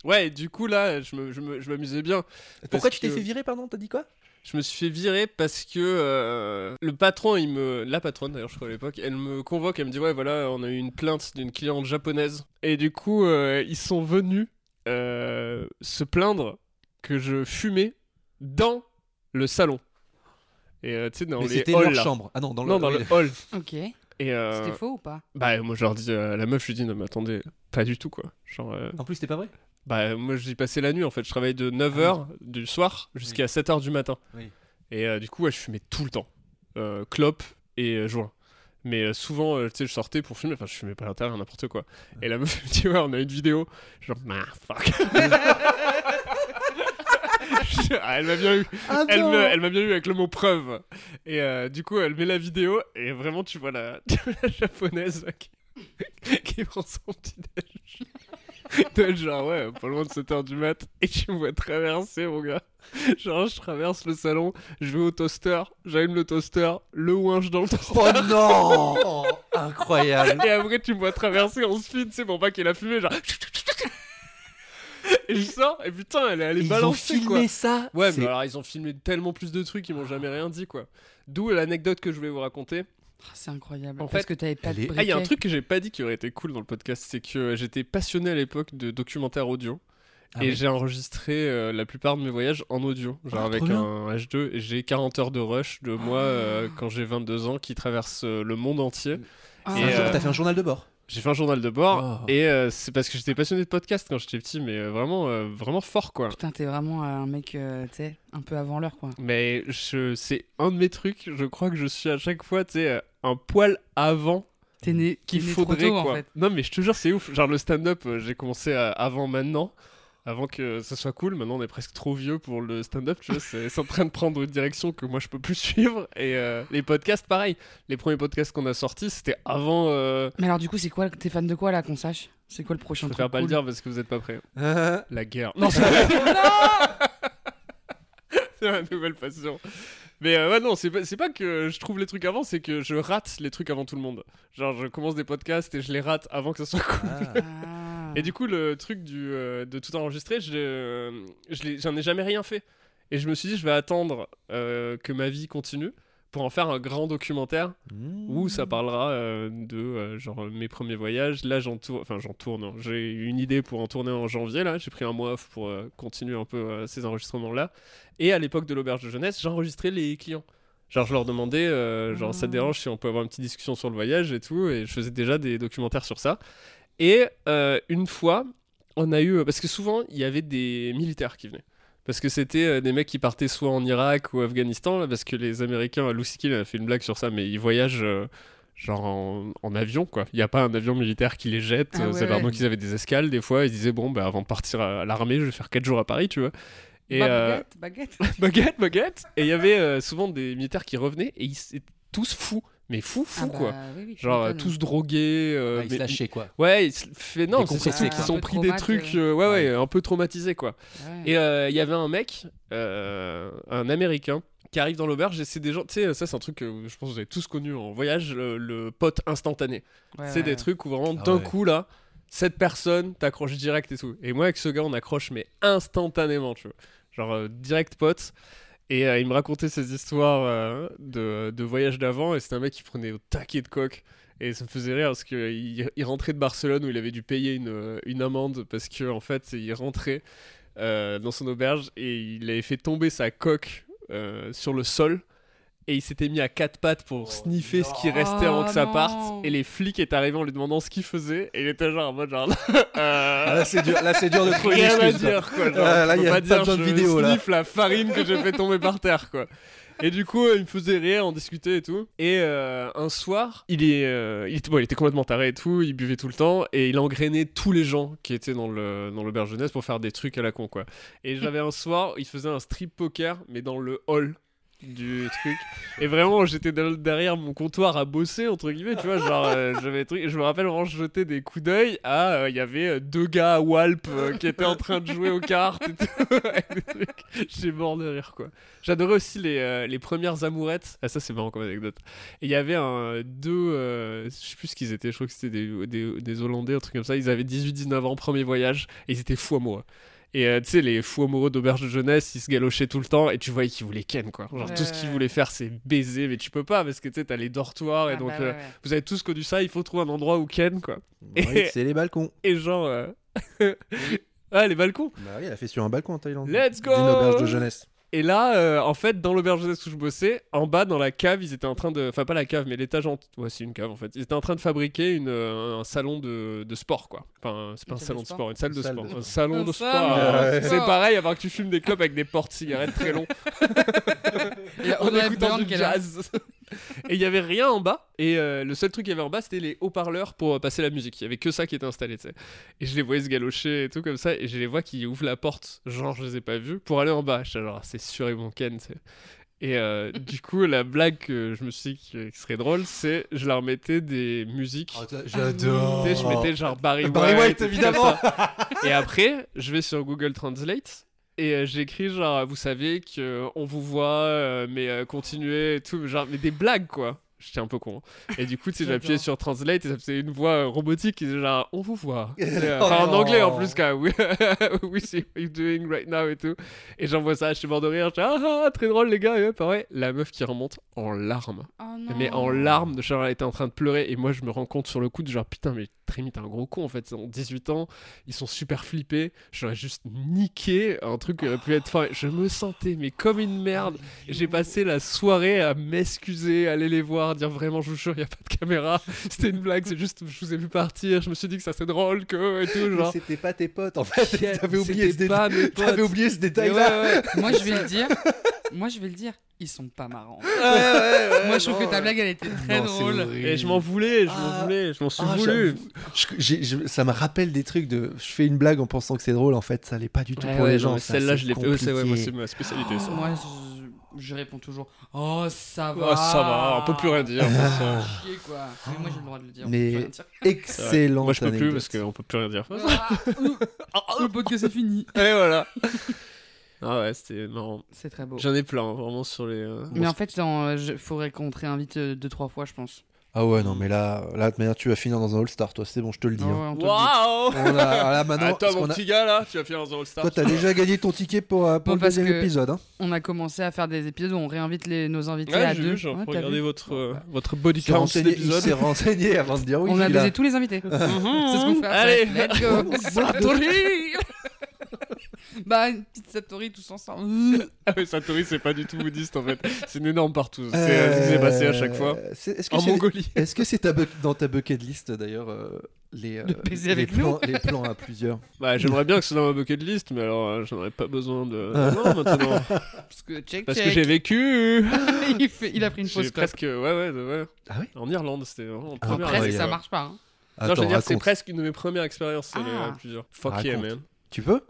Speaker 1: Ouais, du coup, là, je me- je me- je m'amusais bien.
Speaker 2: Pourquoi
Speaker 1: Parce
Speaker 2: tu t'es
Speaker 1: que-
Speaker 2: fait virer, pardon T'as dit quoi
Speaker 1: Je me suis fait virer parce que euh, le patron, il me, la patronne d'ailleurs, je crois à l'époque, elle me convoque, elle me dit ouais voilà, on a eu une plainte d'une cliente japonaise et du coup euh, ils sont venus euh, se plaindre que je fumais dans le salon et euh, tu sais dans
Speaker 2: Mais
Speaker 1: les
Speaker 2: c'était
Speaker 1: halls
Speaker 2: leur
Speaker 1: là.
Speaker 2: chambre. Ah non, dans le.
Speaker 1: non dans
Speaker 2: oui,
Speaker 1: le hall
Speaker 3: Ok.
Speaker 1: et euh,
Speaker 3: C'était faux ou pas
Speaker 1: bah moi je leur dis euh, à la meuf je lui dis non mais attendez pas du tout quoi genre euh,
Speaker 2: En plus, c'était pas vrai
Speaker 1: bah, moi, j'y passais la nuit en fait. Je travaillais de 9h du soir jusqu'à 7h du matin.
Speaker 2: Oui.
Speaker 1: Et euh, du coup, ouais, je fumais tout le temps. Euh, clope et euh, joint. Mais euh, souvent, euh, tu sais, je sortais pour fumer. Enfin, je fumais pas à l'intérieur, n'importe quoi. Et la meuf me dit, ouais, on a une vidéo. Genre, bah, fuck. Je- ah, elle m'a bien eu.
Speaker 2: Ah
Speaker 1: Elle m'a elle m'a bien eu avec le mot preuve. Et euh, du coup, elle met la vidéo et vraiment, tu vois la, tu vois la japonaise là, qui, qui prend son petit déj. genre, ouais, pas loin de 7h du mat. Et tu me vois traverser, mon gars. Genre, je traverse le salon, je vais au toaster, j'allume le toaster, le ouinge dans le toaster.
Speaker 2: Oh non Oh, Incroyable
Speaker 1: Et après, tu me vois traverser en speed, tu sais, pour pas qu'il a fumé, genre. Et je sors, et putain, elle est allée
Speaker 2: Ils ont
Speaker 1: balancer,
Speaker 2: filmé
Speaker 1: quoi.
Speaker 2: ça
Speaker 1: Ouais,
Speaker 2: C'est-
Speaker 1: mais alors ils ont filmé tellement plus de trucs, ils m'ont jamais rien dit quoi. D'où l'anecdote que je voulais vous raconter.
Speaker 3: Ah, C'est incroyable.
Speaker 1: En
Speaker 3: Parce
Speaker 1: fait,
Speaker 3: que t'avais pas
Speaker 2: elle
Speaker 3: de
Speaker 2: est-
Speaker 3: briquet.
Speaker 1: Ah, il y a un truc que j'ai pas dit qui aurait été cool dans le podcast, c'est que j'étais passionné à l'époque de documentaires audio.
Speaker 2: Ah
Speaker 1: et
Speaker 2: oui.
Speaker 1: j'ai enregistré euh, la plupart de mes voyages en audio, genre
Speaker 2: Ah,
Speaker 1: avec
Speaker 2: trop bien. Ah.
Speaker 1: un H2. Et j'ai 40 heures de rush de moi euh, quand j'ai 22 ans qui traverse euh, le monde entier.
Speaker 3: Ah.
Speaker 2: C'est
Speaker 1: Et,
Speaker 2: un jour,
Speaker 1: euh,
Speaker 2: T'as fait un journal de bord.
Speaker 1: J'ai fait un journal de bord
Speaker 2: Oh.
Speaker 1: et euh, c'est parce que j'étais passionné de podcast quand j'étais petit, mais euh, vraiment, euh, vraiment fort quoi.
Speaker 3: Putain, t'es vraiment euh, un mec, euh, tu sais, un peu avant l'heure, quoi.
Speaker 1: Mais je, c'est un de mes trucs, je crois que je suis à chaque fois, tu sais, euh, un poil avant
Speaker 3: T'es né, t'es
Speaker 1: qu'il
Speaker 3: né
Speaker 1: faudrait,
Speaker 3: trop tôt,
Speaker 1: quoi.
Speaker 3: en fait.
Speaker 1: Non, mais je te jure, c'est ouf. Genre, le stand-up, euh, j'ai commencé à- avant maintenant, avant que ça soit cool. Maintenant, on est presque trop vieux pour le stand-up, tu vois. C'est c'est en train de prendre une direction que moi, je peux plus suivre. Et euh, les podcasts, pareil. Les premiers podcasts qu'on a sortis, c'était avant... Euh...
Speaker 3: Mais alors, du coup, c'est quoi T'es fan de quoi, là, qu'on sache C'est quoi le
Speaker 1: Je
Speaker 3: prochain truc
Speaker 1: préfère pas le
Speaker 3: cool
Speaker 1: dire parce que vous êtes pas prêts. La guerre. C'est ma nouvelle passion. Mais euh, ouais, non, c'est pas, c'est pas que je trouve les trucs avant, c'est que je rate les trucs avant tout le monde. Genre, je commence des podcasts et je les rate avant que ça soit cool.
Speaker 3: Ah.
Speaker 1: Et du coup, le truc du, euh, de tout enregistrer, je, euh, je l'ai- j'en ai jamais rien fait. Et je me suis dit, je vais attendre euh, que ma vie continue pour en faire un grand documentaire où ça parlera euh, de euh, genre mes premiers voyages. Là, j'en tourne, enfin j'en tourne. hein. J'ai une idée pour en tourner en janvier. Là, j'ai pris un mois off pour euh, continuer un peu euh, ces enregistrements là. Et à l'époque de l'auberge de jeunesse, j'enregistrais les clients. Genre, je leur demandais, euh, genre, ça te
Speaker 3: Ah.
Speaker 1: dérange si on peut avoir une petite discussion sur le voyage et tout, et je faisais déjà des documentaires sur ça. Et euh, une fois, on a eu. Parce que souvent, il y avait des militaires qui venaient. Parce que c'était euh, des mecs qui partaient soit en Irak ou Afghanistan, là, parce que les Américains, euh, Lucy Kill a fait une blague sur ça, mais ils voyagent. euh, Genre en, en avion, quoi. Il n'y a pas un avion militaire qui les jette.
Speaker 3: Ah
Speaker 1: euh,
Speaker 3: ouais,
Speaker 1: c'est
Speaker 3: ouais.
Speaker 1: vraiment qu'ils avaient des escales. Des fois, ils disaient, bon, bah, avant de partir à, à l'armée, je vais faire 4 jours à Paris, tu vois. Et,
Speaker 3: Bah,
Speaker 1: euh,
Speaker 3: baguette, baguette.
Speaker 1: baguette, baguette. Et il y avait euh, souvent des militaires qui revenaient et ils étaient tous fous, mais fous, fous
Speaker 3: Ah
Speaker 1: quoi.
Speaker 3: bah oui, oui, tu
Speaker 1: Genre euh,
Speaker 3: m'étonnes.
Speaker 1: tous drogués. euh,
Speaker 2: Ah, ils
Speaker 1: mais-
Speaker 2: se lâchaient, quoi.
Speaker 1: Ouais, ils se- fait... non, c'est
Speaker 2: Décompressés,
Speaker 1: surtout
Speaker 2: quoi.
Speaker 1: qu'ils
Speaker 3: Ah, Un
Speaker 1: ont
Speaker 3: peu
Speaker 1: pris des
Speaker 3: traumatisés,
Speaker 1: trucs,
Speaker 3: ouais.
Speaker 1: euh, ouais, ouais,
Speaker 2: Ouais.
Speaker 1: un peu traumatisés quoi.
Speaker 3: Ah Ouais.
Speaker 1: Et euh, il y avait un mec, euh, un américain, qui arrive dans l'auberge et c'est des gens, tu sais, ça c'est un truc que je pense que vous avez tous connu en voyage, le, le pote instantané.
Speaker 3: Ouais,
Speaker 1: c'est
Speaker 3: ouais,
Speaker 1: des
Speaker 3: ouais.
Speaker 1: trucs où vraiment
Speaker 2: Ah
Speaker 1: d'un
Speaker 2: ouais.
Speaker 1: coup là, cette personne t'accroche direct et tout. Et moi avec ce gars on accroche mais instantanément, tu vois. Genre euh, direct pote. Et euh, il me racontait ses histoires euh, de, de voyage d'avant et c'était un mec qui prenait au taquet de coque. Et ça me faisait rire parce qu'il il rentrait de Barcelone où il avait dû payer une, euh, une amende parce que en fait il rentrait euh, dans son auberge et il avait fait tomber sa coque euh, sur le sol et il s'était mis à quatre pattes pour sniffer ce qui restait avant que ça
Speaker 3: Oh
Speaker 1: parte
Speaker 3: non.
Speaker 1: et les flics étaient arrivés en lui demandant ce qu'il faisait et il était genre en mode genre
Speaker 5: Ah,
Speaker 1: euh,
Speaker 2: là, c'est dur, là, c'est dur de trouver une
Speaker 1: rien à
Speaker 2: excuse.
Speaker 1: dire quoi genre,
Speaker 2: Ah, là,
Speaker 1: je
Speaker 2: y
Speaker 1: peux
Speaker 2: a
Speaker 1: pas
Speaker 2: pas
Speaker 1: dire
Speaker 2: besoin
Speaker 1: je
Speaker 2: de vidéo, là.
Speaker 1: sniffe la farine que j'ai fait tomber par terre quoi et du coup, euh, il me faisait rire, on discutait et tout. Et euh, un soir, il, est, euh, il, était, bon, il était complètement taré et tout, il buvait tout le temps, et il engrainait tous les gens qui étaient dans le dans l'auberge jeunesse pour faire des trucs à la con, quoi. Et j'avais un soir, il faisait un strip poker, mais dans le hall du truc. Et vraiment, j'étais de- derrière mon comptoir à bosser, entre guillemets, tu vois, genre, euh, j'avais des trucs- je me rappelle vraiment jeter des coups d'œil à, euh, il y avait euh, deux gars à Walp euh, qui étaient en train de jouer aux cartes et tout. Et des trucs. J'ai mort de rire, quoi. J'adorais aussi les, euh, les premières amourettes. Ah, ça, c'est marrant comme anecdote. Et il y avait un, deux, euh, je sais plus ce qu'ils étaient, je crois que c'était des, des, des Hollandais, un truc comme ça. Ils avaient 18-19 ans, premier voyage, et ils étaient fous amoureux. Et euh, tu sais, les fous amoureux d'auberge de jeunesse, ils se galochaient tout le temps, et tu voyais qu'ils voulaient ken, quoi. Genre, tout ce qu'ils
Speaker 3: Ouais.
Speaker 1: voulaient faire, c'est baiser, mais tu peux pas, parce que tu sais, t'as les dortoirs, et
Speaker 3: Ah
Speaker 1: donc
Speaker 3: bah
Speaker 1: euh,
Speaker 3: ouais, ouais.
Speaker 1: vous avez tous connu ça, il faut trouver un endroit où ken, quoi.
Speaker 7: Ouais, c'est les balcons.
Speaker 1: Et genre. euh, ah, les balcons!
Speaker 7: Bah oui, elle a fait sur un balcon en Thaïlande.
Speaker 1: Let's go!
Speaker 7: D'une auberge de jeunesse.
Speaker 1: Et là, euh, en fait, dans l'auberge jeunesse où je bossais, en bas, dans la cave, ils étaient en train de. Enfin, pas la cave, mais l'étage en. Ouais, c'est une cave en fait. Ils étaient en train de fabriquer une, euh, un salon de, de sport, quoi. Enfin, c'est pas un
Speaker 3: Une salle
Speaker 1: salon
Speaker 3: de
Speaker 1: de
Speaker 3: sport.
Speaker 1: sport, une salle
Speaker 7: Une
Speaker 1: de
Speaker 7: salle
Speaker 1: sport.
Speaker 7: de-
Speaker 1: Un salon
Speaker 3: Un
Speaker 1: de
Speaker 3: salon
Speaker 1: sport.
Speaker 3: de
Speaker 1: Ouais.
Speaker 3: sport.
Speaker 1: C'est pareil, avant que tu fumes des clopes avec des portes-cigarettes très longs.
Speaker 3: y a
Speaker 1: en
Speaker 3: Audrey
Speaker 1: écoutant
Speaker 3: Hepburn
Speaker 1: du
Speaker 3: qui est là.
Speaker 1: jazz. Et il y avait rien en bas. Et euh, le seul truc qu'il y avait en bas, c'était les haut-parleurs pour euh, passer la musique. Il y avait que ça qui était installé, tu sais. Et je les voyais se galocher et tout comme ça. Et je les vois qui ouvrent la porte, genre je les ai pas vus, pour aller en bas. J'étais genre, Ah, c'est sûr, ils vont ken, tu sais. Et euh, du coup, la blague que je me suis dit que- qui serait drôle, c'est je leur mettais des musiques.
Speaker 2: Oh, t'as-
Speaker 1: Tu
Speaker 2: J'adore.
Speaker 1: sais, je mettais genre Barry White.
Speaker 2: Oh. Barry White,
Speaker 1: et tout comme
Speaker 2: évidemment.
Speaker 1: ça. et après, je vais sur Google Translate et euh, j'écris genre, vous savez que euh, on vous voit, euh, mais euh, continuez et tout. Genre, mais des blagues quoi. J'étais un peu con. hein. Et du coup, tu sais, j'appuyais sur Translate et ça faisait une voix euh, robotique qui disait genre, on vous voit.
Speaker 2: Oh
Speaker 1: Tu sais, euh, enfin, en anglais en plus, quand même. We see what you're doing right now et tout. Et j'envoie ça, je suis mort de rire. Je suis, ah, ah, très drôle, les gars. Et ouais, pareil, la meuf qui remonte en larmes.
Speaker 3: Oh
Speaker 1: Mais
Speaker 3: non.
Speaker 1: en larmes, de genre elle était en train de pleurer et moi je me rends compte sur le coup de genre putain mais Trémy t'es un gros con en fait, ils ont 18 ans, ils sont super flippés, j'aurais juste niqué un truc qui aurait pu être fin. Je me sentais mais comme une merde, j'ai passé la soirée à m'excuser, aller les voir, dire vraiment je vous jure il y a pas de caméra, c'était une blague, c'est juste je vous ai vu partir, je me suis dit que ça serait drôle que et tout genre.
Speaker 7: C'était pas tes potes en fait. T'avais oublié ce
Speaker 1: C'était
Speaker 7: détail.
Speaker 1: pas mes potes.
Speaker 7: T'avais oublié ce
Speaker 1: Mais
Speaker 7: détail
Speaker 1: ouais,
Speaker 7: là.
Speaker 1: ouais.
Speaker 3: Moi, je vais le dire. Moi, je vais le dire. Ils sont pas marrants. Moi, je trouve que ta blague, elle était très
Speaker 2: Non, c'est
Speaker 3: drôle.
Speaker 2: horrible.
Speaker 1: Et je m'en voulais, je
Speaker 7: Ah.
Speaker 1: m'en voulais, je m'en suis
Speaker 7: Ah,
Speaker 1: voulu.
Speaker 7: Je- j'ai- je- ça me rappelle des trucs de. Je fais une blague en pensant que c'est drôle, en fait, ça l'est pas du tout
Speaker 1: Ouais,
Speaker 7: pour
Speaker 1: Eh ouais,
Speaker 7: les
Speaker 1: non,
Speaker 7: gens.
Speaker 1: mais
Speaker 7: ça,
Speaker 1: Celle-là,
Speaker 7: c'est
Speaker 1: je l'ai fait. ouais, c'est- ouais, moi,
Speaker 7: compliqué.
Speaker 1: c'est ma spécialité, ça.
Speaker 3: Moi, je, je réponds toujours. Oh, ça va.
Speaker 1: Oh, ça va, on peut plus rien dire. ça.
Speaker 3: Chier, quoi. Mais moi, j'ai le droit de le dire. on
Speaker 7: Mais-
Speaker 3: peut rien dire.
Speaker 7: Excellente
Speaker 1: Moi je peux plus
Speaker 7: anecdote.
Speaker 1: parce qu'on peut plus rien dire.
Speaker 3: Ah, le podcast est fini.
Speaker 1: Et voilà. ah ouais, c'était marrant.
Speaker 3: C'est très beau.
Speaker 1: J'en ai plein, hein, vraiment sur les. euh,
Speaker 3: Mais en fait, dans, euh, je- faudrait qu'on te réinvite euh, deux, trois fois, je pense.
Speaker 7: Ah ouais, non, mais là, là, de toute manière, tu vas finir dans un All-Star, toi, c'est bon, je te le dis.
Speaker 3: Ah ouais,
Speaker 7: hein.
Speaker 3: on te le dit.
Speaker 1: Waouh
Speaker 7: On a-
Speaker 5: Ah
Speaker 7: là, maintenant,
Speaker 1: Attends,
Speaker 7: parce
Speaker 1: mon
Speaker 7: qu'on a-
Speaker 1: petit gars là, tu vas finir dans un All-Star.
Speaker 7: toi, t'as déjà gagné ton ticket pour, euh, pour
Speaker 3: Non,
Speaker 7: le
Speaker 3: parce
Speaker 7: deuxième
Speaker 3: que-
Speaker 7: épisode. Hein.
Speaker 3: On a commencé à faire des épisodes où on réinvite les, nos invités
Speaker 1: Ouais,
Speaker 3: à
Speaker 1: j'ai
Speaker 3: deux.
Speaker 1: vu, j'ai
Speaker 3: Ouais, t'as
Speaker 1: regardé
Speaker 3: vu bah.
Speaker 1: votre, euh, votre body
Speaker 7: Il s'est
Speaker 1: count
Speaker 7: renseigné, il
Speaker 1: d'épisode.
Speaker 7: s'est renseigné avant de dire oui.
Speaker 3: on a
Speaker 7: il a-
Speaker 1: Mmh.
Speaker 3: baisé Mhm. tous les invités. C'est ce qu'on fait. après.
Speaker 1: Allez.
Speaker 3: Let's go.
Speaker 1: Satori
Speaker 3: Bah, une petite Satori tous ensemble.
Speaker 1: Ah oui, Satori, c'est pas du tout bouddhiste en fait. C'est une énorme partouze. C'est euh, ce qui s'est passé à chaque fois.
Speaker 5: Euh, c'est- Est-ce que
Speaker 1: En
Speaker 5: c'est-
Speaker 1: Mongolie.
Speaker 5: est-ce que c'est ta bu- dans ta bucket list d'ailleurs euh, les, euh,
Speaker 3: De baiser
Speaker 5: les
Speaker 3: avec
Speaker 5: plans, les plans à plusieurs
Speaker 1: Bah, j'aimerais bien que ce soit dans ma bucket list, mais alors euh, j'en aurais pas besoin de. Non, maintenant.
Speaker 3: Parce que check,
Speaker 1: Parce
Speaker 3: check.
Speaker 1: que j'ai vécu.
Speaker 3: il, fait- il a pris une
Speaker 1: J'ai
Speaker 3: fausse cote.
Speaker 1: presque. Ouais, ouais, ouais.
Speaker 5: Ah ouais
Speaker 1: En Irlande, c'était vraiment en
Speaker 5: Ah,
Speaker 1: première.
Speaker 3: Presque,
Speaker 5: ouais,
Speaker 3: ça
Speaker 1: euh,
Speaker 3: marche pas. hein.
Speaker 1: Non, je veux dire, c'est
Speaker 5: raconte.
Speaker 1: presque une de mes premières expériences. c'est le-
Speaker 3: Ah.
Speaker 1: plusieurs. Fuck yeah,
Speaker 5: Raconte.
Speaker 1: man.
Speaker 5: Tu veux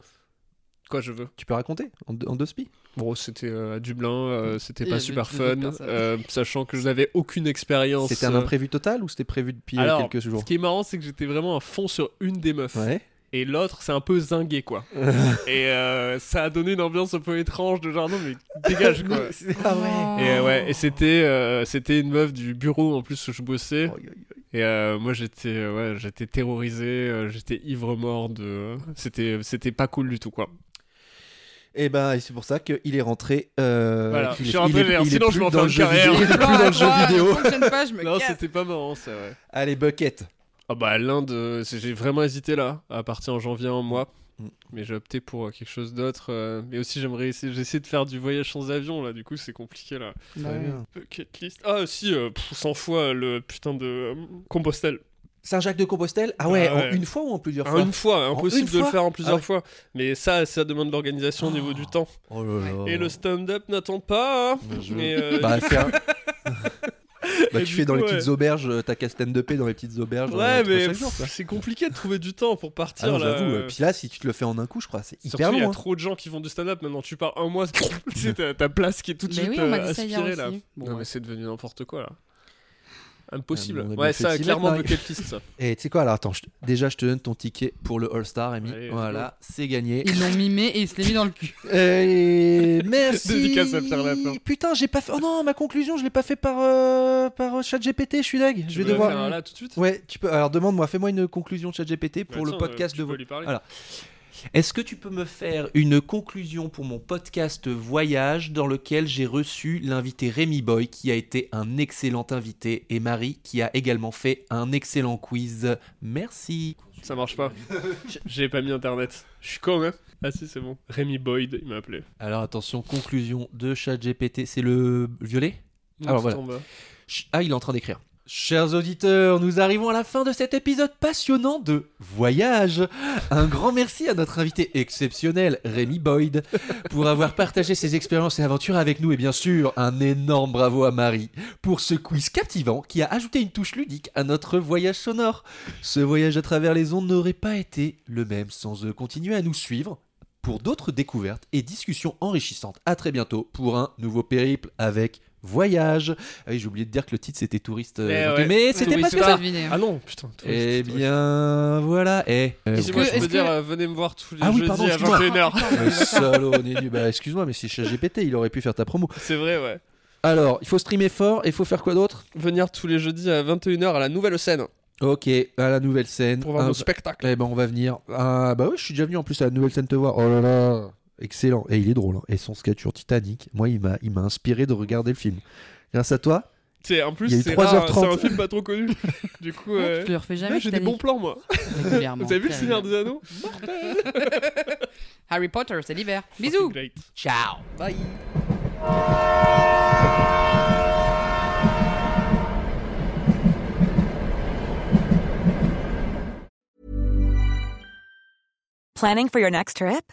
Speaker 1: Quoi, je veux.
Speaker 5: Tu peux raconter en, deux- en deux spi
Speaker 1: Bon, c'était euh, à Dublin, euh, c'était
Speaker 3: Il y
Speaker 1: pas
Speaker 3: avait
Speaker 1: super
Speaker 3: deux autres
Speaker 1: fun,
Speaker 3: personnes.
Speaker 1: euh, sachant que je n'avais aucune expérience.
Speaker 5: C'était un
Speaker 1: euh,
Speaker 5: imprévu total ou c'était prévu depuis euh,
Speaker 1: Alors,
Speaker 5: quelques
Speaker 1: ce
Speaker 5: jours
Speaker 1: qui est marrant, c'est que j'étais vraiment à fond sur une des meufs.
Speaker 5: Ouais.
Speaker 1: Et l'autre, c'est un peu zingué, quoi. et euh, ça a donné une ambiance un peu étrange de genre, non, mais dégage, quoi.
Speaker 5: Ah ouais.
Speaker 3: Non.
Speaker 1: Et euh, ouais, et c'était euh, c'était une meuf du bureau en plus où je bossais.
Speaker 5: Aïe, aïe, aïe.
Speaker 1: Et euh, moi j'étais euh, ouais, j'étais terrorisé, euh, j'étais ivre mort de c'était c'était pas cool du tout quoi.
Speaker 5: Et ben, et c'est pour ça qu'il est rentré. Euh,
Speaker 1: Voilà,
Speaker 5: qu'il
Speaker 1: je
Speaker 5: est-
Speaker 1: suis rentré
Speaker 5: il est-
Speaker 1: derrière,
Speaker 5: il est
Speaker 1: sinon je
Speaker 5: plus
Speaker 1: vais en
Speaker 5: dans
Speaker 1: faire
Speaker 5: le
Speaker 1: une
Speaker 5: jeu
Speaker 1: carrière.
Speaker 5: vidéo, il est plus dans le jeu
Speaker 3: Ah,
Speaker 5: vidéo.
Speaker 3: La prochaine page, je me
Speaker 1: Non,
Speaker 3: casse.
Speaker 1: c'était pas marrant ça ouais.
Speaker 5: Allez, bucket.
Speaker 1: Ah bah l'Inde, euh, c'est- j'ai vraiment hésité là, à partir en janvier en mois.
Speaker 5: Mm.
Speaker 1: Mais j'ai opté pour euh, quelque chose d'autre. euh, mais aussi j'aimerais essayer, j'essaie de faire du voyage sans avion là, du coup c'est compliqué là.
Speaker 3: Bah ouais.
Speaker 1: Bucket list. Ah si, euh, pff, 100 fois le putain de euh, Compostelle.
Speaker 5: Saint-Jacques de Compostelle Ah ouais,
Speaker 1: Ah
Speaker 5: en
Speaker 1: ouais.
Speaker 5: une fois ou en plusieurs
Speaker 1: En
Speaker 5: fois
Speaker 1: une fois, impossible
Speaker 5: une
Speaker 1: de
Speaker 5: fois
Speaker 1: le faire en plusieurs
Speaker 5: Ah ouais.
Speaker 1: fois. Mais ça, ça demande de l'organisation au niveau du temps.
Speaker 5: Oh là là.
Speaker 1: Et le stand-up n'attend pas. hein.
Speaker 5: Je-
Speaker 1: Mais, euh,
Speaker 5: Bah, c'est un- Bah,
Speaker 1: Et
Speaker 5: tu
Speaker 1: du
Speaker 5: fais dans
Speaker 1: coup,
Speaker 5: les
Speaker 1: ouais.
Speaker 5: petites auberges, euh, t'as qu'à stand p dans les petites auberges. euh,
Speaker 1: ouais,
Speaker 5: entre
Speaker 1: mais
Speaker 5: chaque jour,
Speaker 1: pff,
Speaker 5: quoi.
Speaker 1: c'est compliqué de trouver du temps pour
Speaker 5: Ah
Speaker 1: partir
Speaker 5: non,
Speaker 1: là.
Speaker 5: j'avoue. euh, Puis là, si tu te le fais en un coup, je crois, c'est
Speaker 1: Surtout,
Speaker 5: hyper
Speaker 1: il y a
Speaker 5: long. hein.
Speaker 1: trop de gens qui font du stand-up. Maintenant, tu pars un mois, tu sais, t'as ta place qui est tout de
Speaker 3: Mais
Speaker 1: suite
Speaker 3: oui, on m'a
Speaker 1: euh,
Speaker 3: dit ça hier
Speaker 1: aspirée là.
Speaker 3: aussi. Bon,
Speaker 1: non,
Speaker 3: ouais.
Speaker 1: mais c'est devenu n'importe quoi là. Impossible.
Speaker 5: Ah, mais on a
Speaker 1: ouais,
Speaker 5: bien fait
Speaker 1: ça,
Speaker 5: de s'y
Speaker 1: clairement,
Speaker 5: mettre, hein.
Speaker 1: bucket list. ça.
Speaker 5: Et tu sais quoi, alors attends, je- déjà, je te donne ton ticket pour le All-Star, Amy.
Speaker 1: Allez,
Speaker 5: voilà, c'est gagné.
Speaker 3: Ils l'ont mimé et il se l'est mis dans le cul.
Speaker 8: Euh,
Speaker 5: Et merci.
Speaker 1: Dédicace à Pierre Lapin.
Speaker 5: Putain, j'ai pas fait. Oh non, ma conclusion, je l'ai pas fait par euh, par euh, ChatGPT. Je suis dingue. Je
Speaker 1: Tu
Speaker 5: vais
Speaker 1: veux la
Speaker 5: devoir.
Speaker 1: faire, là tout de suite
Speaker 5: Ouais, tu peux. Alors demande-moi, fais-moi une conclusion ChatGPT
Speaker 1: Bah,
Speaker 5: pour le
Speaker 1: tiens,
Speaker 5: podcast
Speaker 1: euh,
Speaker 5: de
Speaker 1: tu peux
Speaker 5: vo-
Speaker 1: lui parler.
Speaker 8: Ah. Est-ce que tu peux me faire une conclusion pour mon podcast Voyage dans lequel j'ai reçu l'invité Rémi Boy qui a été un excellent invité et Marie qui a également fait un excellent quiz. Merci.
Speaker 1: Ça marche pas. J'ai pas mis internet. Je suis con, hein Ah si, c'est bon. Rémi Boyd, il m'a appelé.
Speaker 8: Alors attention, conclusion de ChatGPT, c'est le violet
Speaker 1: Non,
Speaker 8: Alors,
Speaker 1: tout
Speaker 8: voilà.
Speaker 1: en bas.
Speaker 8: Ch- Ah, il est en train d'écrire. Chers auditeurs, nous arrivons à la fin de cet épisode passionnant de Voyage. Un grand merci à notre invité exceptionnel, Rémi Boyd, pour avoir partagé ses expériences et aventures avec nous. Et bien sûr, un énorme bravo à Marie pour ce quiz captivant qui a ajouté une touche ludique à notre voyage sonore. Ce voyage à travers les ondes n'aurait pas été le même sans eux. Continuez à nous suivre pour d'autres découvertes et discussions enrichissantes. À très bientôt pour un nouveau périple avec Voyage. Ah oui, j'ai oublié de dire que le titre c'était Touriste. euh,
Speaker 1: Eh
Speaker 8: donc-
Speaker 1: ouais.
Speaker 8: Mais c'était
Speaker 1: Touriste
Speaker 8: pas
Speaker 3: Parce
Speaker 1: c'est
Speaker 3: que
Speaker 1: ça.
Speaker 3: t'as deviné. hein.
Speaker 1: Ah non, putain. toi,
Speaker 8: Eh
Speaker 1: c'est toi.
Speaker 8: bien, voilà. Eh. euh,
Speaker 1: Est-ce
Speaker 3: que-
Speaker 1: que je
Speaker 3: est-ce
Speaker 1: peux dire,
Speaker 3: que-
Speaker 1: euh, venez me voir tous les
Speaker 8: Ah oui,
Speaker 1: jeudis
Speaker 8: pardon,
Speaker 1: à
Speaker 8: excuse-moi.
Speaker 1: 21h
Speaker 5: Le salaud, on est nu. Bah, excuse-moi, mais c'est ChatGPT, il aurait pu faire ta promo.
Speaker 1: C'est vrai, ouais.
Speaker 5: Alors, il faut streamer fort et il faut faire quoi d'autre
Speaker 1: Venir tous les jeudis à 21h à la nouvelle scène
Speaker 5: Ok, à la nouvelle scène.
Speaker 1: pour voir
Speaker 5: Un-
Speaker 1: nos spectacles.
Speaker 5: Eh ben, on va venir. Ah, bah oui, je suis déjà venu en plus à la nouvelle scène te voir. Oh là là, excellent. Et il est drôle. hein. Et son sketch sur Titanic, moi, il m'a, il m'a inspiré de regarder le film. Grâce à toi,
Speaker 1: C'est en plus,
Speaker 5: Il y a eu
Speaker 1: c'est
Speaker 5: 3h30.
Speaker 1: rare, c'est un film pas trop connu. du coup,
Speaker 3: Ouais,
Speaker 1: euh,
Speaker 3: Tu le refais
Speaker 1: ouais,
Speaker 3: jamais.
Speaker 1: j'ai des bons
Speaker 3: Titanic.
Speaker 1: plans, moi.
Speaker 3: Régulièrement.
Speaker 1: Vous avez vu le
Speaker 3: T'as-
Speaker 1: Seigneur des Anneaux
Speaker 3: Harry Potter, c'est l'hiver. Bisous.
Speaker 1: Great.
Speaker 3: Ciao. Bye.
Speaker 9: Planning for your next trip?